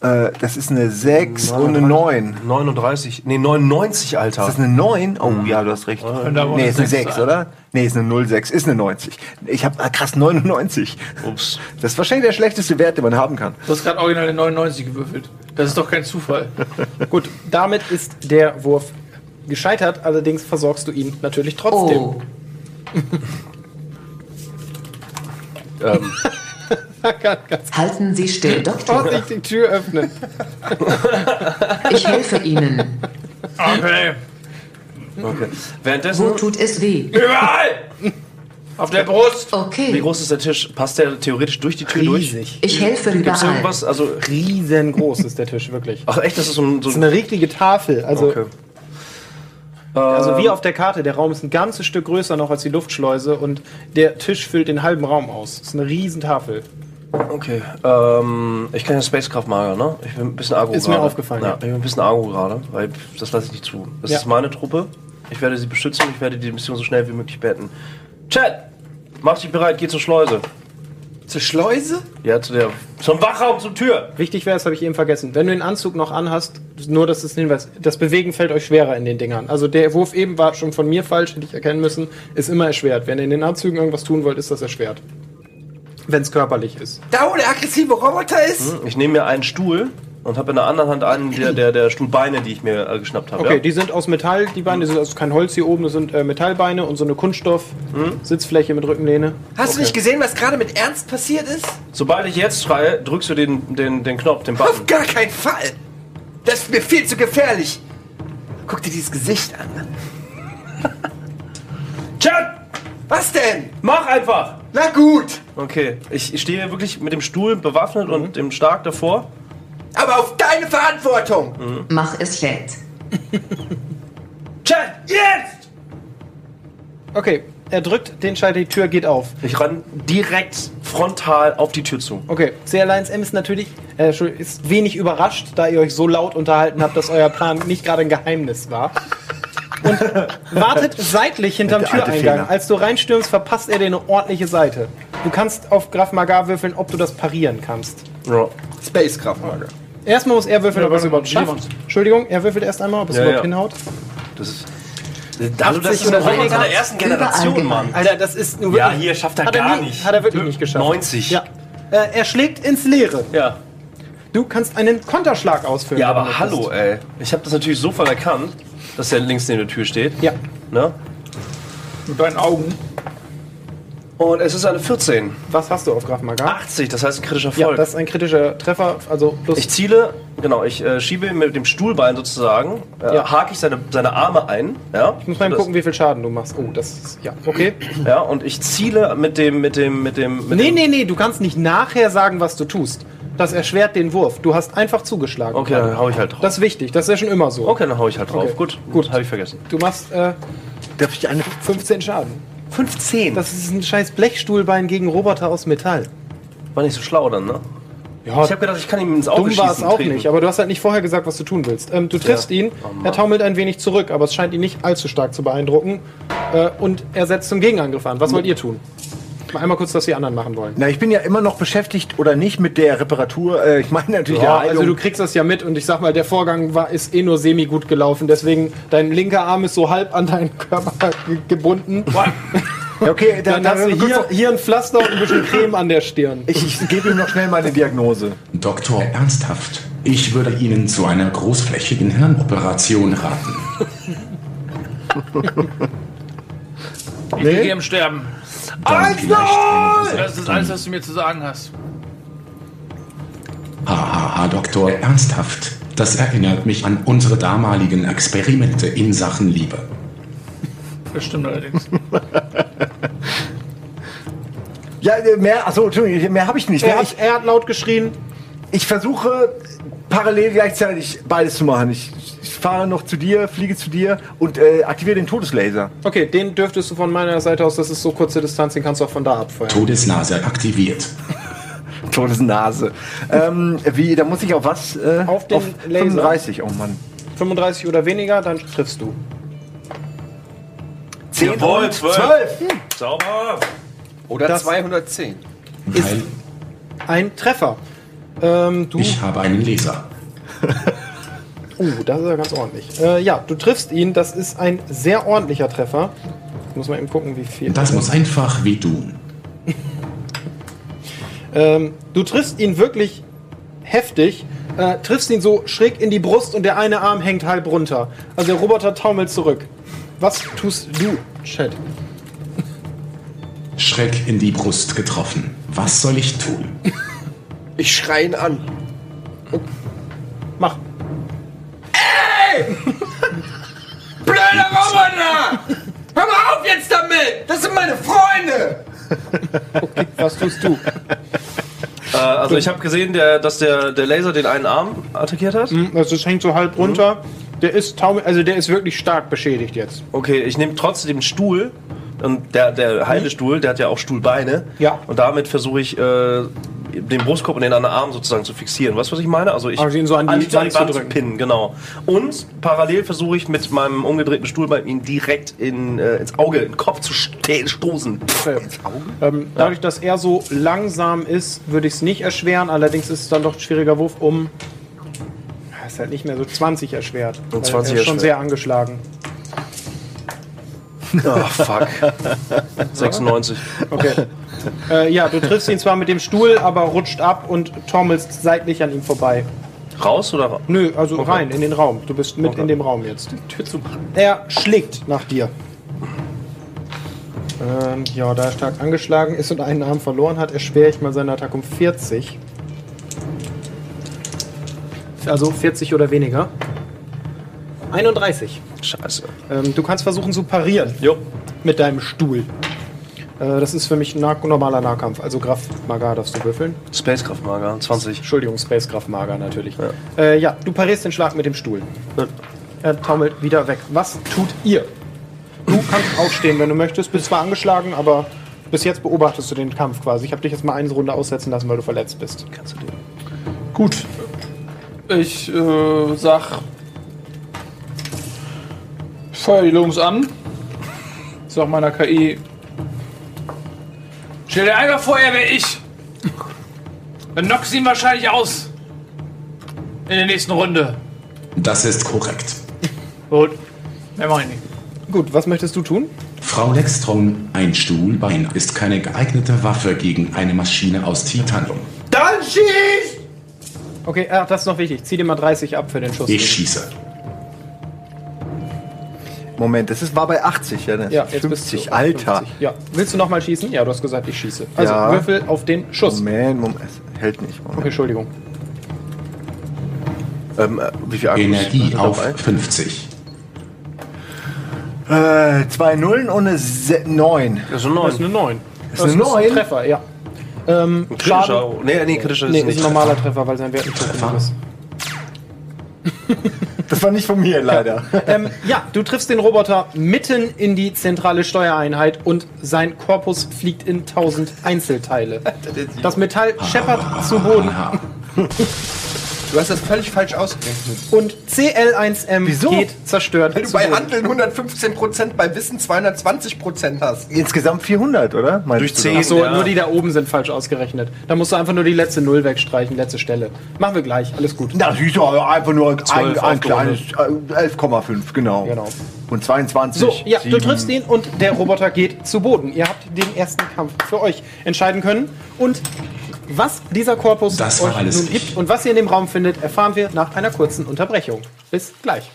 Äh, das ist eine 6 und eine 9.
39, nee, 99, Alter. Mhm.
Ist das eine 9? Oh, ja, du hast recht. Nee,
aber eine
ist eine
6
6, oder? Nee, ist eine 06. Ist eine 90. Ich habe ah, krass 99.
Ups.
Das ist wahrscheinlich der schlechteste Wert, den man haben kann.
Du hast gerade original eine 99 gewürfelt. Das ist doch kein Zufall.
Gut, damit ist der Wurf gescheitert, allerdings versorgst du ihn natürlich trotzdem.
Oh,
Ähm.
halten Sie still, Doktor.
Vorsichtig die Tür öffnen.
Ich helfe Ihnen.
Okay.
Okay.
Wo
Währenddessen,
tut es weh?
Überall! Auf der Brust!
wie
Okay,
groß ist der Tisch? Passt der theoretisch durch die Tür durch?
ich helfe
Gibt's
überall.
irgendwas? Also,
Riesengroß ist der Tisch, wirklich.
ach echt, das ist so ein... So
Das ist eine richtige Tafel. Also,
okay.
also
Ähm.
wie auf der Karte, der Raum ist ein ganzes Stück größer noch als die Luftschleuse und der Tisch füllt den halben Raum aus. Das ist eine Riesentafel.
Okay, ähm, ich kenne Spacecraft Mager, ne? Ich bin ein bisschen argo
Ist mir
gerade.
aufgefallen,
Ja,
ja.
ich bin ein bisschen argo gerade, weil das lasse ich nicht zu. Das
Ja.
ist meine Truppe. Ich werde sie beschützen, ich werde die Mission so schnell wie möglich beenden. Chat! Mach dich bereit, geh zur Schleuse.
Zur Schleuse?
Ja, zu der. Zum Wachraum, zur Tür!
Wichtig wäre, das habe ich eben vergessen, wenn du den Anzug noch anhast, nur das ist ein Hinweis, das Bewegen fällt euch schwerer in den Dingern. Also der Wurf eben war schon von mir falsch, hätte ich erkennen müssen, ist immer erschwert. Wenn ihr in den Anzügen irgendwas tun wollt, ist das erschwert. Wenn es körperlich ist.
Da, wo der aggressive Roboter ist?
Mhm.
Ich nehme mir einen Stuhl und habe in der anderen Hand einen der, der, der Stuhlbeine, die ich mir äh, geschnappt habe.
Okay,
ja?
die sind aus Metall, die Beine, die sind also kein Holz hier oben, das sind äh, Metallbeine und so eine Kunststoff-Sitzfläche mit Rückenlehne.
Hast du nicht gesehen, was gerade mit Ernst passiert ist?
Sobald ich jetzt schreie, drückst du den, den, den Knopf, den
Auf
Button.
gar keinen Fall! Das ist mir viel zu gefährlich! Guck dir dieses Gesicht an. ne?
Chat!
Was denn?
Mach einfach!
Na gut!
Okay, ich ich stehe wirklich mit dem Stuhl bewaffnet
Mhm.
und dem Stark davor.
Aber auf deine Verantwortung!
Mach es jetzt.
Chat, jetzt!
Okay, er drückt den Schalter, die Tür geht auf.
Ich ran direkt frontal auf die Tür zu.
Okay, CR Lions M ist natürlich äh, Entschuldigung, ist wenig überrascht, da ihr euch so laut unterhalten habt, dass euer Plan nicht gerade ein Geheimnis war. Und wartet seitlich hinterm
Der alte
Türeingang.
Fehler.
Als du reinstürmst, verpasst er dir eine ordentliche Seite. Du kannst auf Graf Magar würfeln, ob du das parieren kannst.
Ja.
Spacecraft, Mager.
Erstmal muss er würfeln,
Ja,
ob er es
warte,
überhaupt
warte,
schafft. Entschuldigung, er würfelt erst einmal, ob es
Ja,
überhaupt
ja.
hinhaut.
Das ist. Also das
80
ist ein
oder
Roboter
weniger.
der ersten Generation,
Überall
Mann.
Alter, das ist nur
Ja, hier schafft er
hat
gar
er nie-
nicht.
Hat er wirklich nicht geschafft.
90.
Ja. Äh, er schlägt ins Leere.
Ja.
Du kannst einen Konterschlag ausführen.
Ja,
wenn
aber
du
hallo,
möchtest.
ey. Ich habe das natürlich sofort erkannt, dass er links neben der Tür steht.
Ja.
Ne?
Mit deinen Augen.
Und es ist eine 14.
Was hast du auf Graf Magar?
80, das heißt ein kritischer
Ja,
Erfolg.
das ist ein kritischer Treffer, also plus.
ich ziele, genau, ich äh, schiebe ihm mit dem Stuhlbein sozusagen, äh,
Ja.
hake ich seine, seine Arme ein. Ja?
muss mal eben
Das-
gucken, wie viel Schaden du machst. Oh, das ist. Ja, okay.
Ja, und ich ziele mit dem, mit dem, mit dem. Mit
Nee,
dem,
nee, nee, du kannst nicht nachher sagen, was du tust. Das erschwert den Wurf. Du hast einfach zugeschlagen.
Okay, dann hau ich halt drauf.
Das ist wichtig, das ist ja schon immer so.
okay, dann hau ich halt drauf.
Okay.
Gut,
Gut.
gut. Habe ich vergessen.
Du machst äh,
Darf ich eine
15 Schaden.
15?
Das ist ein scheiß Blechstuhlbein gegen Roboter aus Metall.
War nicht so schlau dann, ne?
Ja,
Ich habe gedacht, ich kann ihm ins Auge
dumm
schießen.
war es auch
treten.
nicht, aber du hast halt nicht vorher gesagt, was du tun willst. Ähm, du triffst ihn, er taumelt ein wenig zurück, aber es scheint ihn nicht allzu stark zu beeindrucken. Äh, und er setzt zum Gegenangriff an. Was wollt ihr tun? Mal einmal kurz, was die anderen machen wollen.
Na, ich bin ja immer noch beschäftigt oder nicht mit der Reparatur. Äh, ich meine natürlich
Ja,
der Heilung.
also du kriegst das ja mit und ich sag mal, der Vorgang war, ist eh nur semi gut gelaufen, deswegen dein linker Arm ist so halb an deinen Körper ge gebunden.
Ja, okay,
Dann
dann, dann,
hast du
kurz
hier,
noch-
hier ein Pflaster und ein bisschen Creme an der Stirn.
ich, ich gebe ihm noch schnell meine Diagnose.
Doktor Ernsthaft, ich würde Ihnen zu einer großflächigen Hirnoperation raten.
Ich gehe im Sterben.
Dann vielleicht
Das ist alles, was du mir zu sagen hast.
Hahaha, Doktor, ernsthaft. Das erinnert mich an unsere damaligen Experimente in Sachen Liebe.
Das stimmt allerdings.
Ja, äh, mehr, achso, Entschuldigung, mehr habe ich nicht.
Er
Ne?
hat,
Ich,
er hat laut geschrien,
ich versuche parallel gleichzeitig beides zu machen. Ich, ich fahre noch zu dir, fliege zu dir und äh, aktiviere den Todeslaser.
Okay, den dürftest du von meiner Seite aus, das ist so kurze Distanz, den kannst du auch von da abfeuern.
Todeslaser aktiviert.
Todesnase. ähm, wie, da muss ich auf was? Äh,
Auf den Laser.
35, oh Mann.
35 oder weniger, dann triffst du.
10
Jawohl,
und
12.
12.
Sauber.
Oder
Das-
210.
Weil
Ein Treffer. Ähm, du,
ich habe einen Laser.
uh, das ist ja ganz ordentlich. Äh, ja, du triffst ihn, das ist ein sehr ordentlicher Treffer. Muss man eben gucken, wie viel.
Das muss einfach wie du.
Ähm, du triffst ihn wirklich heftig, äh, triffst ihn so schräg in die Brust und der eine Arm hängt halb runter. Also der Roboter taumelt zurück. Was tust du, Chad?
Schreck in die Brust getroffen. Was soll ich tun?
Ich schreie ihn an.
Mach.
Blöder Roboter! Hör mal auf jetzt damit! Das sind meine Freunde!
Was tust du?
Äh, also ich habe gesehen, der, dass der, der Laser den einen Arm attackiert hat.
Also es hängt so halb runter. Der ist taumel, also der ist wirklich stark beschädigt jetzt.
Okay, ich nehme trotzdem den Stuhl. Und der, der heile Stuhl, der hat ja auch Stuhlbeine.
Mhm. Ja.
Und damit versuche ich, äh, den Brustkorb und den anderen Arm sozusagen zu fixieren. Weißt du, was ich meine? Also ich
Also ihn so an die Wand zu
Wand zu
drücken.
pinnen, genau. Und parallel versuche ich mit meinem umgedrehten Stuhlbein ihn direkt in, äh, ins Auge, in den Kopf zu ste- stoßen.
Ähm, dadurch, dass er so langsam ist, würde ich es nicht erschweren. Allerdings ist es dann doch ein schwieriger Wurf um. Er Ist halt nicht mehr so 20 erschwert. weil
20
er ist schon
erschwert.
sehr angeschlagen.
96.
Okay. äh, ja, du triffst ihn zwar mit dem Stuhl, aber rutscht ab und taumelst seitlich an ihm vorbei.
Raus oder ra
Nö, also rein in den Raum. Du bist mit in dem Raum jetzt. Tür zu machen. Er schlägt nach dir. Ähm, ja, da er stark angeschlagen ist und einen Arm verloren hat, erschwere ich mal seinen Attack um 40. Also 40 oder weniger. 31.
Scheiße.
Ähm, du kannst versuchen zu parieren
Jo.
mit deinem Stuhl. Äh, das ist für mich ein Nah- normaler Nahkampf. Also Graf Magar darfst du würfeln.
Spacecraft Mager, 20.
Entschuldigung, Space Graf Mager natürlich. Ja. Äh, ja, du parierst den Schlag mit dem Stuhl. Er taumelt wieder weg. Was tut ihr? Du kannst aufstehen, wenn du möchtest. Bist zwar angeschlagen, aber bis jetzt beobachtest du den Kampf quasi. Ich habe dich jetzt mal eine Runde aussetzen lassen, weil du verletzt bist.
Kannst du den.
Gut. Ich äh, sag. Ich feuer die Lungs an. Sag meiner KI. Stell dir einfach vor, er wäre ich. Dann knockst du ihn wahrscheinlich aus. In der nächsten Runde.
Das ist korrekt.
Gut. Mehr mach ich nicht.
Gut, was möchtest du tun?
Frau Lexstrom, ein Stuhlbein ist keine geeignete Waffe gegen eine Maschine aus Titanium.
Dann schieß!
Okay, ah, das ist noch wichtig. Zieh dir mal 30 ab für den Schuss.
Ich schieße.
Moment, das ist, war bei 80, ja? Das
ja,
ist
jetzt bist du
50, Alter.
50. Ja. Willst du nochmal schießen? Ja, du hast gesagt, ich schieße. Also
Ja.
Würfel auf den Schuss.
Moment, Moment, es hält nicht.
Okay,
Moment.
Entschuldigung.
Ähm, äh, wie viel Akkus
Energie
sind
auf
dabei?
50.
Äh, zwei Nullen und eine Se 9.
Das ist ein 9.
Das ist eine 9. Das
eine
ein
9?
Treffer, ja. Ähm, Schaden-
Ein kritischer. Nee, nee, kritischer
Nee,
ist
ist
nicht.
ein normaler Treffer, weil sein Wert nicht Treffer ist.
Das war nicht von mir, leider.
Ähm, ja, du triffst den Roboter mitten in die zentrale Steuereinheit und sein Korpus fliegt in tausend Einzelteile. Das Metall scheppert zu Boden
Aha.
Du hast das völlig falsch ausgerechnet.
und CL1M geht zerstört
Weil du
zu
bei
Boden.
Handeln 115%, bei Wissen 220% hast.
Insgesamt 400, oder? Meinst
Durch
du das?
10.
Achso,
Ja.
nur die da oben sind falsch ausgerechnet. Da musst du einfach nur die letzte Null wegstreichen, letzte Stelle. Machen wir gleich, alles gut.
Das ist ja einfach nur ein, ein
aufgerundet.
kleines äh, 11,5, genau.
Genau.
Und 22.
So, ja, du
sieben.
triffst ihn und der Roboter geht zu Boden. Ihr habt den ersten Kampf für euch entscheiden können. Und was dieser Korpus
Das war
euch
alles
nun
ich.
gibt und was ihr in dem Raum findet, erfahren wir nach einer kurzen Unterbrechung. Bis gleich.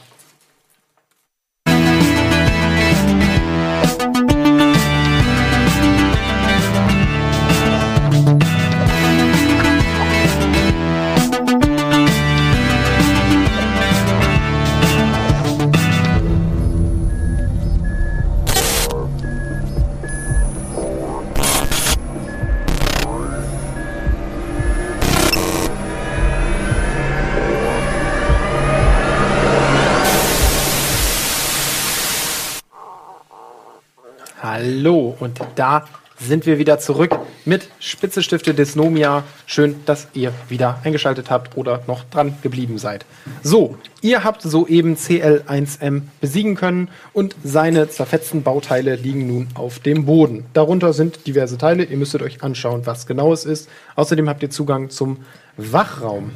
Hallo, und da sind wir wieder zurück mit Spitze Stifte Dysnomia. Schön, dass ihr wieder eingeschaltet habt oder noch dran geblieben seid. So, ihr habt soeben CL1M besiegen können und seine zerfetzten Bauteile liegen nun auf dem Boden. Darunter sind diverse Teile. Ihr müsstet euch anschauen, was genau es ist. Außerdem habt ihr Zugang zum Wachraum,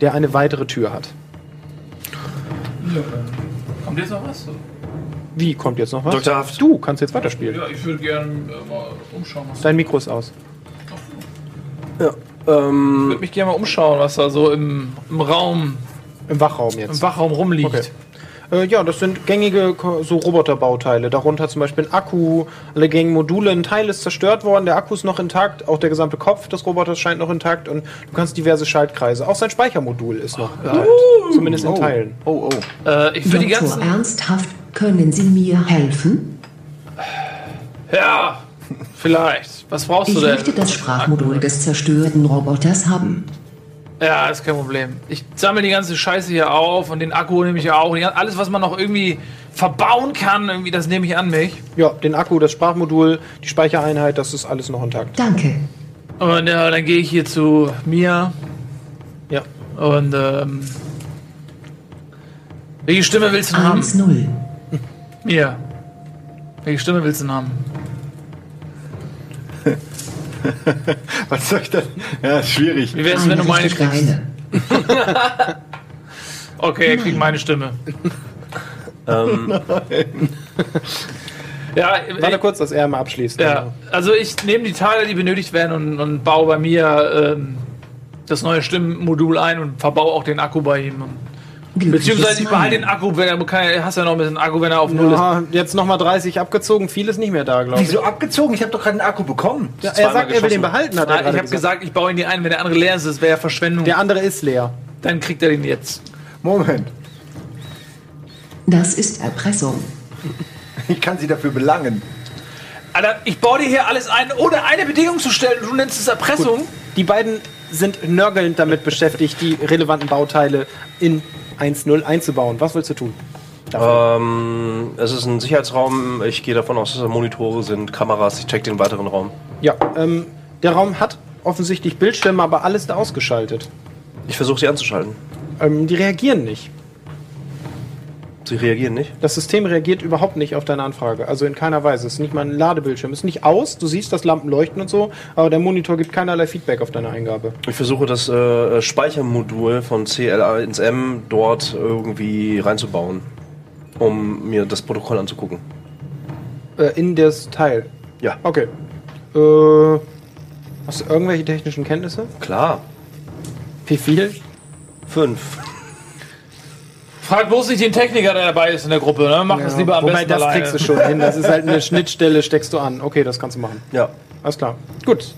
der eine weitere Tür hat.
Kommt jetzt noch was?
Wie kommt jetzt noch was?
Dr. Haft.
Du kannst jetzt weiterspielen.
Ja, ich würde gerne äh, mal umschauen. Was
Dein Mikro ist aus.
ich würde mich gerne mal umschauen, was da so im, im Raum,
Im Wachraum jetzt.
im Wachraum rumliegt.
Okay. Äh, ja, das sind gängige Ko- so Roboterbauteile. Darunter zum Beispiel ein Akku, alle gängigen Module. Ein Teil ist zerstört worden, der Akku ist noch intakt, auch der gesamte Kopf des Roboters scheint noch intakt und du kannst diverse Schaltkreise. Auch sein Speichermodul ist noch intakt. Zumindest in Teilen.
Oh, oh.
Äh, ich würde die
Doktor
ganzen.
Ernsthaft, können Sie mir helfen?
Ja, vielleicht. Was brauchst
Ich
du denn?
möchte das Sprachmodul des zerstörten Roboters haben.
Ja, ist kein Problem. Ich sammle die ganze Scheiße hier auf und den Akku nehme ich auch. Und die gan- alles, was man noch irgendwie verbauen kann, irgendwie, das nehme ich an mich.
Ja, den Akku, das Sprachmodul, die Speichereinheit, das ist alles noch intakt.
Danke.
Und ja, dann gehe ich hier zu Mia
Ja.
und ähm, welche Stimme willst du denn haben?
1-0.
Mia. Welche Stimme willst du denn haben?
Was soll ich denn? Ja, ist schwierig.
Wie wär's, wenn du meine
Richtig
kriegst?
Eine.
Okay, ich krieg meine Stimme. ja,
Warte
ich,
kurz, dass er mal abschließt.
ja, also ich nehme die Teile, die benötigt werden und, und baue bei mir ähm, das neue Stimmmodul ein und verbaue auch den Akku bei ihm. Und
Glückliches
Beziehungsweise ich behalte den
Mal.
Akku, wenn er kann, er- hast ja noch ein bisschen Akku, wenn er auf Null ist.
Ja, jetzt nochmal 30 abgezogen, viel ist nicht mehr da, glaube ich.
Wieso abgezogen? Ich habe doch gerade einen Akku bekommen.
Ja, er sagt, er will den behalten, hat er
Ah,
gerade
ich habe
gesagt.
gesagt, ich baue ihn dir ein, wenn der andere leer ist, das wäre ja Verschwendung.
Der andere ist leer.
Dann kriegt er den jetzt.
Moment.
Das ist Erpressung.
Ich kann sie dafür belangen.
Alter, ich baue dir hier alles ein, ohne eine Bedingung zu stellen. Du nennst es Erpressung.
Die beiden sind nörgelnd damit beschäftigt, die relevanten Bauteile in 1.0 einzubauen. Was willst du tun?
Ähm, es ist ein Sicherheitsraum. Ich gehe davon aus, dass da Monitore sind, Kameras. Ich check den weiteren Raum.
Ja, ähm, der Raum hat offensichtlich Bildschirme, aber alles da ausgeschaltet.
Ich versuche sie anzuschalten.
Ähm, die reagieren nicht.
Sie reagieren nicht.
Das System reagiert überhaupt nicht auf deine Anfrage. Also in keiner Weise. Es ist nicht mal ein Ladebildschirm. Es ist nicht aus. Du siehst, dass Lampen leuchten und so, aber der Monitor gibt keinerlei Feedback auf deine Eingabe.
Ich versuche das äh, Speichermodul von CLA ins M dort irgendwie reinzubauen, um mir das Protokoll anzugucken.
Äh, in das Teil.
Ja,
Okay. Äh, hast du irgendwelche technischen Kenntnisse?
klar.
Wie viel?
Fünf.
Frag bloß nicht den Techniker, der dabei ist in der Gruppe. Ne? Mach das lieber am
Wobei,
besten
das
alleine.
kriegst du schon hin. Das ist halt eine Schnittstelle, steckst du an. Okay, das kannst du machen.
Ja.
Alles klar. Gut.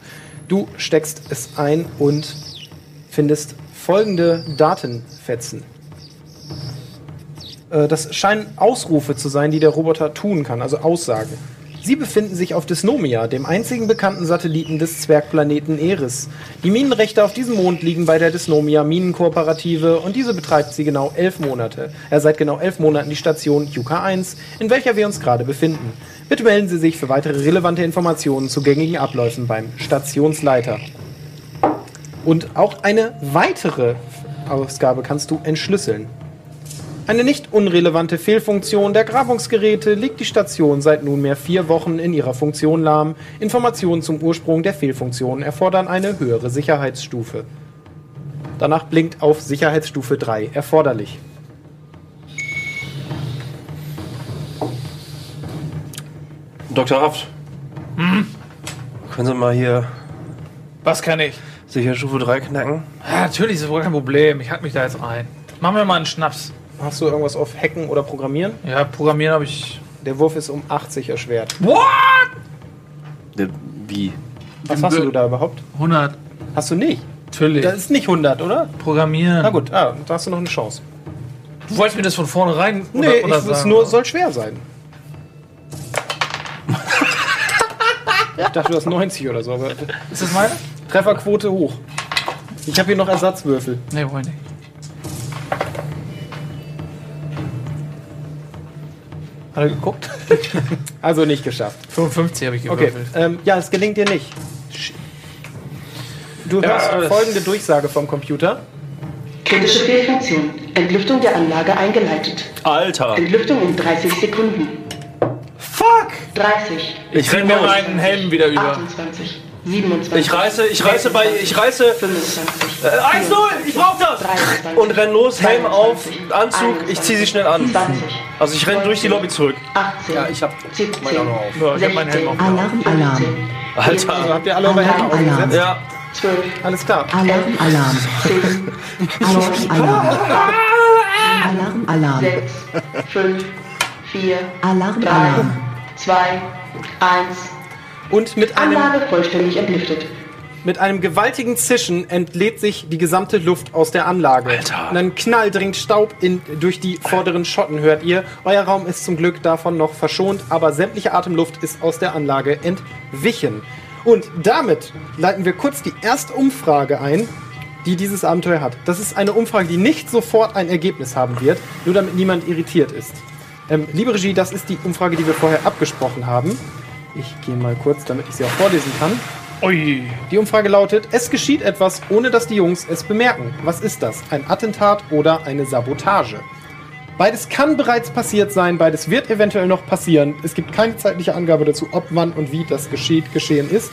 Du steckst es ein und findest folgende Datenfetzen. Äh, Das scheinen Ausrufe zu sein, die der Roboter tun kann, also Aussagen. Sie befinden sich auf Dysnomia, dem einzigen bekannten Satelliten des Zwergplaneten Eris. Die Minenrechte auf diesem Mond liegen bei der Dysnomia Minenkooperative und diese betreibt sie genau elf Monate. Er seit genau elf Monaten die Station UK1, in welcher wir uns gerade befinden. Bitte melden Sie sich für weitere relevante Informationen zu gängigen Abläufen beim Stationsleiter. Und auch eine weitere Ausgabe kannst du entschlüsseln. Eine nicht unrelevante Fehlfunktion der Grabungsgeräte liegt die Station seit nunmehr vier Wochen in ihrer Funktion lahm. Informationen zum Ursprung der Fehlfunktion erfordern eine höhere Sicherheitsstufe. Danach blinkt auf Sicherheitsstufe 3 erforderlich.
Dr. Haft.
Hm?
Können Sie mal hier
Was kann ich?
Sicherheitsstufe 3 knacken?
Ja, natürlich, ist wohl kein Problem. Ich hack mich da jetzt rein. Machen wir mal einen Schnaps.
Hast du irgendwas auf Hacken oder Programmieren?
Ja, programmieren habe ich.
Der Wurf ist um 80 erschwert.
What?
Der- Äh, Wie?
Was hast du da überhaupt?
100.
Hast du nicht.
Natürlich.
Das ist nicht 100, oder?
programmieren.
Na gut, ah, da hast du noch eine Chance.
Du wolltest mir das von vornherein
Nee, ich, es nur soll schwer sein. ich dachte, du hast 90 oder so, aber
Ist das meine?
Trefferquote hoch. Ich habe hier noch Ersatzwürfel.
Nee, wollen nicht.
Hat er geguckt?
Also nicht geschafft.
55 habe ich
Okay.
gewürfelt.
Ähm, ja, es gelingt dir nicht. Du hörst
das-
folgende Durchsage vom Computer.
Kritische Fehlfunktion. Entlüftung der Anlage eingeleitet.
Alter!
Entlüftung in 30 Sekunden.
Fuck!
30,
Ich
Zieh
renn
mir
los.
meinen Helm wieder über.
28, 27.
Ich reiße, ich reiße bei, ich reiße.
25.
Äh, 1-0, ich brauch das!
23.
Und renn los, Helm auf, Anzug,
21,
ich zieh sie schnell an.
20,
Also ich renn durch die Lobby zurück.
18,
Ja, ich hab
17,
meine auch noch auf.
Ja, ich hab meinen Helm
16,
auf.
Alarm, Alarm.
Alter! Also
Habt ihr alle eure Hände
Alarm, Alarm.
aufgesetzt?
Ja,
12,
Alles klar.
Alarm, Alarm.
10,
Alarm, Alarm.
Ah!
Alarm, Alarm.
6, 5, 4,
Alarm,
3,
Alarm.
2, 1.
Und mit einem,
Anlage vollständig entlüftet.
mit einem gewaltigen Zischen entlädt sich die gesamte Luft aus der Anlage.
Alter.
Und ein Knall dringt Staub in, durch die vorderen Schotten, hört ihr. Euer Raum ist zum Glück davon noch verschont, aber sämtliche Atemluft ist aus der Anlage entwichen. Und damit leiten wir kurz die Erstumfrage ein, die dieses Abenteuer hat. Das ist eine Umfrage, die nicht sofort ein Ergebnis haben wird, nur damit niemand irritiert ist. Ähm, liebe Regie, das ist die Umfrage, die wir vorher abgesprochen haben. Ich gehe mal kurz, damit ich sie auch vorlesen kann.
Ui.
Die Umfrage lautet: Es geschieht etwas, ohne dass die Jungs es bemerken. Was ist das? Ein Attentat oder eine Sabotage? Beides kann bereits passiert sein, beides wird eventuell noch passieren. Es gibt keine zeitliche Angabe dazu, ob wann und wie das geschieht, geschehen ist.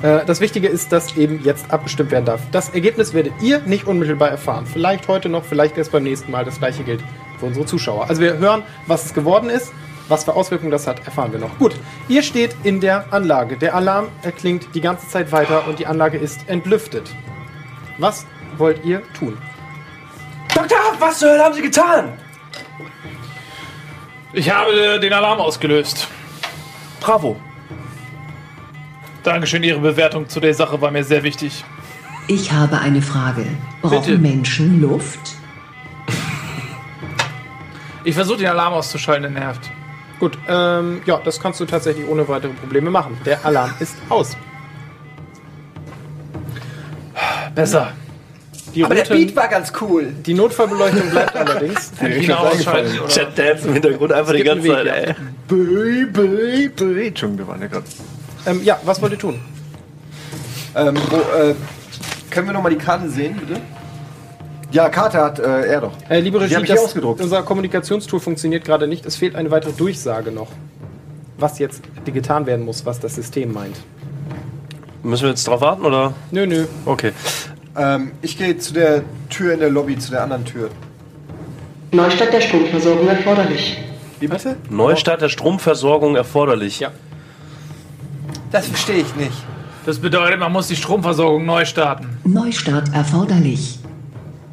Äh, Das Wichtige ist, dass eben jetzt abgestimmt werden darf. Das Ergebnis werdet ihr nicht unmittelbar erfahren. Vielleicht heute noch, vielleicht erst beim nächsten Mal. Das gleiche gilt für unsere Zuschauer. Also wir hören, was es geworden ist. Was für Auswirkungen das hat, erfahren wir noch. Gut, ihr steht in der Anlage. Der Alarm erklingt die ganze Zeit weiter und die Anlage ist entlüftet. Was wollt ihr tun?
Doktor, was zur Hölle haben Sie getan?
Ich habe äh, den Alarm ausgelöst.
Bravo.
Dankeschön, Ihre Bewertung zu der Sache war mir sehr wichtig.
Ich habe eine Frage. Brauchen
Bitte.
Menschen Luft?
Ich versuche den Alarm auszuschalten, der nervt.
Gut, ähm, ja, das kannst du tatsächlich ohne weitere Probleme machen. Der Alarm ist aus.
Besser.
Die,
Aber der
Route,
Beat war ganz cool.
die Notfallbeleuchtung bleibt allerdings.
Ihn ausschalten. Oder?
Chat Dance im Hintergrund einfach die
gibt
ganze
einen
Zeit,
Weg,
ey.
Böi, böi, böi. Entschuldigung, wir waren ja gerade.
Ähm, ja, was wollt ihr tun?
Ähm, wo, äh,
Können wir nochmal die Karte sehen, bitte?
ja, Karte hat äh, er doch.
Äh, liebe Regie,
hab ich
das-
hier ausgedruckt.
unser Kommunikationstool funktioniert gerade nicht. Es fehlt eine weitere Durchsage noch. Was jetzt getan werden muss, was das System meint.
Müssen wir jetzt drauf warten, oder?
Nö, nö.
Okay.
Ähm,
Ich gehe zu der Tür in der Lobby, zu der anderen Tür.
Neustart der Stromversorgung erforderlich.
Neustart der Stromversorgung erforderlich.
Ja.
Das verstehe ich nicht.
Das bedeutet, man muss die Stromversorgung neu starten.
Neustart erforderlich.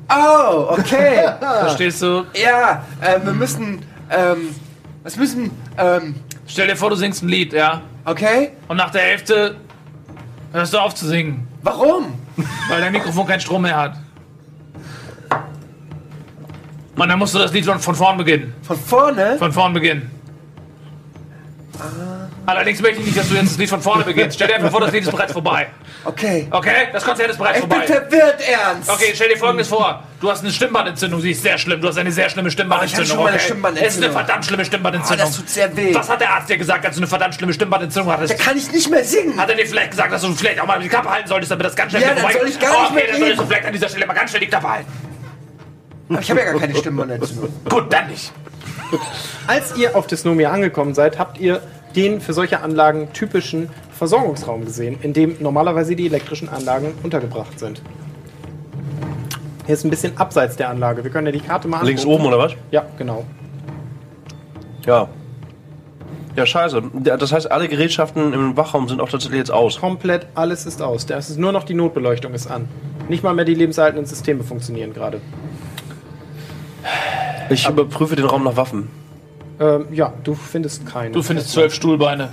Oh, okay.
Verstehst du?
ja, äh, wir müssen, ähm, was müssen, ähm,
Stell dir vor, du singst ein Lied, ja?
okay?
Und nach der Hälfte hörst du auf zu singen,
Warum?
weil dein Mikrofon keinen Strom mehr hat. Mann, dann musst du das Lied von, von vorn beginnen.
Von vorne?
Von vorn beginnen. Allerdings möchte ich nicht, dass du jetzt das Lied von vorne beginnst. Stell dir einfach vor, das Lied ist bereits vorbei.
Okay.
Okay? Das Konzert ist bereits
Ich bin
vorbei.
verwirrt, Ernst.
Okay, stell dir folgendes vor. Du hast eine Stimmbandentzündung, sie ist sehr schlimm. Du hast eine sehr schlimme
Oh, ich hab
Stimmbandentzündung.
schon mal eine
okay?
Stimmbandentzündung.
Es ist eine verdammt schlimme
Oh,
Stimmbandentzündung.
das tut sehr weh.
Was hat der Arzt dir gesagt, als du eine verdammt schlimme Stimmbandentzündung hattest?
Da kann ich nicht mehr singen.
Hat er dir vielleicht gesagt, dass du vielleicht auch mal die Klappe halten solltest, damit das ganz schnell
Ja,
wieder
dann
vorbei
soll ich gar nicht
okay,
mehr
dann solltest du
reden.
vielleicht an dieser Stelle mal ganz schnell die Klappe halten.
Aber ich habe ja gar keine Stimmbandentzündung.
Gut, dann nicht.
Als ihr auf Dysnomia angekommen seid, habt ihr den für solche Anlagen typischen Versorgungsraum gesehen, in dem normalerweise die elektrischen Anlagen untergebracht sind. Hier ist ein bisschen abseits der Anlage. Wir können ja die Karte mal angucken.
Links oben, oder was?
Ja, genau.
Ja. Ja, scheiße. Das heißt, alle Gerätschaften im Wachraum sind auch tatsächlich jetzt aus.
Komplett alles ist aus. Das ist nur noch die Notbeleuchtung ist an. Nicht mal mehr die lebenserhaltenden Systeme funktionieren gerade.
Ich überprüfe den Raum nach Waffen.
Ähm, ja, du findest keinen.
Du findest zwölf Stuhlbeine.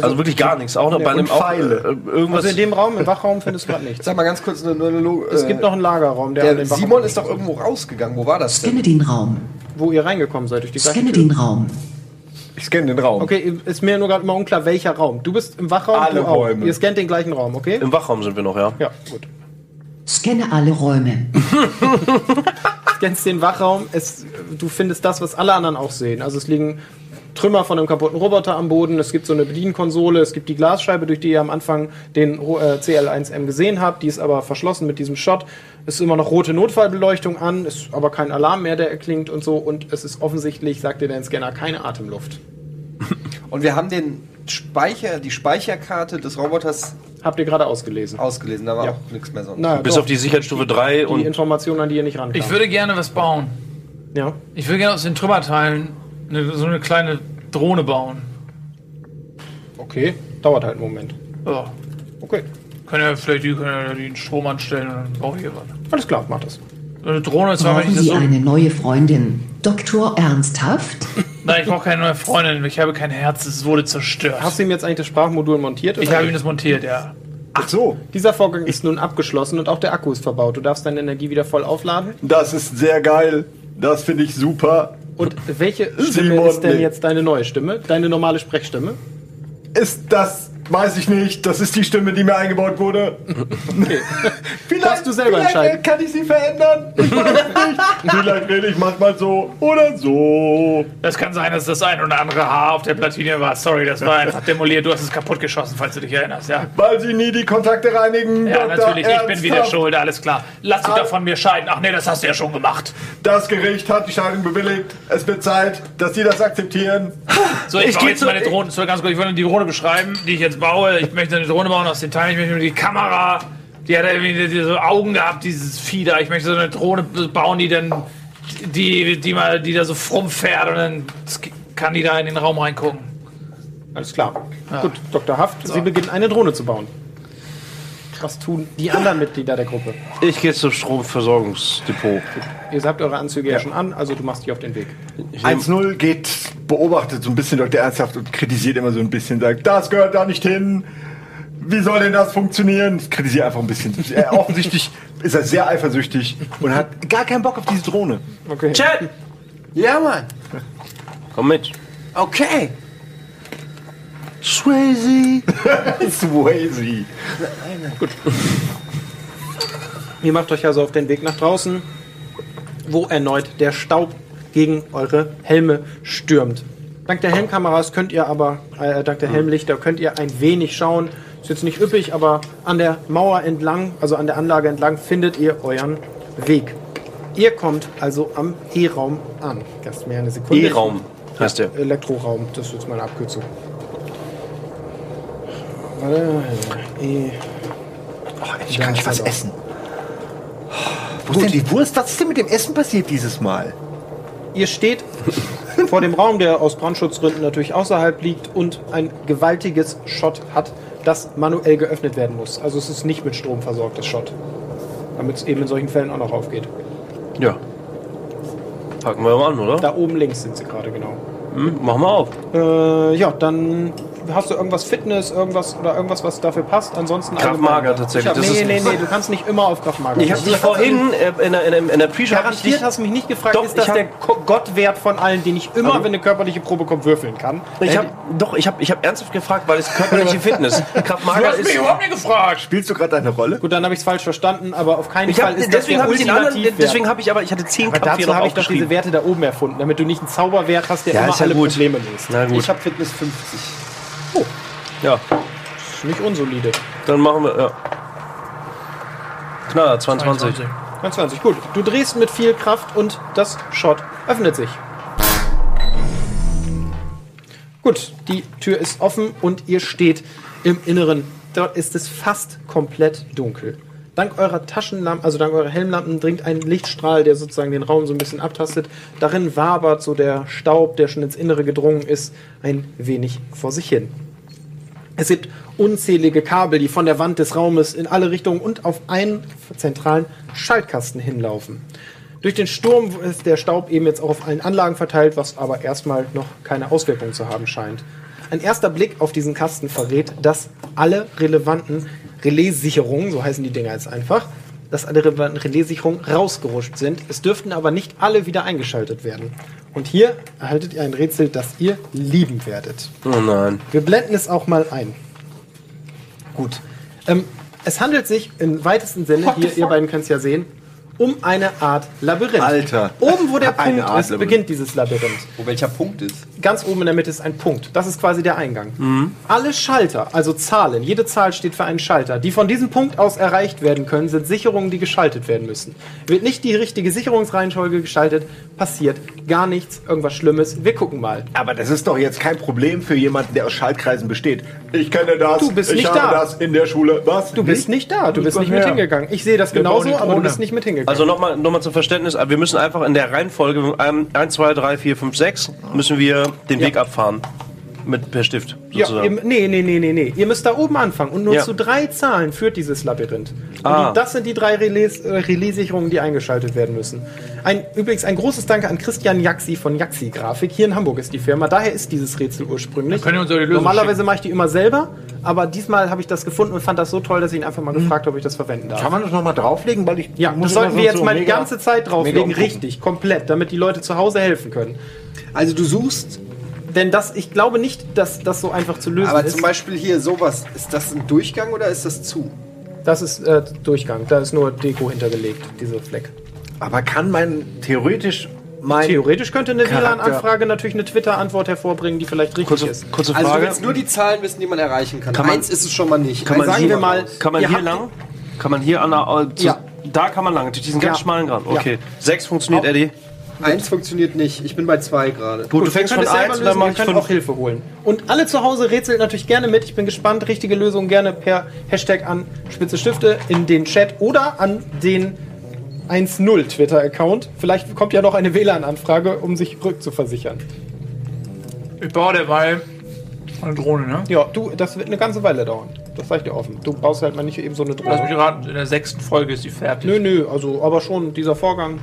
Also, wirklich gar nichts. Auch noch bei einem Pfeile. Auch, äh, irgendwas.
also in dem Raum, im Wachraum findest du gerade nichts.
sag mal ganz kurz eine Monolog.
Es gibt noch einen Lagerraum, der, an
Äh, Der
den Wachraum
Simon ist doch irgendwo rausgegangen. Wo war das denn?
Scanne den Raum.
wo ihr reingekommen seid durch die gleiche
Scanne
Tür.
den Raum.
Ich scanne den Raum.
Okay, ist mir nur gerade mal unklar, welcher Raum. Du bist im Wachraum.
Alle
du auch.
Räume.
Ihr scannt den gleichen Raum, okay?
Im Wachraum sind wir noch, ja.
Ja, gut.
Scanne alle Räume.
scannst den Wachraum. Es, du findest das, was alle anderen auch sehen. Also es liegen Trümmer von einem kaputten Roboter am Boden. Es gibt so eine Bedienkonsole. Es gibt die Glasscheibe, durch die ihr am Anfang den Ro- äh, CL1M gesehen habt. Die ist aber verschlossen mit diesem Shot. Es ist immer noch rote Notfallbeleuchtung an. Ist aber kein Alarm mehr, der erklingt und so. Und es ist offensichtlich, sagt dir dein Scanner, keine Atemluft.
Und wir haben den Speicher, die Speicherkarte des Roboters
Habt ihr gerade ausgelesen?
ausgelesen. Da war auch nichts mehr sonst.
Na,
Bis
doch,
auf die Sicherheitsstufe 3
die
und
Informationen, an die ihr nicht rankommt.
Ich würde gerne was bauen.
ja.
Ich würde gerne aus den Trümmerteilen eine, so eine kleine Drohne bauen.
Okay, dauert halt einen Moment.
Ja.
Okay,
Können ja vielleicht die, können ja den Strom anstellen und dann baue ich hier was.
alles klar, mach das.
Eine Drohne ist aber
Brauchen
nicht
Sie
so.
eine neue Freundin? Doktor Ernsthaft?
Nein, ich brauche keine neue Freundin. Ich habe kein Herz. Es wurde zerstört.
Hast du ihm jetzt eigentlich das Sprachmodul montiert?
ich habe ihm das montiert, ja.
Ach so.
Dieser Vorgang ist nun abgeschlossen und auch der Akku ist verbaut. Du darfst deine Energie wieder voll aufladen.
Das ist sehr geil. Das finde ich super.
Und welche Stimme
Simon,
ist denn
nee.
jetzt deine neue Stimme? Deine normale Sprechstimme?
Ist das, weiß ich nicht, das ist die Stimme, die mir eingebaut wurde. vielleicht,
Darfst du selber
vielleicht
entscheiden.
kann ich sie verändern. Ich weiß es nicht. vielleicht rede ich manchmal so oder so.
Das kann sein, dass das ein oder andere Haar auf der Platine war. Sorry, das war einfach demoliert. Du hast es kaputt geschossen, falls du dich erinnerst, ja.
Weil sie nie die Kontakte reinigen.
Ja,
Dr.
natürlich, ich bin wieder
Ernsthaft.
schuld, alles klar. Lass dich da von mir scheiden. Ach nee, das hast du ja schon gemacht.
Das Gericht hat die Scheidung bewilligt. Es wird Zeit, dass sie das akzeptieren.
So, ich,
Ich
baue
geh
jetzt
zu-
meine Drohne. So, ganz kurz, ich wollte die Drohne beschreiben, die ich jetzt baue. Ich möchte eine Drohne bauen aus den Teilen. Ich möchte die Kamera. Die hat irgendwie diese Augen gehabt, dieses Vieh da. Ich möchte so eine Drohne bauen, die dann. Die, die, mal, die da so fromm fährt und dann kann die da in den Raum reingucken.
Alles klar. Gut, Dr. Haft, Sie beginnen eine Drohne zu bauen. Was tun die anderen Mitglieder der Gruppe?
ich gehe zum Stromversorgungsdepot.
Ihr habt eure Anzüge ja schon an, also du machst dich auf den Weg.
1-0 geht, beobachtet so ein bisschen Dr. Ernsthaft und kritisiert immer so ein bisschen, sagt, das gehört da nicht hin. Wie soll denn das funktionieren? Ich kritisiere einfach ein bisschen. Er, offensichtlich ist er sehr eifersüchtig und hat gar keinen Bock auf diese Drohne.
Okay.
Chat!
Ja, Mann.
Komm mit.
Okay.
Swayze. Swayze.
Ihr macht euch also auf den Weg nach draußen, wo erneut der Staub gegen eure Helme stürmt. Dank der Helmkameras könnt ihr aber, äh, dank der Helmlichter könnt ihr ein wenig schauen. Ist jetzt nicht üppig, aber an der Mauer entlang, also an der Anlage entlang, findet ihr euren Weg. Ihr kommt also am E-Raum an. Gast mir eine Sekunde.
E-Raum heißt der.
Elektroraum, das ist jetzt meine Abkürzung. Warte, E.
Ach, endlich kann ich was
also.
essen. Wo ist denn die Wurst? Was ist denn mit dem Essen passiert dieses Mal?
Ihr steht vor dem Raum, der aus Brandschutzgründen natürlich außerhalb liegt und ein gewaltiges Schott hat, das manuell geöffnet werden muss. Also es ist nicht mit Strom versorgt, das Schott. Damit es eben in solchen Fällen auch noch aufgeht.
Ja. Packen wir mal an, oder?
Da oben links sind sie gerade, genau.
Hm, machen wir auf.
Äh, ja, dann hast du irgendwas Fitness, irgendwas oder irgendwas, was dafür passt. Ansonsten
Krav
allgemein.
Maga tatsächlich,
Ich hab,
das
nee,
ist-
nee, nee, du kannst nicht immer auf Kraft Maga.
Ich habe dich vorhin äh, in der, in der, in der Pre-Show. hab ich dich-
Garantiert hast du mich nicht gefragt,
Doch,
ist das
ich hab-
der Ko- Gottwert von allen, den ich immer, wenn eine körperliche Probe kommt, würfeln kann?
Ich hab, doch, ich habe ich hab ernsthaft gefragt, weil es körperliche Fitness. Krav
Du
Maga
hast mich
ist.
überhaupt nicht gefragt.
Spielst du gerade eine Rolle?
Gut, dann habe ich es falsch verstanden, aber auf keinen
Ich hab,
Fall ist
deswegen
das
habe ich den anderen,
Ultimativwert.
deswegen habe ich aber, ich hatte 10
aber
Kraft hier
dazu
noch
habe ich doch diese
aufgeschrieben.
Werte da oben erfunden, damit du nicht einen Zauberwert hast, der
Ja,
immer
ist ja
alle
gut.
Probleme löst.
Na gut,
Ich habe Fitness 50.
ja,
Nicht unsolide.
dann machen wir, ja. Knaller, 22.
29, gut. Du drehst mit viel Kraft und das Shot öffnet sich. Gut, die Tür ist offen und ihr steht im Inneren. Dort ist es fast komplett dunkel. Dank eurer Taschenlampen, also dank eurer Helmlampen, dringt ein Lichtstrahl, der sozusagen den Raum so ein bisschen abtastet. Darin wabert so der Staub, der schon ins Innere gedrungen ist, ein wenig vor sich hin. Es gibt unzählige Kabel, die von der Wand des Raumes in alle Richtungen und auf einen zentralen Schaltkasten hinlaufen. Durch den Sturm ist der Staub eben jetzt auch auf allen Anlagen verteilt, was aber erstmal noch keine Auswirkung zu haben scheint. Ein erster Blick auf diesen Kasten verrät, dass alle relevanten Relaissicherungen, so heißen die Dinger jetzt einfach, dass alle relevanten Relaissicherungen rausgerutscht sind. Es dürften aber nicht alle wieder eingeschaltet werden. Und hier erhaltet ihr ein Rätsel, das ihr lieben werdet.
Oh nein.
Wir blenden es auch mal ein. Gut. Ähm, es handelt sich im weitesten Sinne, hier, ihr beiden könnt es ja sehen, um eine Art Labyrinth.
Alter.
Oben, wo der
Eine
Punkt
Art
ist,
Labyrinth.
beginnt dieses Labyrinth.
Wo welcher Punkt ist?
Ganz oben in der Mitte ist ein Punkt. Das ist quasi der Eingang.
Mhm.
Alle Schalter, also Zahlen, jede Zahl steht für einen Schalter, die von diesem Punkt aus erreicht werden können, sind Sicherungen, die geschaltet werden müssen. Wird nicht die richtige Sicherungsreihenfolge geschaltet, passiert gar nichts, irgendwas Schlimmes. Wir gucken mal.
Aber das ist doch jetzt kein Problem für jemanden, der aus Schaltkreisen besteht. Ich kenne das.
Du bist
ich
nicht
habe
da.
das in der Schule. Was?
Du bist nicht da, du bist
komm
nicht mit
her.
hingegangen. Ich sehe das
brauchen
genauso,
die
aber du
Krone.
bist nicht mit hingegangen.
Also nochmal noch mal zum Verständnis, wir müssen einfach in der Reihenfolge ähm, 1, 2, 3, 4, 5, 6 müssen wir den Weg abfahren. Mit per Stift
Ja, ihr,
sozusagen.
nee, nee, nee, nee, nee. Ihr müsst da oben anfangen und nur
Ja.
zu drei Zahlen führt dieses Labyrinth. Und
Ah.
die, das sind die drei Relais, äh, Relais-Sicherungen, die eingeschaltet werden müssen. Ein, übrigens ein großes Danke an Christian Jaxi von Jaxi Grafik. Hier in Hamburg ist die Firma. Daher ist dieses Rätsel ursprünglich.
Dann können wir uns auch die Lösung
Normalerweise mache ich die immer selber, aber diesmal habe ich das gefunden und fand das so toll, dass ich ihn einfach mal
Mhm.
gefragt habe, ob ich das verwenden darf.
Kann man das nochmal drauflegen? Weil ich
Ja,
muss
das sollten
immer
wir
so
jetzt mal die
mega-
ganze Zeit drauflegen.
umgucken.
Richtig, komplett, damit die Leute zu Hause helfen können.
Also du suchst,
Denn das, ich glaube nicht, dass das so einfach zu lösen
aber
ist.
zum Beispiel hier sowas. Ist das ein Durchgang oder ist das zu?
Das ist äh, Durchgang. Da ist nur Deko hintergelegt, diese Fleck.
Aber kann mein theoretisch mein
Theoretisch könnte eine
Charakter.
WLAN-Anfrage natürlich eine Twitter-Antwort hervorbringen, die vielleicht richtig ist.
Kurze, kurze
Also du
Frage.
willst nur die Zahlen wissen, die man erreichen kann.
man-
Eins ist es schon mal nicht.
kann man
Eins
Äh, sagen
hier,
wir mal,
kann man
ihr
hier
habt-
lang? Kann man hier an der, äh, zu,
Ja.
Da kann man lang, durch diesen ganz
Ja.
schmalen Grad.
Ja.
Okay. Sechs funktioniert, Eddie.
Eins funktioniert nicht. Ich bin bei zwei gerade.
Gut, du fängst
ihr
von
könnt es selber
eins und dann
lösen,
mach
ihr
ich
könnt
von
auch Hilfe holen. Und alle zu Hause rätselt natürlich gerne mit. Ich bin gespannt. Richtige Lösung gerne per Hashtag an Spitze Stifte in den Chat oder an den 1.0 Twitter-Account. Vielleicht kommt ja noch eine WLAN-Anfrage, um sich rückzuversichern.
Ich baue derweil eine Drohne, ne?
Ja, du, das wird eine ganze Weile dauern. Das sag ich dir offen. Du baust halt mal nicht eben so eine
Lass
Drohne.
mich raten, in der sechsten Folge ist sie fertig.
Nö, nö, also aber schon dieser Vorgang.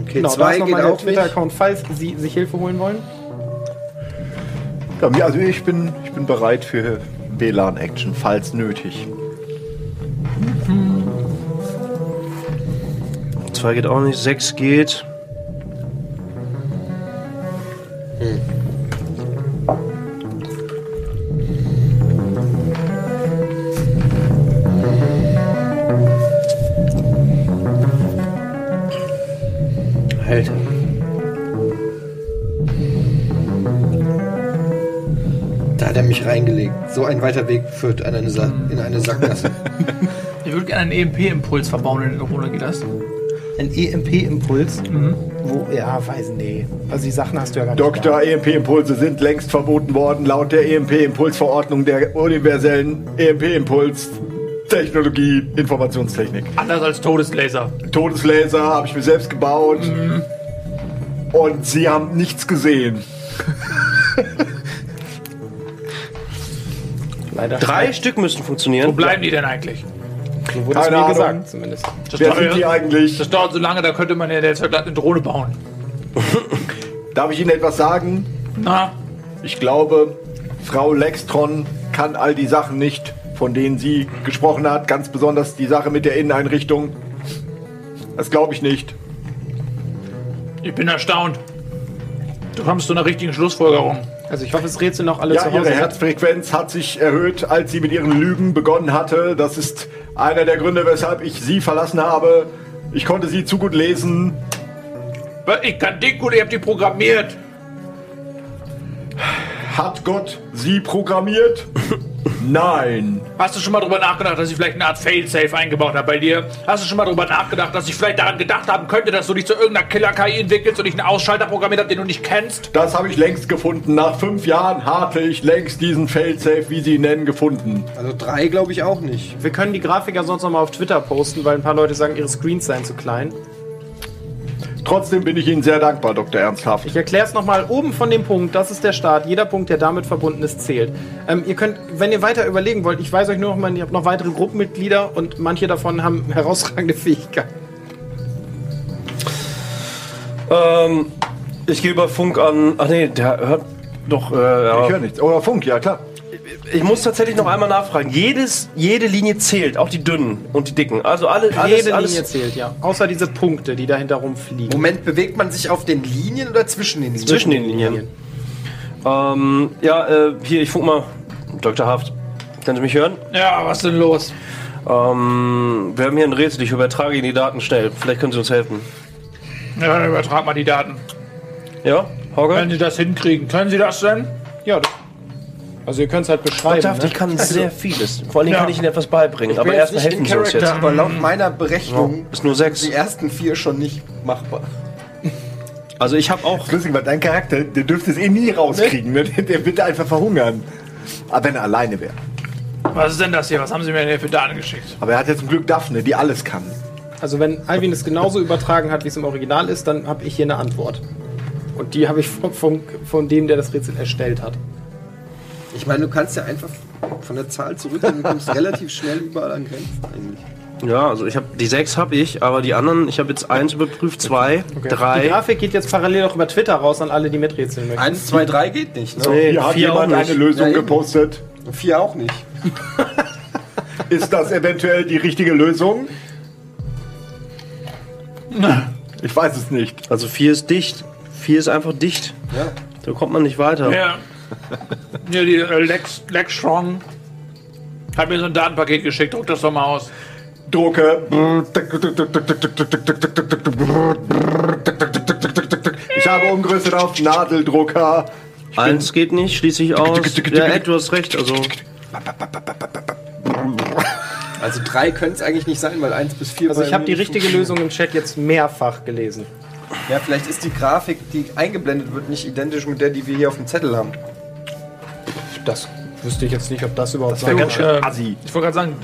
Okay,
Genau, da
zwei
ist
geht
nochmal der
auch nicht.
Twitter-Account, falls Sie sich Hilfe holen wollen.
Ja, mir- also ich bin, ich bin bereit für WLAN-Action, falls nötig.
Zwei geht auch nicht, sechs geht.
Alter. Da hat er mich reingelegt. So ein weiter Weg führt an eine Sa in eine Sackgasse.
Ich würde gerne einen EMP-Impuls verbauen in der Drohne, geht das?
Ein EMP-Impuls. Wo, ja, weiß nee. Also die Sachen hast du ja gar nicht.
Dr. EMP-Impulse E sind längst verboten worden, laut der EMP-Impulsverordnung der universellen E EMP-Impuls-Technologie, Informationstechnik.
Anders als Todeslaser.
Todeslaser habe ich mir selbst gebaut. Und sie haben nichts gesehen.
Drei Stück müssen funktionieren.
Wo bleiben die denn eigentlich?
So wurde es
Keine
mir
Ahnung.
gesagt, zumindest.
Das
Wer
dauert-
sind die eigentlich?
Das dauert so lange, da könnte man ja jetzt gleich eine Drohne bauen.
Darf ich Ihnen etwas sagen?
Na,
Ich glaube, Frau Lextron kann all die Sachen nicht, von denen sie gesprochen hat. Ganz besonders die Sache mit der Inneneinrichtung. Das glaube ich nicht.
ich bin erstaunt. Du kommst zu einer richtigen Schlussfolgerung.
Also ich hoffe, es rätseln noch alle
Ja,
zu
ihre
Hause.
Herzfrequenz hat sich erhöht, als sie mit ihren Lügen begonnen hatte. Das ist einer der Gründe, weshalb ich sie verlassen habe. Ich konnte sie zu gut lesen.
Ich kann dick gut, ihr habt die programmiert.
Hat Gott sie programmiert? Nein.
Hast du schon mal darüber nachgedacht, dass ich vielleicht eine Art Failsafe eingebaut habe bei dir? Hast du schon mal darüber nachgedacht, dass ich vielleicht daran gedacht haben könnte, dass du dich zu irgendeiner Killer-KI entwickelst und ich einen Ausschalter programmiert habe, den du nicht kennst?
Das habe ich längst gefunden. Nach fünf Jahren hatte ich längst diesen Failsafe, wie sie ihn nennen, gefunden.
Also drei glaube ich auch nicht.
Wir können die Grafik ja sonst nochmal auf Twitter posten, weil ein paar Leute sagen, ihre Screens seien zu klein.
Trotzdem bin ich Ihnen sehr dankbar, Dr. Ernsthaft.
Ich erkläre es nochmal. Oben von dem Punkt, das ist der Start. Jeder Punkt, der damit verbunden ist, zählt. Ähm, ihr könnt, wenn ihr weiter überlegen wollt, ich weiß euch nur noch mal, ihr habt noch weitere Gruppenmitglieder und manche davon haben herausragende Fähigkeiten.
Ähm, ich gehe über Funk an. Ach nee, der hört doch. Äh, ja.
Ich höre nichts. Oh, Funk, ja klar.
Ich muss tatsächlich noch einmal nachfragen. Jedes, jede Linie zählt, auch die dünnen und die dicken. Also alle, alles,
Jede
alles.
Linie zählt, ja. Außer diese Punkte, die dahinter rumfliegen.
Moment, bewegt man sich auf den Linien oder zwischen den Linien?
zwischen den Linien. Ähm, ja, äh, hier, ich funk mal. Dr. Haft, können Sie mich hören?
Ja, was denn los?
Ähm, wir haben hier ein Rätsel, ich übertrage Ihnen die Daten schnell. Vielleicht können Sie uns helfen.
Ja, dann übertrag mal die Daten.
Ja,
Können
Hauke?
Sie das hinkriegen? Können Sie das denn?
Ja, das- also ihr könnt es halt beschreiben.
Darf,
ne?
ich kann sehr vieles. Vor allem kann ich Ihnen etwas beibringen, aber
bin jetzt
erstmal helfen Sie uns jetzt.
aber laut meiner Berechnung
Ist nur sechs.
die ersten vier schon nicht machbar.
Also ich habe auch.
Flüssig, weil dein Charakter, der dürfte es eh nie rauskriegen. Ne? Der, der wird einfach verhungern. Aber wenn er alleine wäre.
Was ist denn das hier? Was haben Sie mir denn hier für Daten geschickt?
Aber er hat jetzt zum Glück Daphne, die alles kann.
Also wenn Alvin es genauso übertragen hat, wie es im Original ist, dann habe ich hier eine Antwort. Und die habe ich von, von, von dem, der das Rätsel erstellt hat.
Ich meine, du kannst ja einfach von der Zahl zurückgehen und kommst relativ schnell überall an Grenzen eigentlich.
Ja, also ich habe die sechs habe ich, aber die anderen, ich habe jetzt eins überprüft, zwei,
Die
drei.
Grafik geht jetzt parallel auch über Twitter raus an alle, die miträtseln möchten.
Eins, zwei, drei geht nicht, ne?
Nee,
Hier hat
vier auch
jemand eine
nicht.
Lösung
Ja, eben.
gepostet.
Vier auch nicht.
Ist das eventuell die richtige Lösung? Ich weiß es nicht.
Also vier ist dicht. Vier ist einfach dicht.
Ja.
Da kommt man nicht weiter.
Ja. Hier, die äh, Lex, Lex Strong hat mir so ein Datenpaket geschickt. Druck das doch mal aus.
Drucke. Ich habe umgerüstet auf Nadeldrucker.
Eins geht nicht, schließe ich aus. Ja, Ed, du hast recht. Also
Also drei können es eigentlich nicht sein, weil eins bis vier.
Also ich
bei
habe die
mir
richtige
funktioniert.
Lösung im Chat jetzt mehrfach gelesen.
Ja, vielleicht ist die Grafik, die eingeblendet wird, nicht identisch mit der, die wir hier auf dem Zettel haben.
Das wüsste ich jetzt nicht, ob das überhaupt
Du,
sein kann.
äh,
assi.
Ich wollte gerade sagen,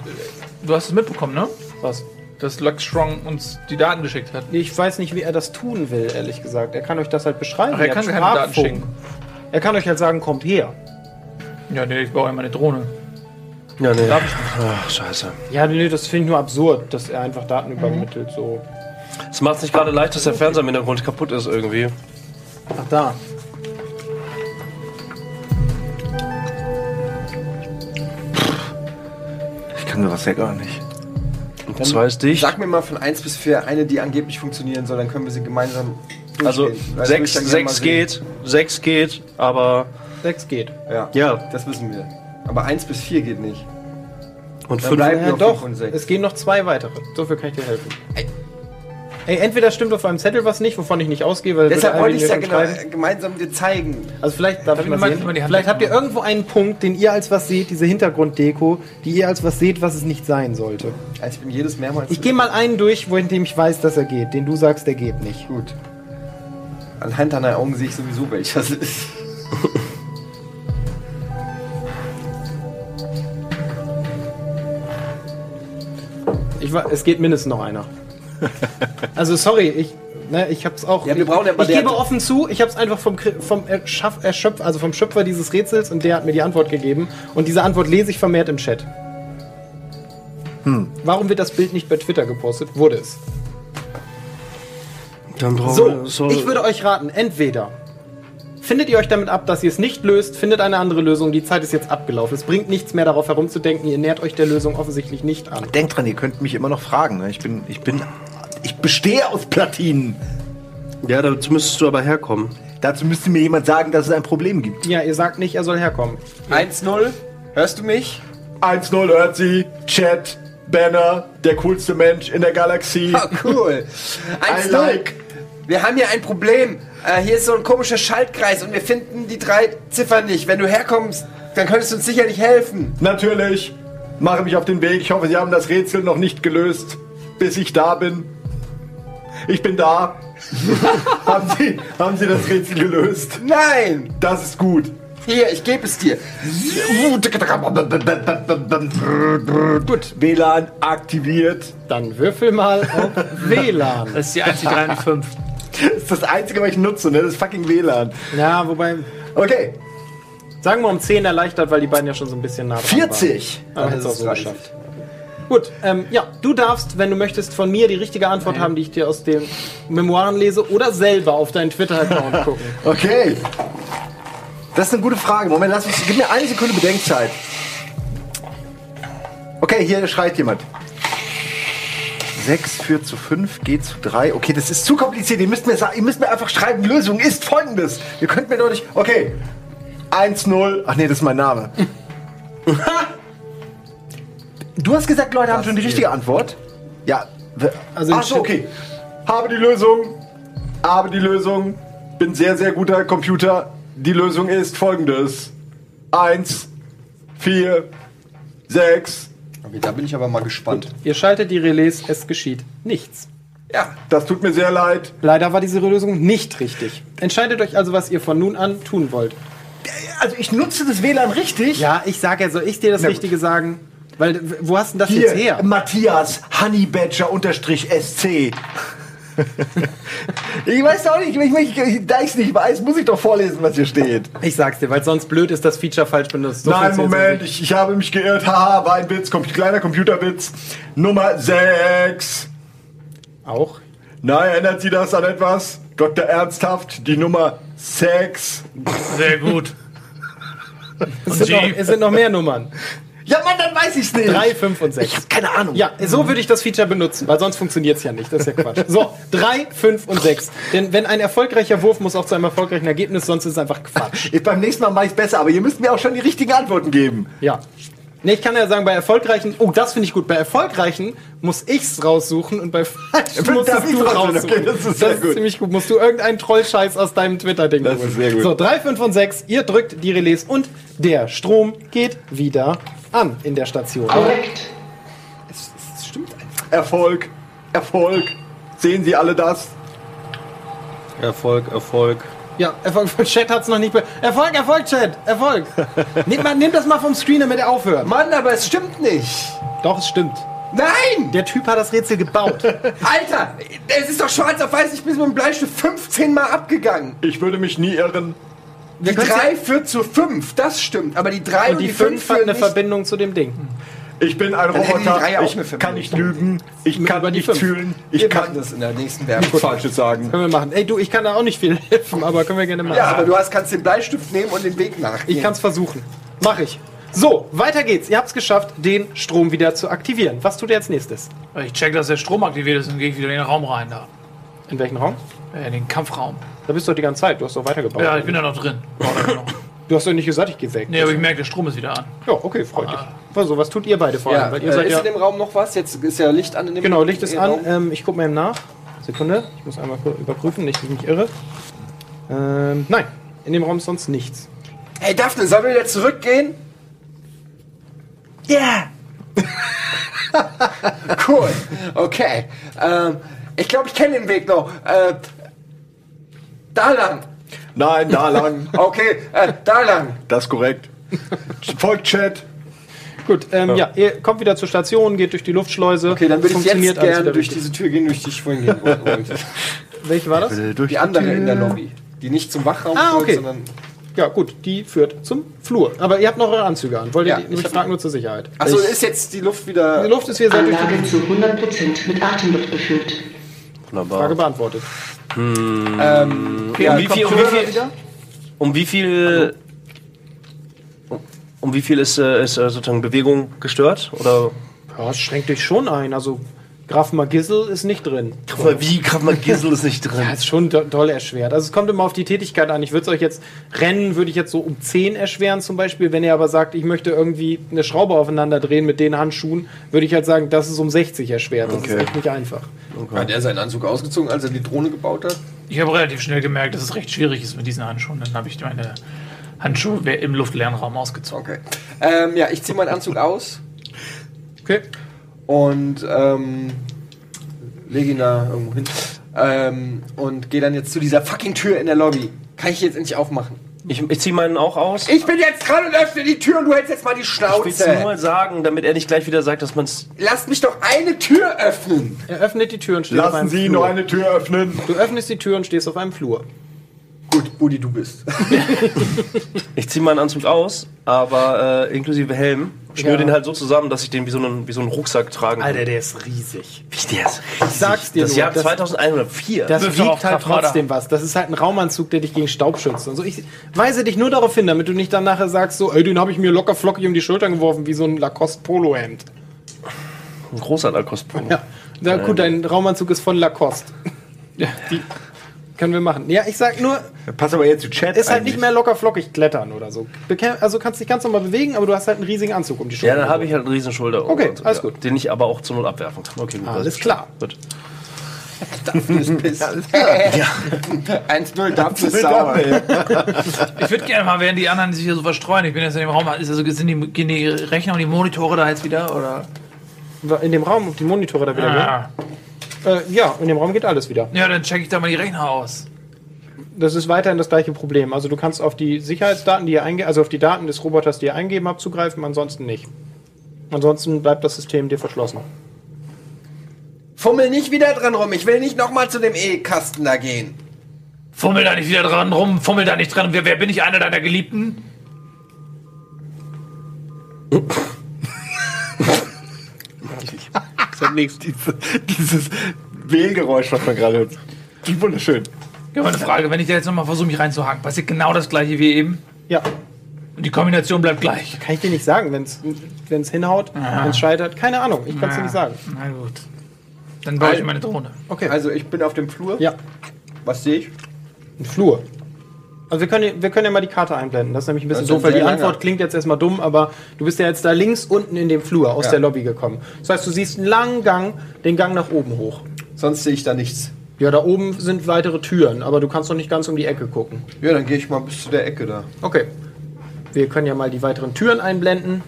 du hast es mitbekommen, ne?
Was?
Dass Lex Strong uns die Daten geschickt hat.
Ich weiß nicht, wie er das tun will, ehrlich gesagt. Er kann euch das halt beschreiben.
Ach, er
Ihr
kann
habt
keine Daten
Sprachfunk.
schicken.
Er kann euch halt sagen, kommt her.
Ja, nee, ich brauche immer eine Drohne.
ja, nee. Ach, scheiße.
Ja, nee, das finde ich nur absurd, dass er einfach Daten übermittelt. So.
Es macht nicht gerade leicht, dass der Fernseher im Hintergrund kaputt ist irgendwie.
Ach da.
Ich kann sowas ja gar nicht.
Und zwei ist dicht.
Sag mir mal von eins bis vier eine, die angeblich funktionieren soll, dann können wir sie gemeinsam.
Also
durchgehen. Weil das
sechs,
will ich dann gerne
sechs
mal sehen.
geht, sechs geht, aber
Sechs geht.
Ja,
ja.
das wissen wir. Aber eins bis vier geht nicht.
Und
Dann
fünf.
bleiben
Ja,
noch fünf
Äh, doch.
und sechs.
Es gehen noch zwei weitere. So viel kann ich dir helfen. Ey, entweder stimmt auf einem Zettel was nicht, wovon ich nicht ausgehe, weil
Deshalb
würde
wollte
Alvin
ich es ja
mir schon
genau
schreiben.
äh, gemeinsam dir zeigen.
Also vielleicht darf
Darf
ich
ich
mal
mal-
sehen.
mal die Hand
Vielleicht habt ihr
wegmachen?
irgendwo einen Punkt, den ihr als was seht, diese Hintergrunddeko, die ihr als was seht, was es nicht sein sollte.
Also ich bin jedes mehrmals.
Ich gehe mal einen durch, wo in dem ich weiß, dass er geht, den du sagst, der geht nicht.
Gut. Anhand deiner Augen sehe ich sowieso, welches ist.
Ich wa- es geht mindestens noch einer. Also sorry, ich ne, ich hab's auch.
Ja, wir brauchen ja
ich,
mal
ich
der-
gebe offen zu, ich hab's einfach vom Kri- vom Erschaff, Erschöpf, also vom Schöpfer dieses Rätsels und der hat mir die Antwort gegeben und diese Antwort lese ich vermehrt im Chat.
Hm.
Warum wird das Bild nicht bei Twitter gepostet? Wurde es.
Dann brauchen
So,
wir- so
ich würde euch raten, entweder findet ihr euch damit ab, dass ihr es nicht löst, findet eine andere Lösung, die Zeit ist jetzt abgelaufen. Es bringt nichts mehr darauf herumzudenken, ihr nähert euch der Lösung offensichtlich nicht an.
Denkt dran, ihr könnt mich immer noch fragen. Ne? Ich bin, ich bin, ich bestehe aus Platinen.
ja, dazu müsstest du aber herkommen.
Dazu müsste mir jemand sagen, dass es ein Problem gibt.
Ja, ihr sagt nicht, er soll herkommen.
1-0. Hörst du mich?
1-0 hört sie. Chat. Banner. Der coolste Mensch in der Galaxie.
Ah, cool. 1-0. Wir haben hier ein Problem. Äh, hier ist so ein komischer Schaltkreis und wir finden die drei Ziffern nicht. Wenn du herkommst, dann könntest du uns sicherlich helfen.
Natürlich. Mache mich auf den Weg. Ich hoffe, Sie haben das Rätsel noch nicht gelöst, bis ich da bin. Ich bin da. haben, Sie, haben Sie das Rätsel gelöst?
Nein!
Das ist gut.
Hier, ich gebe es dir.
Gut. WLAN aktiviert.
Dann würfel mal auf WLAN.
Das ist die 1, die 3 und die 5.
Das ist das Einzige, was ich nutze, ne? Das ist fucking WLAN.
Ja, wobei,
Okay,
sagen wir um 10 erleichtert, weil die beiden ja schon so ein bisschen nah dran waren.
40.
Dann hättest du Ah, auch so geschafft. Gut, ähm, ja, du darfst, wenn du möchtest, von mir die richtige Antwort haben, die ich dir aus den Memoiren lese oder selber auf deinen Twitter-Account gucken.
Okay. Das ist eine gute Frage. Moment, lass mich, gib mir eine Sekunde Bedenkzeit. Okay, hier schreit jemand. 6 führt zu 5, geht zu 3. Okay, das ist zu kompliziert. Ihr müsst mir, sa- ihr müsst mir einfach schreiben, Lösung ist folgendes. Ihr könnt mir doch nicht... Okay. 1-0. Ach nee, das ist mein Name. Du hast gesagt, Leute haben schon die richtige Antwort. Ja. w-
Also
Ach so,
den
okay. Habe die Lösung. Habe die Lösung. Bin sehr, sehr guter Computer. Die Lösung ist folgendes. Eins, vier, sechs.
Okay, da bin ich aber mal gespannt.
Ihr schaltet die Relais, es geschieht nichts.
Ja, das tut mir sehr leid.
Leider war diese Lösung nicht richtig. Entscheidet euch also, was ihr von nun an tun wollt.
Also ich nutze das WLAN richtig.
Ja, ich sag ja, soll ich dir das
Na gut.
Richtige sagen? Weil, w- wo hast denn das
Hier,
jetzt her?
Matthias Honeybadger unterstrich SC. ich weiß auch nicht, ich, ich, da ich es nicht weiß, muss ich doch vorlesen, was hier steht.
Ich sag's dir, weil sonst blöd ist, das Feature falsch benutzt. So
Nein,
funktioniert's
Moment,
nicht.
ich, ich habe mich geirrt. Haha, war ein Witz, kom kleiner Computerwitz. Nummer 6.
Auch?
Na, erinnert Sie das an etwas? Dr. Ernsthaft, die Nummer 6.
Sehr gut.
Es sind, noch, es sind noch mehr Nummern.
Ja, Mann, dann weiß ich's nicht.
Drei, fünf und
Ich
sechs.
hab keine Ahnung.
Ja, so würde ich das Feature benutzen, weil sonst funktioniert's ja nicht. Das ist ja Quatsch. So, drei, fünf und sechs. Denn wenn ein erfolgreicher Wurf muss auch zu einem erfolgreichen Ergebnis, sonst ist es einfach Quatsch.
Ich, beim nächsten Mal mache ich's besser, aber ihr müsst mir auch schon die richtigen Antworten geben.
Ja. Nee, ich kann ja sagen, bei erfolgreichen, oh, das finde ich gut, bei erfolgreichen muss ich's raussuchen und bei falschen musst
darf
es
ich's
du
raussuchen,
raussuchen.
okay, das ist sehr gut.
ziemlich gut. Musst du irgendeinen Trollscheiß aus deinem Twitter-Ding
Das ist sehr gut.
So, 3, 5 und 6, ihr drückt die Relais und der Strom geht wieder an in der Station.
Korrekt.
Erfolg, Erfolg. Sehen Sie alle das?
Erfolg, Erfolg.
Ja, Erfolg, Chat hat's noch nicht be Erfolg, Erfolg, Chat, Erfolg. nimm, mal, nimm das mal vom Screen, damit er aufhört.
Mann, aber es stimmt nicht.
Doch, es stimmt.
Nein!
Der Typ hat das Rätsel gebaut.
Alter, es ist doch schwarz auf weiß, ich bin mit dem Bleistift 15 Mal abgegangen.
Ich würde mich nie irren.
Die 3 führt zu 5, das stimmt. Aber die 3
und die 5 hat
führen
eine
nicht-
Verbindung zu dem Ding.
Ich bin ein
Dann hätte die drei auch
Roboter.
eine
Ich kann
Verbindung.
nicht lügen. Ich kann
über die
nicht
fünf.
fühlen. Ich
Wir
kann
machen
nichts
das in der nächsten Werbung.
Falsches sagen.
Können wir machen. Ey, du, ich kann da auch nicht viel helfen, aber können wir gerne machen.
Ja, aber du hast, kannst den Bleistift nehmen und den Weg nachgehen.
Ich kann's versuchen. Mach ich. So, weiter geht's. Ihr habt's geschafft, den Strom wieder zu aktivieren. Was tut ihr als nächstes?
Ich check, dass der Strom aktiviert ist und gehe ich wieder in den Raum rein da.
In welchen Raum?
Äh, In den Kampfraum.
Da bist du doch die ganze Zeit. Du hast doch weitergebaut.
Ja, ich bin da noch drin.
Du hast doch nicht gesagt, ich geh weg.
Nee, aber ich merke, der Strom ist wieder an.
Ja, okay, freut dich. Also, was tut ihr beide vor allem?
Ja,
Weil ihr
äh,
seid
ist
ja,
in dem Raum noch was? Jetzt ist ja Licht an in dem
genau, Licht ist
in dem
an.
Raum.
Ähm, ich guck mal eben nach. Sekunde, ich muss einmal kurz überprüfen, nicht, dass ich mich irre. Ähm, nein, in dem Raum ist sonst nichts.
Ey, Daphne, sollen wir wieder zurückgehen? Yeah! cool, okay. Ähm, ich glaube, ich kenne den Weg noch. Äh, da lang.
Nein, da lang.
Okay, äh, da lang.
Das ist korrekt. Folgt Chat.
Gut, ähm, ja. ihr kommt wieder zur Station, geht durch die Luftschleuse.
Okay, dann würde ich jetzt
Funktioniert alles
gerne
wieder
durch
richtig.
diese Tür gehen, durch die ich vorhin gehen wollte.
Welche war das?
die andere in der Lobby. Die nicht zum Wachraum
Ah,
führt,
okay.
sondern.
Ja, gut, die führt zum Flur. Aber ihr habt noch eure Anzüge an. Wollt ihr
Ja,
die,
ich
ich
hab-
frage nur zur Sicherheit. Also,
Achso, ist jetzt die Luft
Die
wieder.
Luft ist, wie ihr seid, durch die
Anlage zu 100% mit Atemluft befüllt.
Frage
Wunderbar.
beantwortet.
Ja,
wie viel-
kommt
wie viel-
Flora wieder?
Um wie viel. um- Um wie viel ist, äh, ist äh, sozusagen Bewegung gestört? Oder
Ja, es schränkt dich schon ein. Also, Graf Magissel ist nicht drin.
wie Krav Gisel ist nicht drin?
Ja, ist schon do- doll erschwert. Also, es kommt immer auf die Tätigkeit an. Ich würde es euch jetzt, Rennen würde ich jetzt so um 10 erschweren zum Beispiel. Wenn ihr aber sagt, ich möchte irgendwie eine Schraube aufeinander drehen mit den Handschuhen, würde ich halt sagen, das ist um 60 erschwert. Das ist echt nicht einfach.
Hat er seinen Anzug ausgezogen, als er die Drohne gebaut hat?
Ich habe relativ schnell gemerkt, dass es recht schwierig ist mit diesen Handschuhen. Dann habe ich meine Handschuhe im Luftlernraum ausgezogen.
Okay. Ähm, ja, ich ziehe meinen Anzug aus
Okay.
und ähm, lege ihn da irgendwo hin. Ähm, und gehe dann jetzt zu dieser fucking Tür in der Lobby. Kann ich jetzt endlich aufmachen?
Ich, ich ziehe meinen auch aus.
Ich bin jetzt dran und öffne die Tür und du hältst jetzt mal die
will's nur
Schnauze.
mal sagen, damit er nicht gleich wieder sagt, dass man es.
Lasst mich doch eine Tür öffnen.
Er öffnet die Tür und steht auf
Lassen
einem
Sie
Flur.
nur eine Tür öffnen.
du öffnest die Tür und stehst auf einem Flur.
Gut, Budi, du bist.
Ich ziehe meinen Anzug aus, aber äh, inklusive Helm. Schnür den halt so zusammen, dass ich den wie so einen, wie so einen Rucksack tragen kann.
der ist riesig.
Wie der ist riesig.
Ich sag's dir
Das
nur,
Jahr
das-
2104.
Das
Wirft doch
wiegt
auf
halt
Kraftmader.
trotzdem was. Das ist halt ein Raumanzug, der dich gegen Staub schützt und so. Ich weise dich nur darauf hin, damit du nicht dann nachher sagst, so, ey, den habe ich mir locker flockig um die Schultern geworfen, wie so ein Lacoste Polohemd.
ein großer Lacoste-Pullover.
Ja. Na gut, dein Raumanzug ist von Lacoste. Die, Können wir machen. Ja, ich sag nur,
Passt aber jetzt zu Chat.
ist halt nicht mehr locker flockig klettern oder so. Bekä also kannst dich ganz normal bewegen, aber du hast halt einen riesigen Anzug um die
Ja,
Schulter.
dann habe ich halt einen riesen Schulter.
Okay,
so,
alles
ja.
gut.
Den ich aber auch zur Null abwerfen kann. Okay, gut.
Alles
das ist
klar.
Gut.
ja. 1-0, dafür ist sauer.
Ich würde gerne mal, während die anderen sich hier so verstreuen, ich bin jetzt in dem Raum, ist also, sind die, gehen die Rechner und die Monitore da jetzt wieder? Oder?
In dem Raum, auf die Monitore da wieder
Ah,
gehen. Äh, ja, in dem Raum geht alles wieder.
ja, dann checke ich da mal die Rechner aus.
Das ist weiterhin das gleiche Problem. Also du kannst auf die Sicherheitsdaten, die ihr einge also auf die Daten des Roboters, die ihr eingeben habt, zugreifen, ansonsten nicht. Ansonsten bleibt das System dir verschlossen.
Fummel nicht wieder dran rum. Ich will nicht nochmal zu dem E-Kasten da gehen.
Fummel da nicht wieder dran rum, fummel da nicht dran. Wer, wer bin ich, einer deiner Geliebten?
halt
Diese, dieses Wählgeräusch, was man gerade hört. Wunderschön.
Ja, meine Frage, wenn ich da jetzt nochmal versuche, mich reinzuhaken, passiert genau das gleiche wie eben.
Ja,
Und die Kombination bleibt gleich.
kann ich dir nicht sagen, wenn es hinhaut, wenn es scheitert. Keine Ahnung, ich kann es dir nicht sagen.
Na gut. Dann baue ich meine Drohne.
Okay.
Also ich bin auf dem Flur.
Ja,
Was sehe ich?
ein Flur. Also wir können, wir können ja mal die Karte einblenden. Das ist nämlich ein bisschen
Das ist
doof, weil
sehr
die
lange.
Antwort klingt jetzt erstmal dumm, aber du bist ja jetzt da links unten in dem Flur aus
Ja.
der Lobby gekommen. Das heißt, du siehst einen langen Gang, den Gang nach oben hoch.
Sonst sehe ich da nichts.
Ja, da oben sind weitere Türen, aber du kannst noch nicht ganz um die Ecke gucken.
Ja, dann gehe ich mal bis zu der Ecke da.
Okay. Wir können ja mal die weiteren Türen einblenden.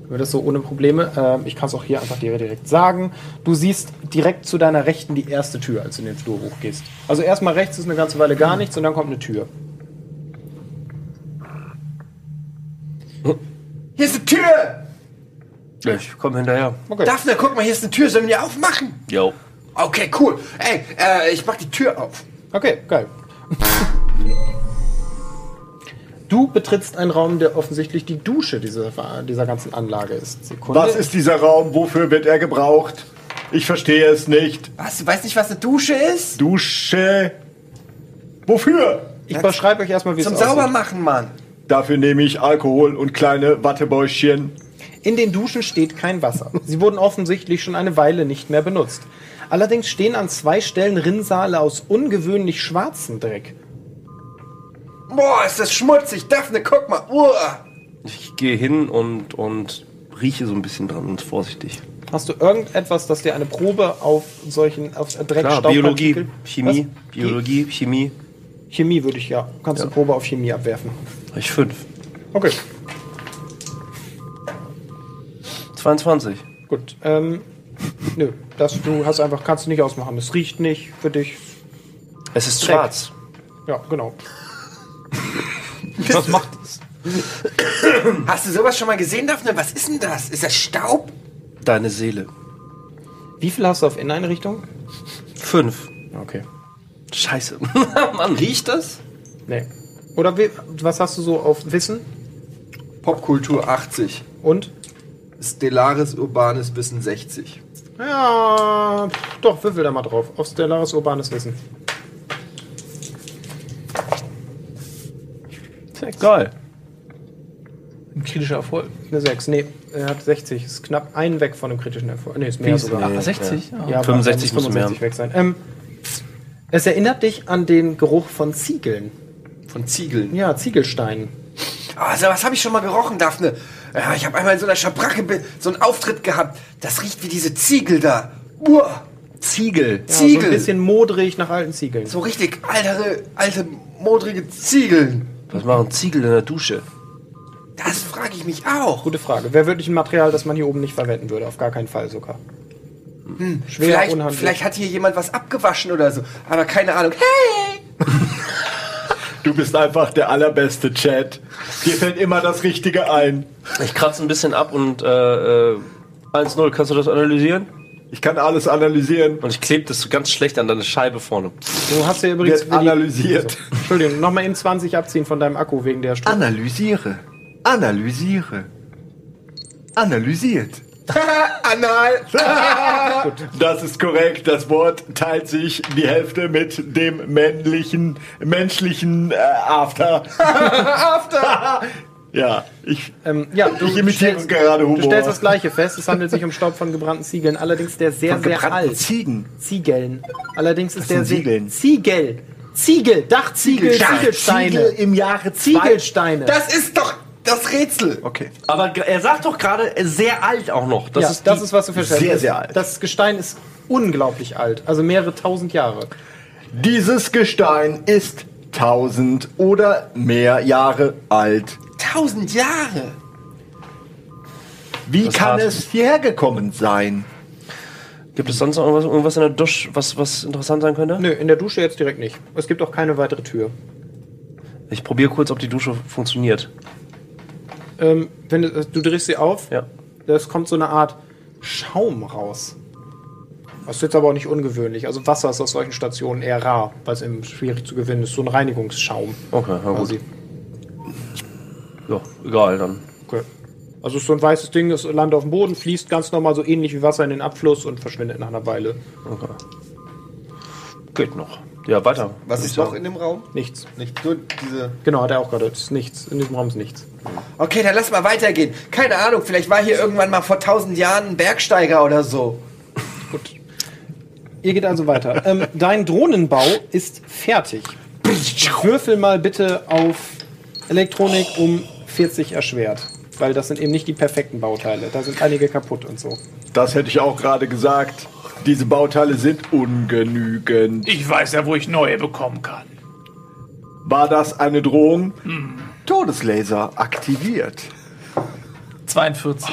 Können wir das so ohne Probleme? Ähm, ich kann es auch hier einfach dir direkt sagen. Du siehst direkt zu deiner Rechten die erste Tür, als du in den Flur hochgehst. Also erstmal rechts ist eine ganze Weile gar nichts und dann kommt eine Tür.
Hier ist eine Tür!
Ich komme hinterher.
Okay.
Daphne, guck mal, hier ist eine Tür. Sollen wir die aufmachen?
Jo.
Okay, cool. Ey, äh, ich mach die Tür auf.
Okay, geil. Du betrittst einen Raum, der offensichtlich die Dusche dieser, dieser ganzen Anlage ist. Sekunde.
Was ist dieser Raum? Wofür wird er gebraucht? Ich verstehe es nicht.
Was? Du weißt nicht, was eine Dusche ist?
Dusche. Wofür?
ich beschreibe euch erstmal, wie es
Zum
aussieht.
Saubermachen, Mann.
Dafür nehme ich Alkohol und kleine Wattebäuschen.
In den Duschen steht kein Wasser. Sie wurden offensichtlich schon eine Weile nicht mehr benutzt. Allerdings stehen an zwei Stellen Rinnsale aus ungewöhnlich schwarzem Dreck.
Boah, ist das schmutzig. Daphne, guck mal. Uah.
Ich gehe hin und, und rieche so ein bisschen dran und vorsichtig.
Hast du irgendetwas, das dir eine Probe auf solchen auf Dreck
Klar,
Staub-
Biologie,
Partikel-
Chemie,
Was?
Biologie, Chemie.
Chemie würde ich ja. Kannst du Probe auf Chemie abwerfen.
Hab Ich fünf.
Okay,
22.
gut. Ähm, nö, das du hast einfach kannst du nicht ausmachen. Es riecht nicht für dich.
Es ist
Dreck.
schwarz.
Ja, genau.
Was macht es?
Hast du sowas schon mal gesehen, Daphne? Was ist denn das? Ist das Staub?
Deine Seele.
Wie viel hast du auf Inneneinrichtung?
Fünf.
Okay.
Scheiße. Mann, riecht das?
Nee. Oder wie, was hast du so auf Wissen
Popkultur 80.
und
Stellaris urbanes Wissen 60.
Ja, pff, doch, würfel da mal drauf. Auf Stellaris urbanes Wissen.
Geil.
Ein kritischer Erfolg.
Eine 6. Nee, er hat 60. Ist knapp einen weg von dem kritischen Erfolg. Nee, ist mehr sogar.
Ah, 60? Ja.
Ja, aber
65
er muss
muss mehr
65 weg sein. Ähm, es erinnert dich an den Geruch von Ziegeln.
Von Ziegeln.
Ja, Ziegelsteinen.
Ah, so was habe ich schon mal gerochen, Daphne. Ja, ich habe einmal in so einer Schabracke be- so einen Auftritt gehabt. Das riecht wie diese Ziegel da. Uah. Ziegel.
Ja, so ein
Ziegel.
bisschen modrig nach alten Ziegeln.
so richtig altere, alte, modrige Ziegel.
Was machen Ziegel in der Dusche?
Das frage ich mich auch.
Gute Frage. Wäre wirklich ein Material, das man hier oben nicht verwenden würde. Auf gar keinen Fall sogar. Schwer
Vielleicht,
unhandlich.
vielleicht hat hier jemand was abgewaschen oder so. Aber keine Ahnung. Hey!
Du bist einfach der allerbeste Chat. Dir fällt immer das Richtige ein.
Ich kratze ein bisschen ab und äh, äh, 1-0, kannst du das analysieren?
Ich kann alles analysieren.
Und ich klebe das so ganz schlecht an deine Scheibe vorne.
Du hast ja übrigens...
Wird
für die-
analysiert.
Also, Entschuldigung, nochmal in 20 abziehen von deinem Akku wegen der Stunde.
Analysiere. Analysiere. Analysiert.
Anal.
Das ist korrekt. Das Wort teilt sich die Hälfte mit dem männlichen, menschlichen äh, After. After. Ja, ich,
Ähm, ja, du,
ich imitiere
stellst,
gerade Humor.
du stellst das Gleiche fest. Es handelt sich um Staub von gebrannten Ziegeln, allerdings der sehr,
Von
sehr
gebrannten
alt.
Ziegen.
Ziegeln. Allerdings ist
sind
der sehr-
Ziegeln?
Ziegel. Ziegel, Dachziegel, Ziegelsteine.
Ziegel im Jahre zwei.
Ziegelsteine.
Das ist doch das Rätsel.
Okay.
Aber g- er sagt doch gerade äh, sehr alt auch noch. Das
ja,
ist
das
die-
ist, was du verstehst.
sehr, sehr alt.
Das Gestein ist unglaublich alt, also mehrere tausend Jahre.
Dieses Gestein ist 1000 oder mehr Jahre alt.
Tausend Jahre.
Wie
Das
kann
war's.
es hierher gekommen sein?
Gibt es sonst noch irgendwas, irgendwas in der Dusche, was, was interessant sein könnte?
Nö, in der Dusche jetzt direkt nicht. Es gibt auch keine weitere Tür.
Ich probiere kurz, ob die Dusche funktioniert.
Ähm, wenn du, äh, du drehst sie auf,
Ja.
das kommt so eine Art Schaum raus. Das ist jetzt aber auch nicht ungewöhnlich. Also Wasser ist aus solchen Stationen eher rar, weil es eben schwierig zu gewinnen ist. So ein Reinigungsschaum.
Okay, na gut.
quasi.
Ja, egal dann.
Okay. Also es ist so ein weißes Ding, das landet auf dem Boden, fließt ganz normal so ähnlich wie Wasser in den Abfluss und verschwindet nach einer Weile.
Geht noch. Ja, weiter.
Was
würd
ist
ich
noch
sagen.
in dem Raum?
Nichts.
Nicht nur diese.
Genau, hat er auch gerade. Es ist nichts. In diesem Raum ist nichts.
Okay, dann lass mal weitergehen. Keine Ahnung, vielleicht war hier irgendwann mal vor tausend Jahren ein Bergsteiger oder so.
Ihr geht also weiter. ähm, dein Drohnenbau ist fertig. Würfel mal bitte auf Elektronik um 40 erschwert. Weil das sind eben nicht die perfekten Bauteile. Da sind einige kaputt und so.
Das hätte ich auch gerade gesagt. Diese Bauteile sind ungenügend.
Ich weiß ja, wo ich neue bekommen kann.
War das eine Drohung?
Hm.
Todeslaser aktiviert.
42.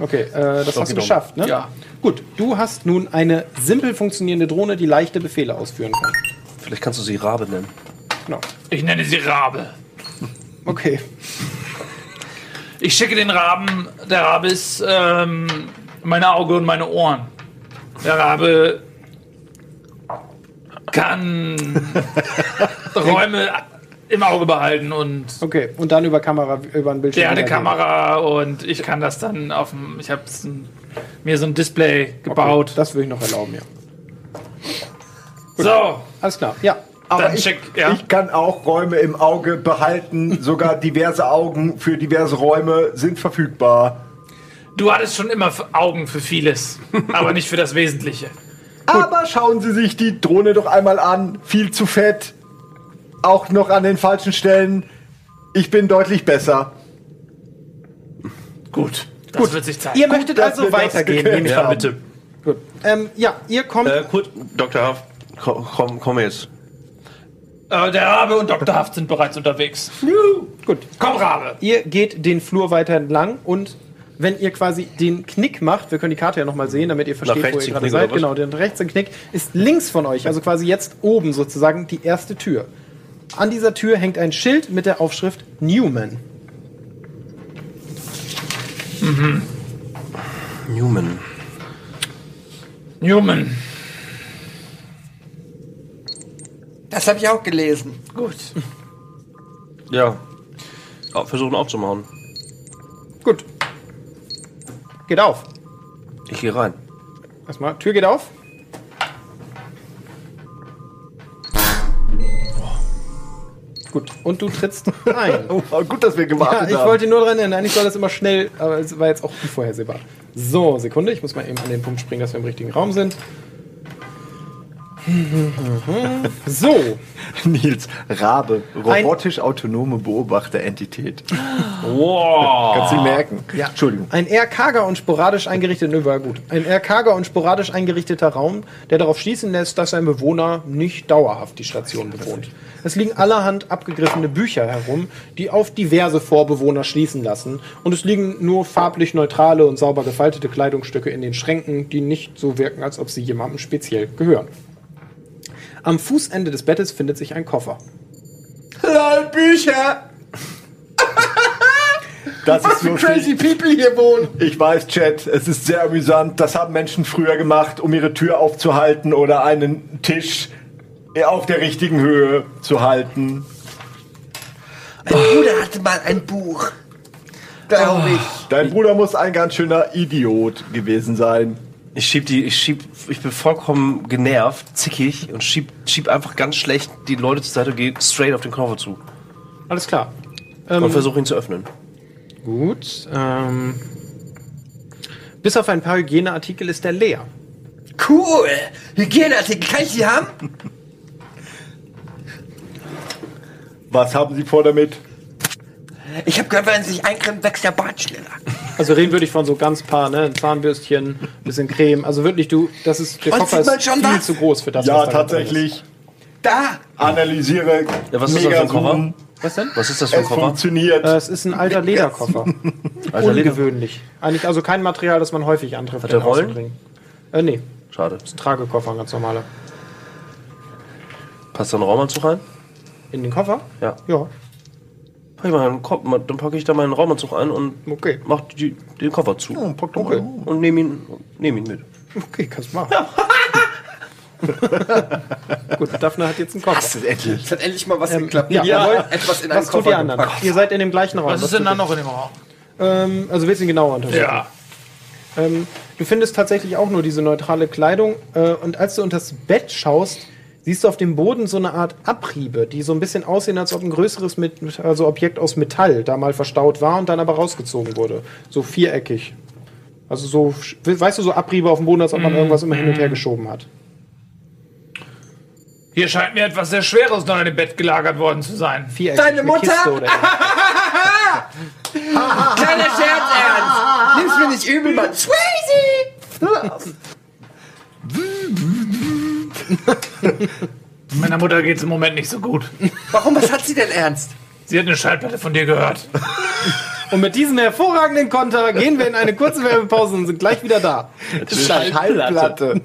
Okay, äh, das hast du geschafft, ne?
Ja.
Gut, du hast nun eine simpel funktionierende Drohne, die leichte Befehle ausführen kann.
Vielleicht kannst du sie Rabe nennen.
Genau.
Ich nenne sie Rabe.
Okay.
Ich schicke den Raben, der Rabe ist ähm, meine Augen und meine Ohren. Der Rabe kann Räume im Auge behalten und
Okay, und dann über Kamera, über ein Bildschirm.
der hat eine
reagieren.
Kamera und ich kann das dann auf dem, ich habe mir so ein Display gebaut.
Das würde ich noch erlauben, ja.
so,
Alles klar, ja.
dann
ich-
schick, ja.
Ich kann auch Räume im Auge behalten. Sogar diverse Augen für diverse Räume sind verfügbar.
du hattest schon immer Augen für vieles, aber nicht für das Wesentliche.
Aber schauen Sie sich die Drohne doch einmal an. Viel zu fett. Auch noch an den falschen Stellen. Ich bin deutlich besser.
Gut, das wird sich zeigen.
Ihr möchtet
dass
also
wir das
weitergehen,
geklärt
nehme ich
um.
Ja,
an.
bitte.
Gut. Ähm, ja, ihr kommt.
Äh, kurz, Dr. Haft, komm, komm, komm jetzt.
Äh, der Rabe und Dr. Haft sind bereits unterwegs.
Gut.
Komm, Rabe.
Ihr geht den Flur weiter entlang und wenn ihr quasi den Knick macht, wir können die Karte ja nochmal sehen, damit ihr versteht, wo
rechts
ihr
den
gerade
Knick oder
seid.
was?
Genau, den rechten Knick ist links von euch, also quasi jetzt oben sozusagen die erste Tür. An dieser Tür hängt ein Schild mit der Aufschrift Newman.
Newman.
Newman.
Das habe ich auch gelesen.
Gut.
Ja. Au- Versuchen aufzumachen.
Gut. Geht auf.
Ich gehe rein.
Erstmal, Tür geht auf. Gut, und du trittst rein.
Oh, gut, dass wir
Ja,
gewartet
ich
haben.
wollte nur dran erinnern. Eigentlich soll das immer schnell, aber es war jetzt auch unvorhersehbar. So, Sekunde, ich muss mal eben an den Punkt springen, dass wir im richtigen Raum sind. So,
Nils, Rabe, robotisch-autonome Beobachterentität.
Wow.
Kannst du merken? Ah. Ja. Entschuldigung.
ein eher karger und sporadisch eingerichteter, nö, war gut. Ein eher karger und sporadisch eingerichteter Raum, der darauf schließen lässt, dass ein Bewohner nicht dauerhaft die Station bewohnt. Es liegen allerhand abgegriffene Bücher herum, die auf diverse Vorbewohner schließen lassen. Und es liegen nur farblich neutrale und sauber gefaltete Kleidungsstücke in den Schränken, die nicht so wirken, als ob sie jemandem speziell gehören. Am Fußende des Bettes findet sich ein Koffer.
Lol, Bücher.
Das ist
Für
lustig.
crazy people hier wohnen.
Ich weiß, Chat, es ist sehr amüsant. Das haben Menschen früher gemacht, um ihre Tür aufzuhalten oder einen Tisch äh, auf der richtigen Höhe zu halten.
Mein Bruder hatte mal ein Buch. Glaube ich.
Ah. Dein Bruder muss ein ganz schöner Idiot gewesen sein.
Ich schieb die, ich schieb, ich bin vollkommen genervt, zickig und schieb, schieb einfach ganz schlecht die Leute zur Seite und gehe straight auf den Koffer zu.
Alles klar.
Ähm, und versuche ihn zu öffnen.
Gut. Ähm, bis auf ein paar Hygieneartikel ist er leer.
Cool! Hygieneartikel, kann ich die haben?
Was haben Sie vor damit?
Ich habe gehört, wenn man sich eincremt, wächst der Bart schneller.
Also reden würde ich von so ganz paar, ne? Ein Zahnbürstchen, ein bisschen Creme. Also wirklich, du, das ist, der
Und
Koffer
Oh, sieht
ist
man schon
viel
was?
zu groß für das,
Ja,
da drin ist.
tatsächlich.
Da!
Analysiere.
Ja, was ist
mega
das für ein Koffer?
zoomen.
Was denn?
Was ist das für ein
Es
Koffer?
funktioniert.
Äh, Es ist ein alter Lederkoffer.
Alter Leder.
Ungewöhnlich. Eigentlich also kein Material, das man häufig antrifft.
Hat der
in Außenring. Äh, nee,
Schade.
ist ein Tragekoffer, ein ganz normaler.
Passt da ein Raumanzug rein?
In den Koffer?
Ja.
Ja,
Pack ich mal einen Kopf, mal- dann packe ich da meinen Raumanzug ein und
okay.
mach die, den Koffer zu.
Pack doch
Okay.
mal.
Und nehme ihn, nehm ihn mit.
Okay, kannst machen. Gut, Daphne hat jetzt einen Koffer.
Das ist endlich.
Es hat endlich mal was geklappt.
ja.
Jawohl, etwas in einen
Was tut ihr
Koffer
anderen?
gepackt.
Ihr seid in dem gleichen Raum.
Was ist denn da noch in dem Raum?
Ähm, also willst du ihn genauer untersuchen? Ähm, du findest tatsächlich auch nur diese neutrale Kleidung. Äh, und als du unter das Bett schaust, siehst du auf dem Boden so eine Art Abriebe, die so ein bisschen aussehen, als ob ein größeres mit, mit- also Objekt aus Metall da mal verstaut war und dann aber rausgezogen wurde. So viereckig. Also so, sch- we- weißt du, so Abriebe auf dem Boden, als ob man
Mhm.
irgendwas immer hin und her geschoben hat.
Hier scheint mir etwas sehr Schweres noch in dem Bett gelagert worden zu sein.
Viereckig.
Deine
eine Kiste
Mutter?
oder
Ah,
so.
Kleiner Scherz, Ernst! Nimm's mir nicht übel, Mann. Swayze!
Meiner Mutter geht es im Moment nicht so gut.
Warum, was hat sie denn ernst?
Sie hat eine Schallplatte von dir gehört.
Und mit diesem hervorragenden Konter gehen wir in eine kurze Werbepause und sind gleich wieder da.
halt Schallplatte.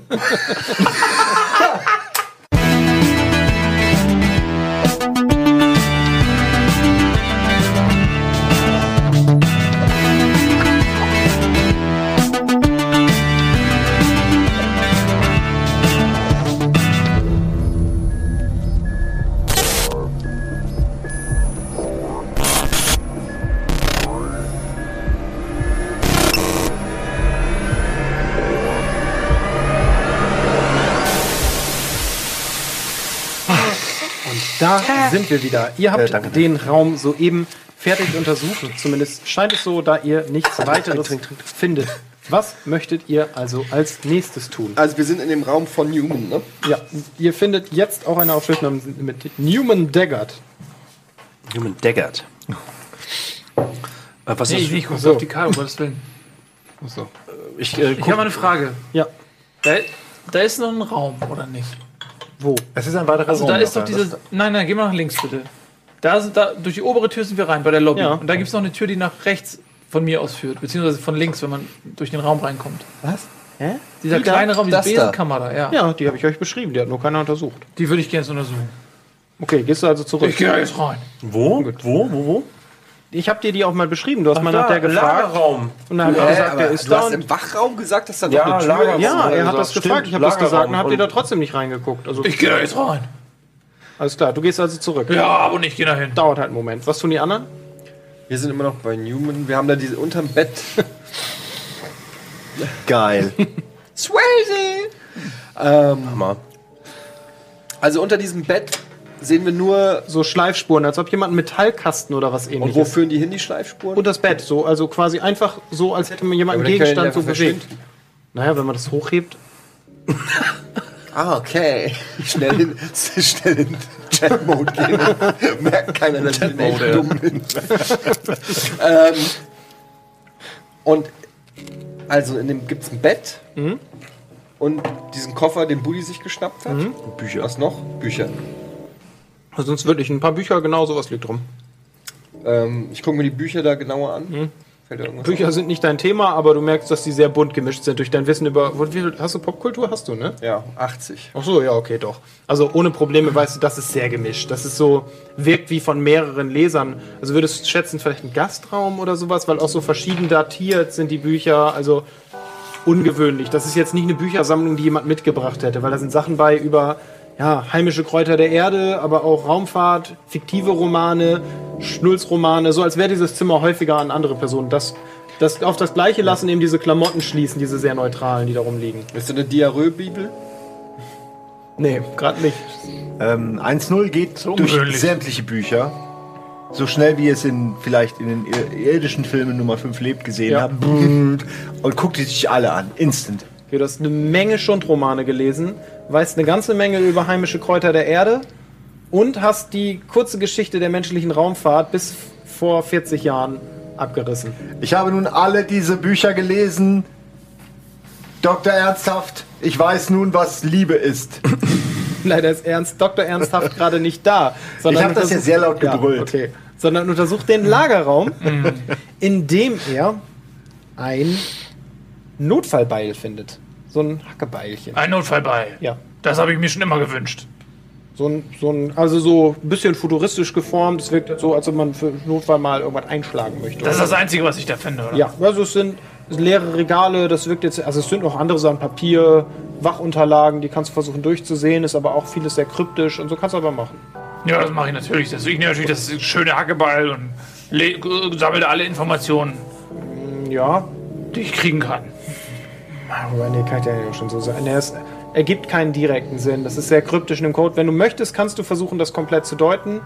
Da sind wir wieder. Ihr habt
Äh, danke.
den Raum soeben fertig untersucht. Zumindest scheint es so, da ihr nichts weiteres findet. Was möchtet ihr also als nächstes tun?
Also, wir sind in dem Raum von Newman, ne?
Ja, ihr findet jetzt auch eine Aufschrift namens- mit Newman Daggart.
Human Daggert. Äh, was ist
ich gucke
So.
auf die Karte, um Gottes Willen.
Ich, äh,
Ich habe mal eine Frage.
Ja,
Da, da ist noch ein Raum, oder nicht?
wo?
Es ist ein weiterer
Also da
Raum
ist
noch,
doch
ja.
diese. Nein, nein, geh mal nach links bitte. Da, sind, da durch die obere Tür sind wir rein, bei der Lobby.
Ja.
Und da gibt es noch eine Tür, die nach rechts von mir aus führt, beziehungsweise von links, wenn man durch den Raum reinkommt.
Was?
Hä?
Dieser
Die da?
kleine Raum, diese
Das da?
Besenkammer da, ja.
Ja, die habe ich euch beschrieben. Die hat nur keiner untersucht.
Die würde ich gerne untersuchen.
Okay, gehst du also zurück?
Ich gehe jetzt rein.
wo? Wo? Wo? Wo?
Ich habe dir die auch mal beschrieben. Du hast mal nach der gefragt.
Lagerraum.
Und dann habe ich gesagt, der ist
du
da.
hast
Und
im Wachraum gesagt, dass da noch
Ja,
eine Tür
Lagerraum.
ja, er hat
Also,
das
stimmt,
gefragt. Ich habe das gesagt
Lagerraum
und habt ihr
und-
da trotzdem nicht reingeguckt. Also,
Ich gehe da jetzt rein.
alles klar, du gehst also zurück.
Ja, aber nicht, geh da hin.
Dauert halt einen Moment. Was tun die anderen?
Wir sind immer noch bei Newman. Wir haben da diese unterm Bett.
Geil.
Swayze! Ähm, Hammer. Also unter diesem Bett sehen wir nur.
so Schleifspuren, als ob jemand einen Metallkasten oder was
Und
ähnliches.
wo führen die hin, die Schleifspuren?
Und das Bett, so, also quasi einfach so, als hätte man jemanden
Aber dann können die
Gegenstand
einfach
so bewegt. Naja, wenn man das hochhebt.
Ah, okay. Schnell in, schnell in Chat-Mode gehen. Merkt keiner, dass ich echt dumm bin. ähm, und also in dem gibt's ein Bett und diesen Koffer, den Bulli sich geschnappt hat. Bücher. Was noch? Bücher.
Also sonst wirklich ein paar Bücher, genau sowas liegt rum.
Ähm, ich gucke mir die Bücher da genauer an. Hm? Fällt da irgendwas
Bücher sind nicht dein Thema, aber du merkst, dass die sehr bunt gemischt sind durch dein Wissen über. wo- Wie viel, hast du Popkultur? Hast du, ne?
auf? Ja, 80.
Ach so, ja, okay, doch. Also ohne Probleme weißt du, das ist sehr gemischt. Das ist so, wirkt wie von mehreren Lesern. Also würdest du schätzen, vielleicht ein Gastraum oder sowas, weil auch so verschieden datiert sind die Bücher. Also ungewöhnlich. Das ist jetzt nicht eine Büchersammlung, die jemand mitgebracht hätte, weil da sind Sachen bei über ja, heimische Kräuter der Erde, aber auch Raumfahrt, fiktive Romane, Schnulzromane, so als wäre dieses Zimmer häufiger an andere Personen. Das, das auf das Gleiche lassen eben diese Klamotten schließen, diese sehr neutralen, die da rumliegen.
Ist das eine Diarrhoe-Bibel?
Nee, gerade nicht.
Ähm, 1-0 geht durch
ungewöhnlich.
sämtliche Bücher.
um so schnell wie es in vielleicht in den ir- irdischen Filmen Nummer 5 lebt gesehen
Ja.
habe. Und guckt die sich alle an. Instant.
Ja, du hast eine Menge Schundromane gelesen, weißt eine ganze Menge über heimische Kräuter der Erde und hast die kurze Geschichte der menschlichen Raumfahrt bis vor 40 Jahren abgerissen.
Ich habe nun alle diese Bücher gelesen. Dr. Ernsthaft, ich weiß nun, was Liebe ist.
Leider ist Ernst, Dr. Ernsthaft gerade nicht da. sondern
Ich hab das
untersucht-
ja sehr laut Mhm. gebrüllt.
okay. Sondern untersucht den Lagerraum, in dem er ein Notfallbeil findet. So ein Hackebeilchen.
Ein Notfallbeil.
Ja.
Das habe ich mir schon immer gewünscht.
So ein, so ein, also so ein bisschen futuristisch geformt. Es wirkt so, als ob man für Notfall mal irgendwas einschlagen möchte.
Das ist das Einzige, was ich da finde, oder?
Ja, also es sind es sind leere Regale, das wirkt jetzt, also es sind noch andere Sachen, Papier, Wachunterlagen, die kannst du versuchen durchzusehen, ist aber auch vieles sehr kryptisch und so kannst du aber machen.
Ja, das mache ich natürlich. Das, ich nehme natürlich das schöne Hackebeil und le- äh, sammle da alle Informationen,
Ja,
die ich kriegen kann.
aber nee, kann ich dir ja auch schon so sagen. Nee, es ergibt keinen direkten Sinn, das ist sehr kryptisch in dem Code. Wenn du möchtest, kannst du versuchen, das komplett zu deuten,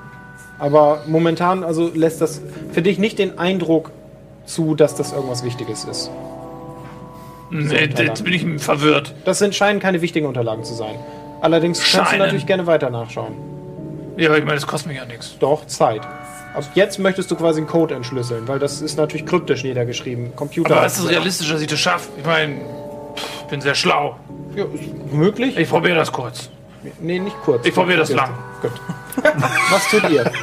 aber momentan also lässt das für dich nicht den Eindruck zu, dass das irgendwas Wichtiges ist.
Nee, Äh, jetzt bin ich verwirrt.
Das sind, scheinen keine wichtigen Unterlagen zu sein. Allerdings kannst du
Scheinen.
natürlich gerne weiter nachschauen.
Ja, aber ich meine, das kostet mich ja nichts.
Doch, Zeit. Also jetzt möchtest du quasi einen Code entschlüsseln, weil das ist natürlich kryptisch niedergeschrieben. Computer.
Aber ist es realistisch, dass ich das schaffe? Ich meine, pff, ich bin sehr schlau.
Ja, ist möglich?
Ich probiere das kurz.
nee, nicht kurz.
Ich probiere das lang.
Gut. Was tut ihr?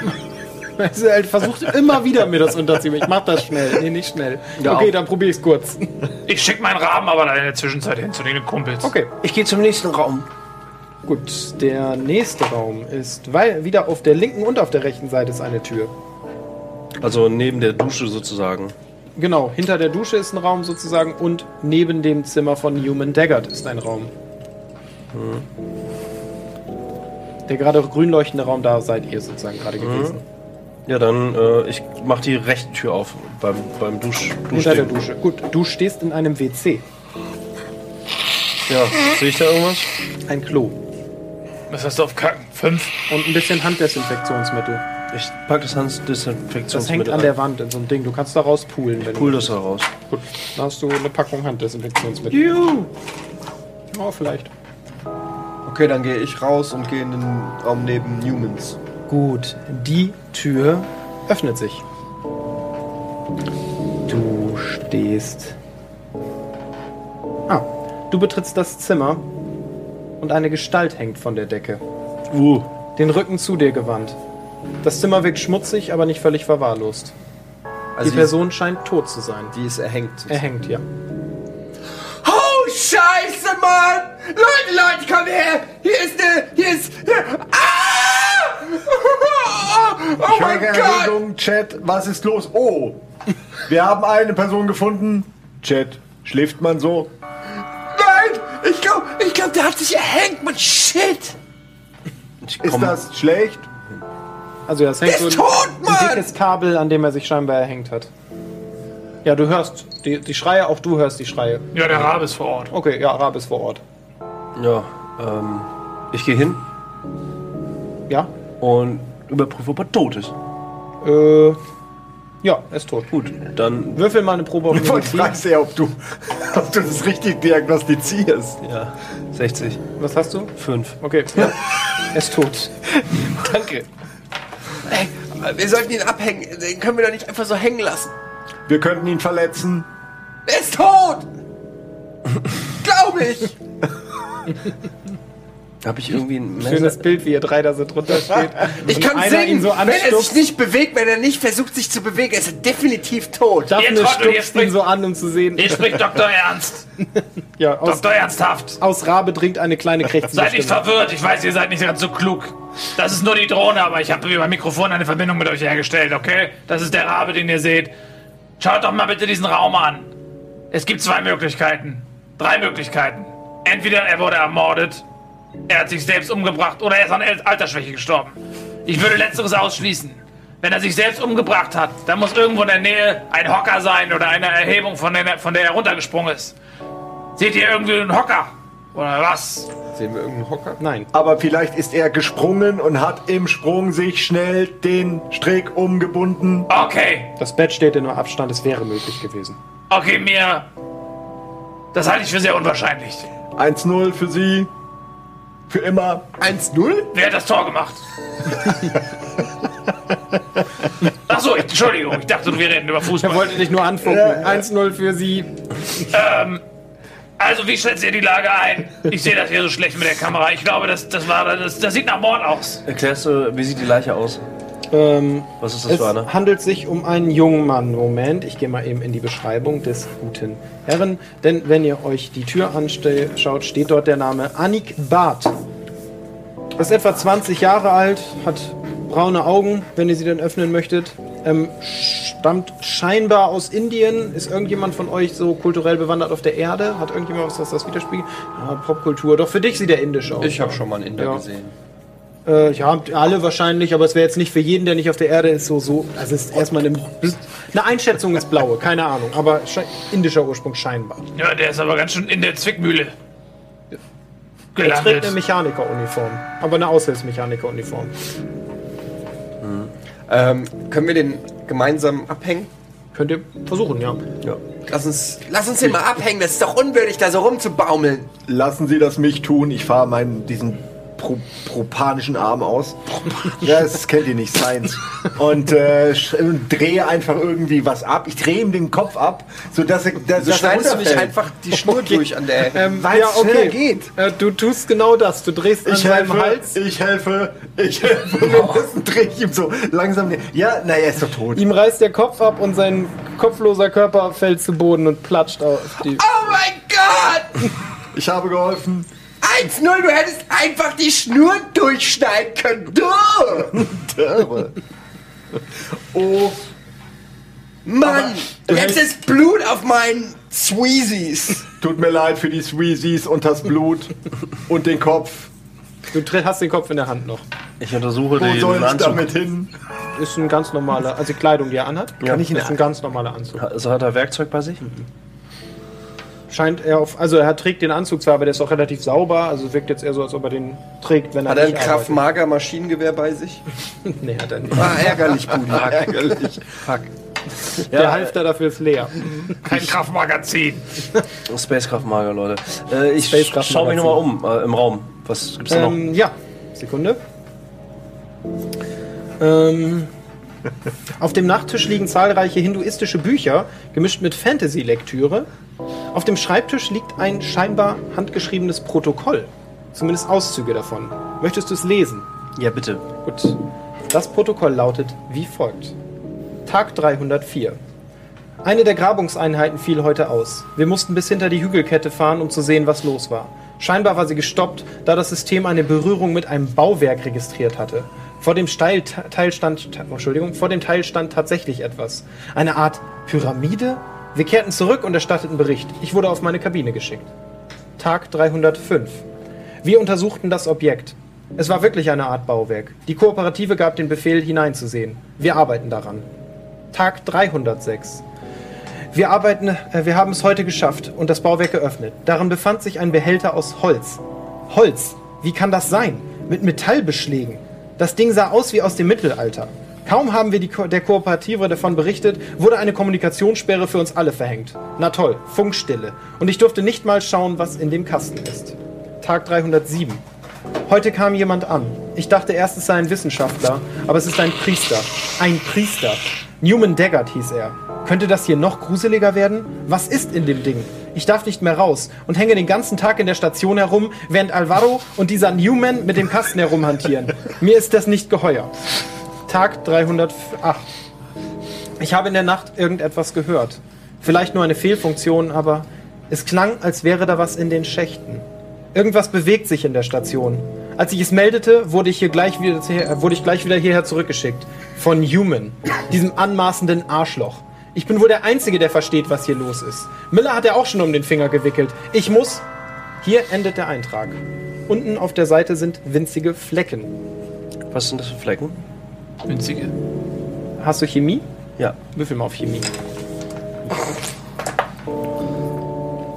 Also, er versucht immer wieder mir das unterzuziehen. Ich mach das schnell. Nee, nicht schnell.
Ja.
okay, dann probier ich's kurz.
Ich schicke meinen Raben aber dann in der Zwischenzeit hin zu den Kumpels.
Okay.
Ich gehe zum nächsten Raum.
Gut, der nächste Raum ist, weil wieder auf der linken und auf der rechten Seite ist eine Tür.
Also neben der Dusche sozusagen.
Genau, hinter der Dusche ist ein Raum sozusagen und neben dem Zimmer von Newman Daggett ist ein Raum. Der gerade grün leuchtende Raum, da seid ihr sozusagen gerade gewesen.
Ja, dann, äh, ich mach die rechte Tür auf beim, beim Dusch,
Hinter der
Duschding.
Dusche. Gut, du stehst in einem WC.
Ja, sehe ich da irgendwas?
Ein Klo.
Was hast du auf Kacken? Fünf?
Und ein bisschen Handdesinfektionsmittel.
Ich pack das
Das hängt
Handdesinfektionsmittel
an der Wand in so einem Ding. Du kannst daraus poolen, wenn
Pull
du.
das da raus.
Gut, da hast du eine Packung Handdesinfektionsmittel.
Juhu.
Oh, vielleicht.
Okay, dann gehe ich raus und gehe in den Raum neben Newmans.
Gut, die Tür öffnet sich. Du stehst. Ah, du betrittst das Zimmer und eine Gestalt hängt von der Decke.
Uh,
Den Rücken zu dir gewandt. Das Zimmer wirkt schmutzig, aber nicht völlig verwahrlost.
Also
die Person scheint tot zu sein.
die ist erhängt.
Er hängt, ja.
Oh, Scheiße, Mann! Leute, Leute, komm her! Hier ist ne, hier ist. Ah! Oh, oh
Ich
mein
höre
Gott!
Erregung, Chat, was ist los? Oh, wir haben eine Person gefunden. Chat, schläft man so?
Nein! Ich glaub, ich glaub, der hat sich erhängt, Mann! Shit!
ich
Ist
komm,
das schlecht?
Also das hängt
Der ist
so
tot,
ein,
Mann!
ein dickes Kabel, an dem er sich scheinbar erhängt hat. Ja, du hörst die, die Schreie, auch du hörst die Schreie.
Ja, der Rabe ist vor Ort.
Okay, ja, Arab ist vor Ort.
ja, ähm, ich gehe hin
Ja?
und überprüfe, ob er tot ist.
Äh, ja, er ist tot.
Gut, dann,
Würfel mal eine Probe auf
Ich wollte
Medizin.
fragen, sehr, ob du, ob du das richtig diagnostizierst.
ja, 60,
Was hast du?
5.
Okay. Ja. er ist tot.
Danke. Ey, wir sollten ihn abhängen. Den können wir doch nicht einfach so hängen lassen.
Wir könnten ihn verletzen.
Er ist tot! Glaube ich!
Habe ich irgendwie ein
Also
Schönes Bild, wie ihr drei da so drunter steht.
Ich
Und
kann
einer
singen!
ihn so
wenn er sich
anstupst.
nicht bewegt, wenn er nicht versucht, sich zu bewegen, ist er definitiv tot.
Ihr
Daphne
Trottel, ihr
stupst ihn
springt-
so an, um zu sehen.
Hier spricht Dr. Ernst.
Ja, aus,
Dr. Ernsthaft.
aus Rabe dringt eine kleine krächzende
Seid nicht
Stimme.
verwirrt. Ich weiß, ihr seid nicht ganz so klug. Das ist nur die Drohne, aber ich habe über Mikrofon eine Verbindung mit euch hergestellt, okay? Das ist der Rabe, den ihr seht. Schaut doch mal bitte diesen Raum an. Es gibt zwei Möglichkeiten. Drei Möglichkeiten. Entweder er wurde ermordet, er hat sich selbst umgebracht oder er ist an El- Altersschwäche gestorben. Ich würde letzteres ausschließen. Wenn er sich selbst umgebracht hat, dann muss irgendwo in der Nähe ein Hocker sein oder eine Erhebung, von der, von der er runtergesprungen ist. Seht ihr irgendwie einen Hocker?
Oder was?
Sehen wir irgendeinen Hocker?
Nein.
Aber vielleicht ist er gesprungen und hat im Sprung sich schnell den Strick umgebunden.
Okay,
Das Bett steht in nur Abstand, es wäre möglich gewesen.
okay, mir. Das halte ich für sehr unwahrscheinlich.
1-0 für sie. Für immer.
1-0?
Wer hat das Tor gemacht? Achso, Entschuldigung, ich dachte, wir reden über
Er
Fußball.
wollte dich nur anfunken. 1-0 für sie.
Also, wie schätzt ihr die Lage ein? Ich sehe das hier so schlecht mit der Kamera. Ich glaube, das, das, war, das, das sieht nach Mord aus.
Erklärst du, wie sieht die Leiche aus?
Ähm,
Was ist das
es
für eine?
handelt sich um einen jungen Mann. Moment, ich gehe mal eben in die Beschreibung des guten Herren. Denn wenn ihr euch die Tür anschaut, steht dort der Name Annik Barth. Er Ist etwa 20 Jahre alt, hat braune Augen, wenn ihr sie denn öffnen möchtet. Ähm, stammt scheinbar aus Indien. Ist irgendjemand von euch so kulturell bewandert auf der Erde? Hat irgendjemand was, was das widerspiegelt? Ja, Popkultur. Doch für dich sieht er indisch aus.
Ich habe schon mal einen Inder
Ja.
gesehen.
Äh, ja, alle wahrscheinlich, aber es wäre jetzt nicht für jeden, der nicht auf der Erde ist, so, so. Also es ist erstmal eine, eine Einschätzung ist blaue, keine Ahnung, aber sche- indischer Ursprung scheinbar.
Ja, der ist aber ganz schön in der Zwickmühle.
Er trägt eine
Gelandet.
Mechanikeruniform, aber eine Aushilfsmechanikeruniform.
Ähm, können wir den gemeinsam abhängen?
Könnt ihr versuchen, ja.
Lass uns, lass uns den mal abhängen, das ist doch unwürdig, da so rumzubaumeln.
Lassen Sie das mich tun. Ich fahre meinen diesen pro, propanischen Arm aus. Ja, das kennt ihr nicht, Science. Und äh, sch- und drehe einfach irgendwie was ab. Ich drehe ihm den Kopf ab, sodass er, dass,
So
dass er
schneidest du nicht
runterfällt.
einfach die Schnur durch an der Ecke.
Ähm,
Weil's schneller geht.
Äh, du tust genau das, du drehst an
Ich
seinem
helfe,
Hals.
ich helfe, ich helfe.
Oh.
Währenddessen drehe ich ihm so langsam den... Ja, naja, ist doch tot.
Ihm reißt der Kopf ab und sein kopfloser Körper fällt zu Boden und platscht auf die.
Oh mein Gott!
Ich habe geholfen.
1-0, du hättest einfach die Schnur durchschneiden können. Du!
Oh,
Mann! Jetzt ist Blut auf meinen Sweezies.
tut mir leid für die Sweezies und das Blut und den Kopf.
Du tr- hast den Kopf in der Hand noch.
Ich untersuche
Wo
den
soll ich
Anzug.
damit hin?
Ist ein ganz normaler, also die Kleidung, die er anhat. Kann ich ihn ist ein ganz normaler Anzug.
Also hat er Werkzeug bei sich?
Scheint er auf. Also er hat, trägt den Anzug zwar, aber der ist auch relativ sauber. Also wirkt jetzt eher so, als ob er den trägt, wenn er
Hat er ein
nicht
Kraft
arbeitet.
Mager Maschinengewehr bei sich?
Nee, hat er nicht.
Ah, ärgerlich, Budi. ärgerlich. Fuck.
der Halfter dafür ist leer.
Kein Kraftmagazin.
Spacecraft-Mager, Leute. Äh, ich
Spacecraft
schaue mich nochmal um äh, im Raum. Was gibt's da noch?
Ähm, ja, Sekunde. Ähm, auf dem Nachttisch liegen zahlreiche hinduistische Bücher, gemischt mit Fantasy-Lektüre. Auf dem Schreibtisch liegt ein scheinbar handgeschriebenes Protokoll. Zumindest Auszüge davon. Möchtest du es lesen?
Ja, bitte.
Gut. Das Protokoll lautet wie folgt. Tag 304. Eine der Grabungseinheiten fiel heute aus. Wir mussten bis hinter die Hügelkette fahren, um zu sehen, was los war. Scheinbar war sie gestoppt, da das System eine Berührung mit einem Bauwerk registriert hatte. Vor dem Steil Teil stand, Ta- oh, Entschuldigung, vor dem Teil stand tatsächlich etwas. Eine Art Pyramide? Wir kehrten zurück und erstatteten Bericht. Ich wurde auf meine Kabine geschickt. Tag 305. Wir untersuchten das Objekt. Es war wirklich eine Art Bauwerk. Die Kooperative gab den Befehl, hineinzusehen. Wir arbeiten daran. Tag 306. Wir, arbeiten, äh, wir haben es heute geschafft und das Bauwerk geöffnet. Darin befand sich ein Behälter aus Holz. Holz? Wie kann das sein? Mit Metallbeschlägen. Das Ding sah aus wie aus dem Mittelalter. Kaum haben wir die Ko der Kooperative davon berichtet, wurde eine Kommunikationssperre für uns alle verhängt. Na toll, Funkstille. Und ich durfte nicht mal schauen, was in dem Kasten ist. Tag 307. Heute kam jemand an. Ich dachte erst, es sei ein Wissenschaftler, aber es ist ein Priester. Ein Priester. Newman Daggett hieß er. Könnte das hier noch gruseliger werden? Was ist in dem Ding? Ich darf nicht mehr raus und hänge den ganzen Tag in der Station herum, während Alvaro und dieser Newman mit dem Kasten herumhantieren. Mir ist das nicht geheuer. Tag 308. Ich habe in der Nacht irgendetwas gehört. Vielleicht nur eine Fehlfunktion, aber es klang, als wäre da was in den Schächten. Irgendwas bewegt sich in der Station. Als ich es meldete, wurde ich, hier gleich wieder, äh, wurde ich gleich wieder hierher zurückgeschickt. Von Human, diesem anmaßenden Arschloch. Ich bin wohl der Einzige, der versteht, was hier los ist. Miller hat er auch schon um den Finger gewickelt. Ich muss. Hier endet der Eintrag. Unten auf der Seite sind winzige Flecken.
Was sind das für Flecken?
Winzige.
Hast du Chemie?
Ja.
Würfel mal auf Chemie.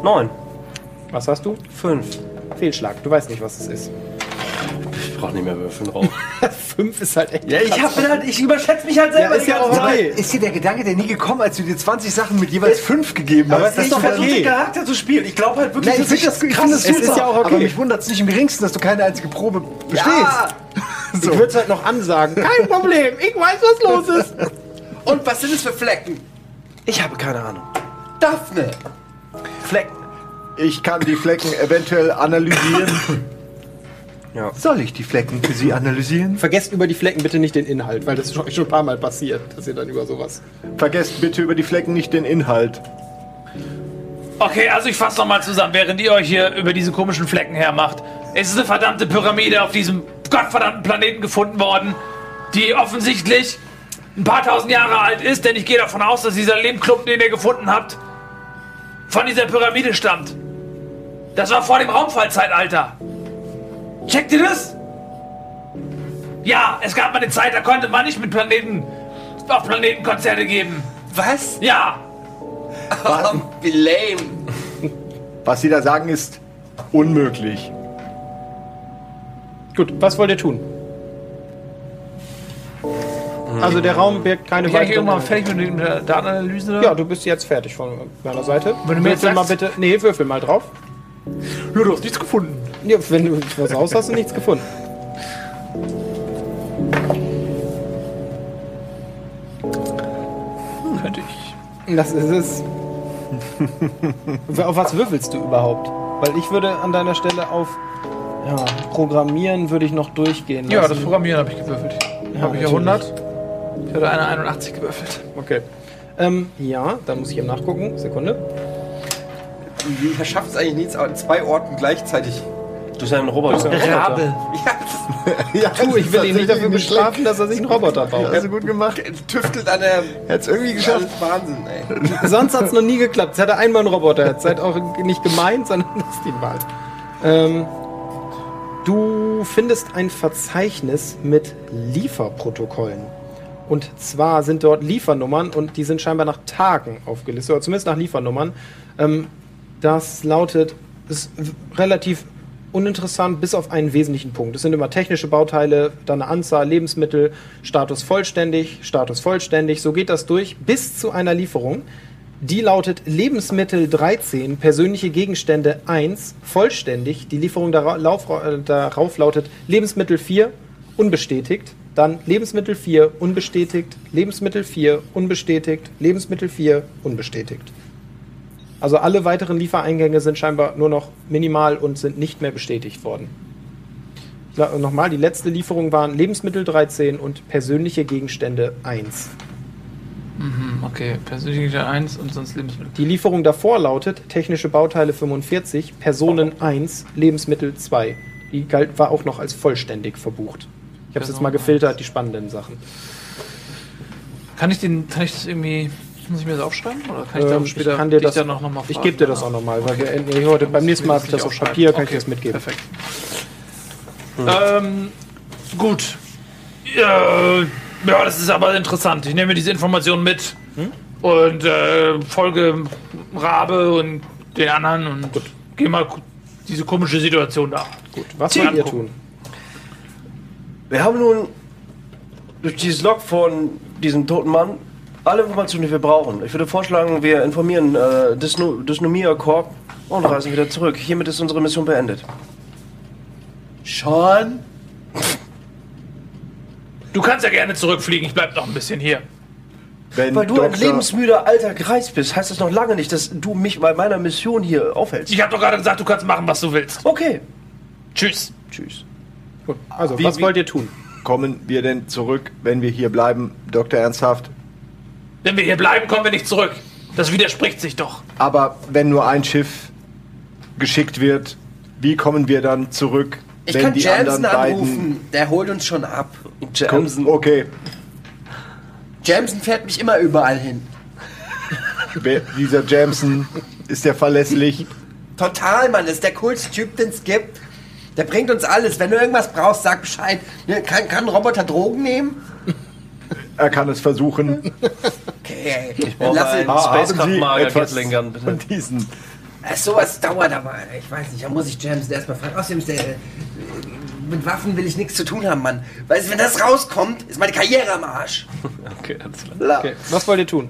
Neun.
Was hast du?
Fünf.
Fehlschlag. Du weißt nicht, was es ist.
Ich brauche nicht mehr Würfeln drauf.
Fünf ist halt echt.
Ja, ich hab mir halt, ich überschätze mich halt selber
Ja, ist
die
ja
ganze
auch okay.
Zeit. Ist dir der Gedanke denn nie gekommen, als du dir 20 Sachen mit jeweils 5 gegeben
Aber
hast?
es ist
ich
doch
versuch,
okay.
den Charakter zu spielen. Ich glaube halt wirklich,
Nein, ich
dass
find das- ich find das
krasses
super.
Super.
auch okay.
Aber mich wundert es nicht im geringsten, dass du keine einzige Probe bestehst.
Ich würde es halt noch ansagen. Kein Problem, ich weiß, was los ist.
Und was sind es für Flecken?
Ich habe keine Ahnung.
Daphne!
Flecken. Ich kann die Flecken eventuell analysieren. Soll ich die Flecken für sie analysieren?
Vergesst über die Flecken bitte nicht den Inhalt, weil das ist euch schon ein paar Mal passiert, dass ihr dann über sowas.
Vergesst bitte über die Flecken nicht den Inhalt.
Okay, also ich fasse nochmal zusammen, während ihr euch hier über diese komischen Flecken hermacht. Es ist eine verdammte Pyramide auf diesem gottverdammten Planeten gefunden worden, die offensichtlich ein paar tausend Jahre alt ist, denn ich gehe davon aus, dass dieser Lehmklumpen, den ihr gefunden habt, von dieser Pyramide stammt. Das war vor dem Raumfallzeitalter. Checkt ihr das? Ja, es gab mal eine Zeit, da konnte man nicht mit Planeten auf Planeten Konzerte geben.
Was?
Ja,
Wie lame!
Was sie da sagen, ist unmöglich.
Gut, was wollt ihr tun? Also der Raum birgt keine
Hm. Ich eigentlich
weiteren.
irgendwann fertig mit äh, dem- mit der Datenanalyse?
Ja, du bist jetzt fertig von meiner Seite.
Wenn du mir jetzt
würfel mal
sagst-
bitte. Nee, würfel mal drauf.
Ja, du hast nichts gefunden.
Ja, wenn du was raus hast, hast du nichts gefunden.
Könnte ich.
Das ist es. auf was würfelst du überhaupt? Weil ich würde an deiner Stelle auf ja, Programmieren würde ich noch durchgehen.
Ja, das
lassen.
Programmieren habe ich gewürfelt. habe ich ja
natürlich.
100. Ich hatte eine 81 gewürfelt.
Okay. Ähm, ja, da muss ich eben nachgucken. Sekunde.
Ihr schafft es eigentlich nie, an zwei Orten gleichzeitig.
Du bist ja ein Roboter.
Ja, das- ja,
Du, ich will ihn nicht dafür
bestrafen.
bestrafen, dass er sich einen Roboter baut.
Hast du gut gemacht.
Tüftelt an der.
Hätt's irgendwie geschafft.
Alles Wahnsinn, ey.
Sonst hat es noch nie geklappt. Jetzt hat er einmal einen Roboter. Jetzt seid auch nicht gemeint, sondern das ist die Wahl. Ähm, du findest ein Verzeichnis mit Lieferprotokollen. Und zwar sind dort Liefernummern und die sind scheinbar nach Tagen aufgelistet, oder zumindest nach Liefernummern. Ähm, das lautet, ist w- relativ uninteressant bis auf einen wesentlichen Punkt. Es sind immer technische Bauteile, dann eine Anzahl, Lebensmittel, Status vollständig, Status vollständig. So geht das durch bis zu einer Lieferung. Die lautet Lebensmittel 13, persönliche Gegenstände 1, vollständig. Die Lieferung darauf, äh, darauf lautet Lebensmittel 4, unbestätigt. Dann Lebensmittel 4, unbestätigt. Lebensmittel 4, unbestätigt. Lebensmittel 4, unbestätigt. Also alle weiteren Liefereingänge sind scheinbar nur noch minimal und sind nicht mehr bestätigt worden. La- Nochmal, die letzte Lieferung waren Lebensmittel 13 und persönliche Gegenstände 1.
Hm, Okay, persönliche Gegenstände 1 und sonst Lebensmittel.
Die Lieferung davor lautet technische Bauteile 45, Personen 1, Lebensmittel 2. Die galt, war auch noch als vollständig verbucht. Ich habe es jetzt mal
Personen
gefiltert, die spannenden Sachen.
Kann ich den, kann ich das irgendwie, muss ich mir das aufschreiben? Oder kann ich
Ähm,
dann später
ich kann dir
dich
das,
dann auch nochmal
ich gebe dir das auch nochmal, weil wir enden hier heute. Beim nächsten Mal habe ich das auf Papier, kann ich das mitgeben.
Perfekt.
Hm.
Ähm, gut. Ja, ja, das ist aber interessant. Ich nehme diese Informationen mit
Hm?
und äh, folge Rabe und den anderen und gut. geh mal ku- diese komische Situation da.
Gut, was wollt ihr
angucken.
tun?
Wir haben nun durch dieses Log von diesem toten Mann alle Informationen, die wir brauchen. Ich würde vorschlagen, wir informieren äh, Dysno Dysnomia Corp und reisen wieder zurück. Hiermit ist unsere Mission beendet.
Sean?
du kannst ja gerne zurückfliegen, ich bleib noch ein bisschen hier.
Wenn
Weil du ein
Dr.
lebensmüder alter Kreis bist, heißt das noch lange nicht, dass du mich bei meiner Mission hier aufhältst.
Ich habe doch gerade gesagt, du kannst machen, was du willst.
Okay.
Tschüss.
Tschüss.
Gut, also,
Wie-
was
wie-
wollt ihr tun?
kommen wir denn zurück, wenn wir hier bleiben, Dr. Ernsthaft?
Wenn wir hier bleiben, kommen wir nicht zurück. Das widerspricht sich doch.
Aber wenn nur ein Schiff geschickt wird, wie kommen wir dann zurück,
Ich
wenn
kann
die
Jamsen
anderen beiden-
anrufen. Der holt uns schon ab.
Jamsen.
Okay,
Jamsen fährt mich immer überall hin.
wer, dieser Jamson ist der verlässlich.
Total, Mann. Das ist der coolste Typ, den es gibt. Der bringt uns alles. Wenn du irgendwas brauchst, sag Bescheid. Ne, Kann, kann ein Roboter Drogen nehmen?
Er kann es versuchen.
Okay.
Oh,
Dann lass
ein
ihn.
Ah, haben Sie
Spacecraft-Mager
etwas
Gatling Gun, bitte.
Von diesen
Äh, Sowas dauert aber, Äh, ich weiß nicht, da muss ich James erstmal fragen. Außerdem ist der, äh, mit Waffen will ich nichts zu tun haben, Mann. Weißt du, wenn das rauskommt, ist meine Karriere am Arsch.
Okay, alles klar.
Okay, was wollt ihr tun?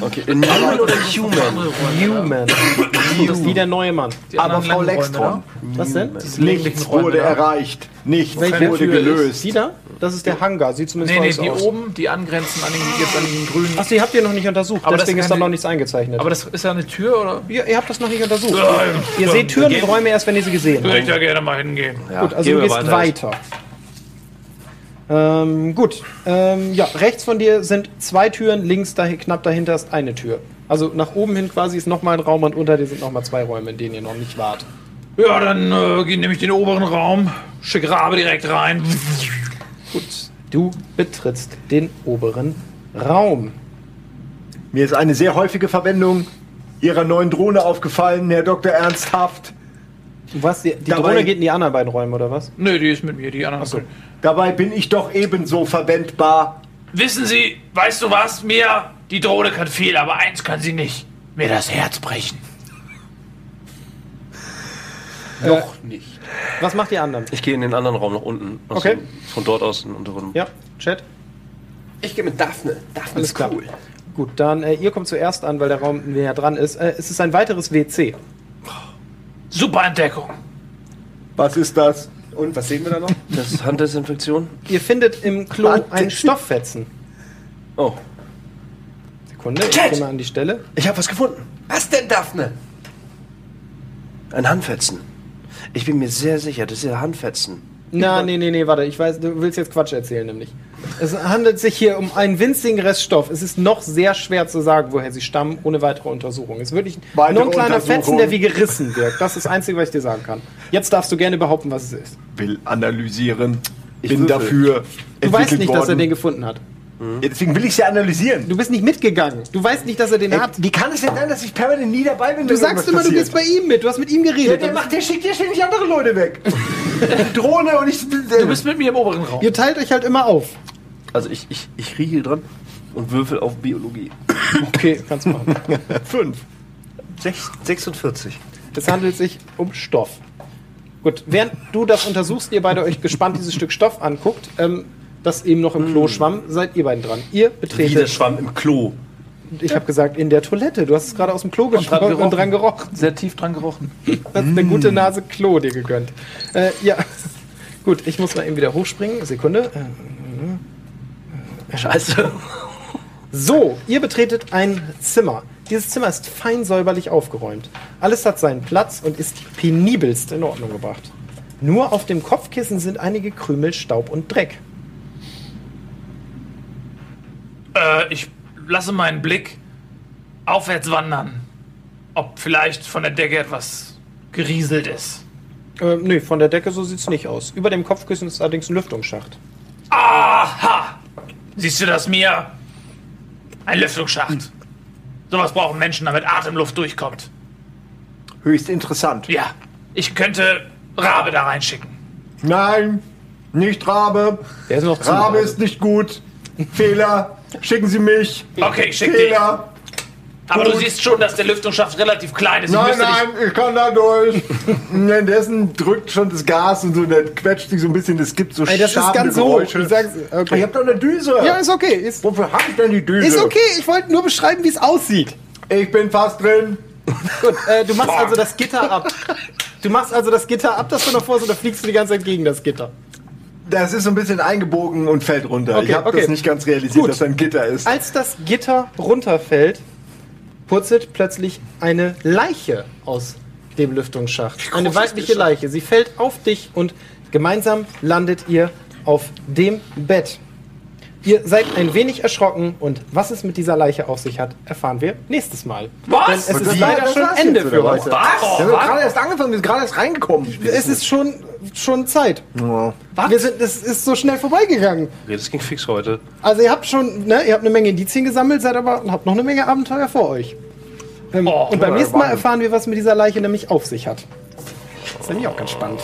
Okay, Human oder Human?
Human. Das ist wie der neue Mann.
Aber Frau Lextron,
Was denn?
nichts
ne?
wurde erreicht. Nichts wurde gelöst.
Die da? Das ist der Hangar. Sieht zumindest
Nee, nee,
nee, so
die
aus.
oben, die angrenzen an den, jetzt an den grünen.
Achso, ihr habt ihr noch nicht untersucht.
Aber das
deswegen
kann
ist da
die-
noch nichts eingezeichnet.
Aber das ist ja eine Tür, oder?
ihr, ihr habt das noch nicht untersucht.
Nein.
ihr seht Türen und
Gehen-
Räume erst, wenn ihr sie gesehen
Würde ich
habt.
da gerne mal hingehen.
Ja,
Gut, also
gehen
du
wir
gehst weiter. Ähm, gut. Ähm, ja, rechts von dir sind zwei Türen, links dahi- knapp dahinter ist eine Tür. Also nach oben hin quasi ist nochmal ein Raum und unter dir sind nochmal zwei Räume, in denen ihr noch nicht wart.
Ja, dann äh, geh- nehme ich den oberen Raum, schicke Rabe direkt rein.
Gut, du betrittst den oberen Raum.
Mir ist eine sehr häufige Verwendung Ihrer neuen Drohne aufgefallen, Herr Dr. Ernsthaft.
Was, die die
Dabei-
Drohne geht in die anderen beiden Räume, oder was?
Nö, die ist mit mir, die anderen. können.
Dabei bin ich doch ebenso verwendbar.
Wissen Sie, weißt du was, Mia? Die Drohne kann viel, aber eins kann sie nicht. Mir das Herz brechen.
Noch
Äh,
nicht. Was macht ihr anderen?
Ich gehe in den anderen Raum nach unten. Aus
Okay.
dem- Von dort aus in den unteren.
Ja, Chat.
Ich gehe mit Daphne. Daphne
Alles
ist
klar.
cool.
Gut, dann äh, ihr kommt zuerst an, weil der Raum näher dran ist. Äh, es ist ein weiteres WC.
Super Entdeckung.
Was ist das?
Und was sehen wir da noch?
Das ist Handdesinfektion.
Ihr findet im Klo
Warte.
einen Stofffetzen.
Oh.
Sekunde, ich
Chat!
gehe mal an die Stelle.
Ich habe was gefunden.
Was denn, Daphne?
Ein Handfetzen. Ich bin mir sehr sicher, das ist ja Handfetzen.
Na, nee, nee, nee, warte, ich weiß, du willst jetzt Quatsch erzählen, nämlich. Es handelt sich hier um einen winzigen Reststoff. Es ist noch sehr schwer zu sagen, woher sie stammen, ohne weitere Untersuchung. Es ist wirklich
Weitere
nur ein kleiner
Untersuchung.
Fetzen, der wie gerissen wirkt. Das ist das Einzige, was ich dir sagen kann. Jetzt darfst du gerne behaupten, was es ist.
Will analysieren. bin
würfel.
dafür.
Du weißt nicht, dass er den gefunden hat.
Ja, deswegen will ich sie analysieren.
Du bist nicht mitgegangen. Du weißt nicht, dass er den
Ey,
hat.
wie kann es denn sein, dass ich permanent nie dabei bin?
Du sagst immer, du gehst bei ihm mit. Du hast mit ihm
Ja,
geredet.
der, macht, der schickt ja ständig andere Leute weg. Drohne und ich.
Du bist mit mir im oberen Raum.
Ihr teilt euch halt immer auf.
Also ich, ich, ich rieche dran und würfel auf Biologie.
Okay, kannst machen.
5.
Sech- 46.
Es handelt sich um Stoff. Gut, während du das untersuchst, ihr beide euch gespannt dieses Stück Stoff anguckt, ähm, das eben noch im Klo schwamm, seid ihr beiden dran. Ihr
Wie der
betretet,
Schwamm im Klo.
ich habe gesagt, in der Toilette. Du hast es gerade aus dem Klo geschwommen und dran gerochen. Hm.
Sehr tief dran gerochen.
Das ist eine gute Nase Klo dir gegönnt. Äh, ja, gut, ich muss mal eben wieder hochspringen. Sekunde. Äh,
Scheiße.
So, ihr betretet ein Zimmer. Dieses Zimmer ist fein säuberlich aufgeräumt. Alles hat seinen Platz und ist penibelst in Ordnung gebracht. Nur auf dem Kopfkissen sind einige Krümel, Staub und Dreck.
Äh, ich lasse meinen Blick aufwärts wandern. Ob vielleicht von der Decke etwas gerieselt ist.
Äh, nee, von der Decke so sieht's nicht aus. Über dem Kopfkissen ist allerdings ein Lüftungsschacht.
Aha! Siehst du das, Mia? Ein
Hm.
Lüftungsschacht. Sowas brauchen Menschen, damit Atemluft durchkommt.
Höchst interessant.
Ja, ich könnte Rabe da reinschicken.
Nein, nicht Rabe.
Der ist noch zu.
Rabe ist nicht gut. Fehler. Schicken Sie mich.
Okay, ich schick dich.
Fehler.
Aber du
Gut.
siehst schon, dass der Lüftungsschacht relativ klein ist. Ich
Nein,
müsste dich-
nein, ich kann da durch. Währenddessen drückt schon das Gas und so, dann quetscht sich so ein bisschen. Es gibt so
Ey, das ist
schabende
ganz hoch.
Geräusche.
Ich sag's- okay.
Ich hab doch eine Düse.
Ja, ist okay. Ist,
Wofür hab ich denn die Düse?
ist okay, ich wollte nur beschreiben, wie es aussieht.
Ich bin fast drin.
Gut, äh, du machst also das Gitter ab. Du machst also das Gitter ab, das du noch vor so, da fliegst du die ganze Zeit gegen das Gitter.
Das ist so ein bisschen eingebogen und fällt runter.
Okay,
ich habe
okay.
das nicht ganz realisiert,
Gut. Also,
dass da ein Gitter ist.
Als das Gitter runterfällt, purzelt plötzlich eine Leiche aus dem Lüftungsschacht. Eine weibliche Leiche. Sie fällt auf dich und gemeinsam landet ihr auf dem Bett. Ihr seid ein wenig erschrocken und was es mit dieser Leiche auf sich hat, erfahren wir nächstes Mal.
Was?
Denn es
das
ist
war-
leider
das
schon
war's
Ende
jetzt,
für
oder was?
heute.
Wir
Warum?
haben doch gerade erst angefangen, wir sind gerade erst reingekommen.
Es ist schon, schon Zeit.
Ja.
Wir sind, es ist so schnell vorbeigegangen.
Das ging fix heute.
Also ihr habt schon, ne, ihr habt eine Menge Indizien gesammelt, seid aber habt noch eine Menge Abenteuer vor euch. Ähm, und beim nächsten Mal erfahren wir, was mit dieser Leiche nämlich auf sich hat. Das ist nämlich auch ganz spannend.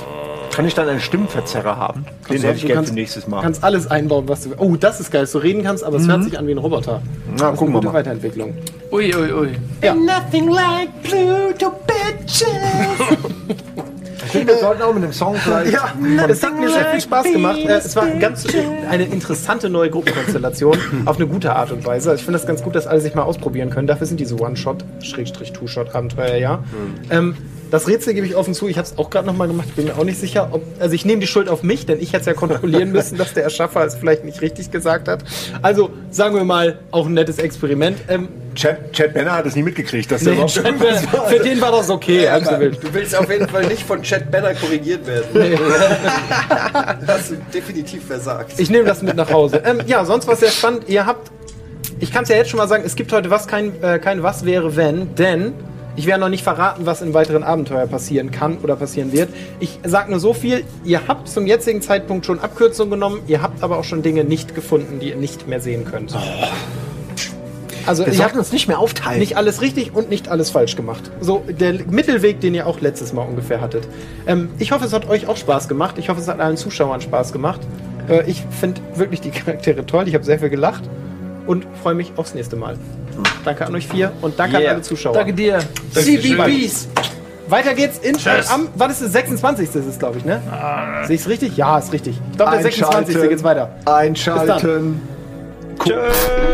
Kann ich dann einen Stimmenverzerrer haben? Den hätte ich
du
gerne
kannst-
für nächstes
Du
Mal. Mhm.
kannst alles einbauen, was du willst. Oh, das ist geil, dass du reden kannst, aber es hört sich an wie ein Roboter.
Na,
Das ist eine
gucken wir
gute
mal.
Weiterentwicklung.
Ui, ui, ui.
Ain't Nothing like Pluto Bitches.
Ich finde, wir sollten auch mit dem Song vielleicht.
Ja, es hat mir sehr viel Spaß gemacht. Äh, Es war ganz eine interessante neue Gruppenkonstellation auf eine gute Art und Weise. Also Ich finde das ganz gut, dass alle sich mal ausprobieren können. Dafür sind diese One-Shot-Two-Shot-Abenteuer ja.
Hm.
Ähm, das Rätsel gebe ich offen zu. Ich habe es auch gerade nochmal gemacht. Ich bin mir auch nicht sicher, ob. Also, ich nehme die Schuld auf mich, denn ich hätte es ja kontrollieren müssen, dass der Erschaffer es vielleicht nicht richtig gesagt hat. Also, sagen wir mal, auch ein nettes Experiment. Ähm,
Chad, Chad Banner hat es nie mitgekriegt, dass der
nee,
überhaupt irgendwas war.
für den war das okay. halb so wild.
Du willst auf jeden Fall nicht von Chad Banner korrigiert werden. das hast du definitiv versagt.
Ich nehme das mit nach Hause. Ähm, ja, sonst war es sehr spannend. Ihr habt, ich kann es ja jetzt schon mal sagen, es gibt heute was kein, äh, kein was wäre wenn, denn ich werde noch nicht verraten, was im weiteren Abenteuer passieren kann oder passieren wird. Ich sage nur so viel, ihr habt zum jetzigen Zeitpunkt schon Abkürzungen genommen, ihr habt aber auch schon Dinge nicht gefunden, die ihr nicht mehr sehen könnt. Also
Wir
ihr habt
sollten uns nicht mehr aufteilen.
nicht alles richtig und nicht alles falsch gemacht. So der Mittelweg, den ihr auch letztes Mal ungefähr hattet. Ähm, ich hoffe, es hat euch auch Spaß gemacht. Ich hoffe, es hat allen Zuschauern Spaß gemacht. Äh, ich finde wirklich die Charaktere toll. Ich habe sehr viel gelacht und freue mich aufs nächste Mal. Danke an euch vier und danke
Yeah.
an alle Zuschauer.
Danke dir.
CBBs. Weiter geht's in
Tschüss.
am wann ist es 26. ist es glaube ich, ne?
Ah.
Sehe ich's richtig? Ja, ist richtig. Ich glaube der
Einschalten.
26. geht's weiter.
Einschalten. Cool.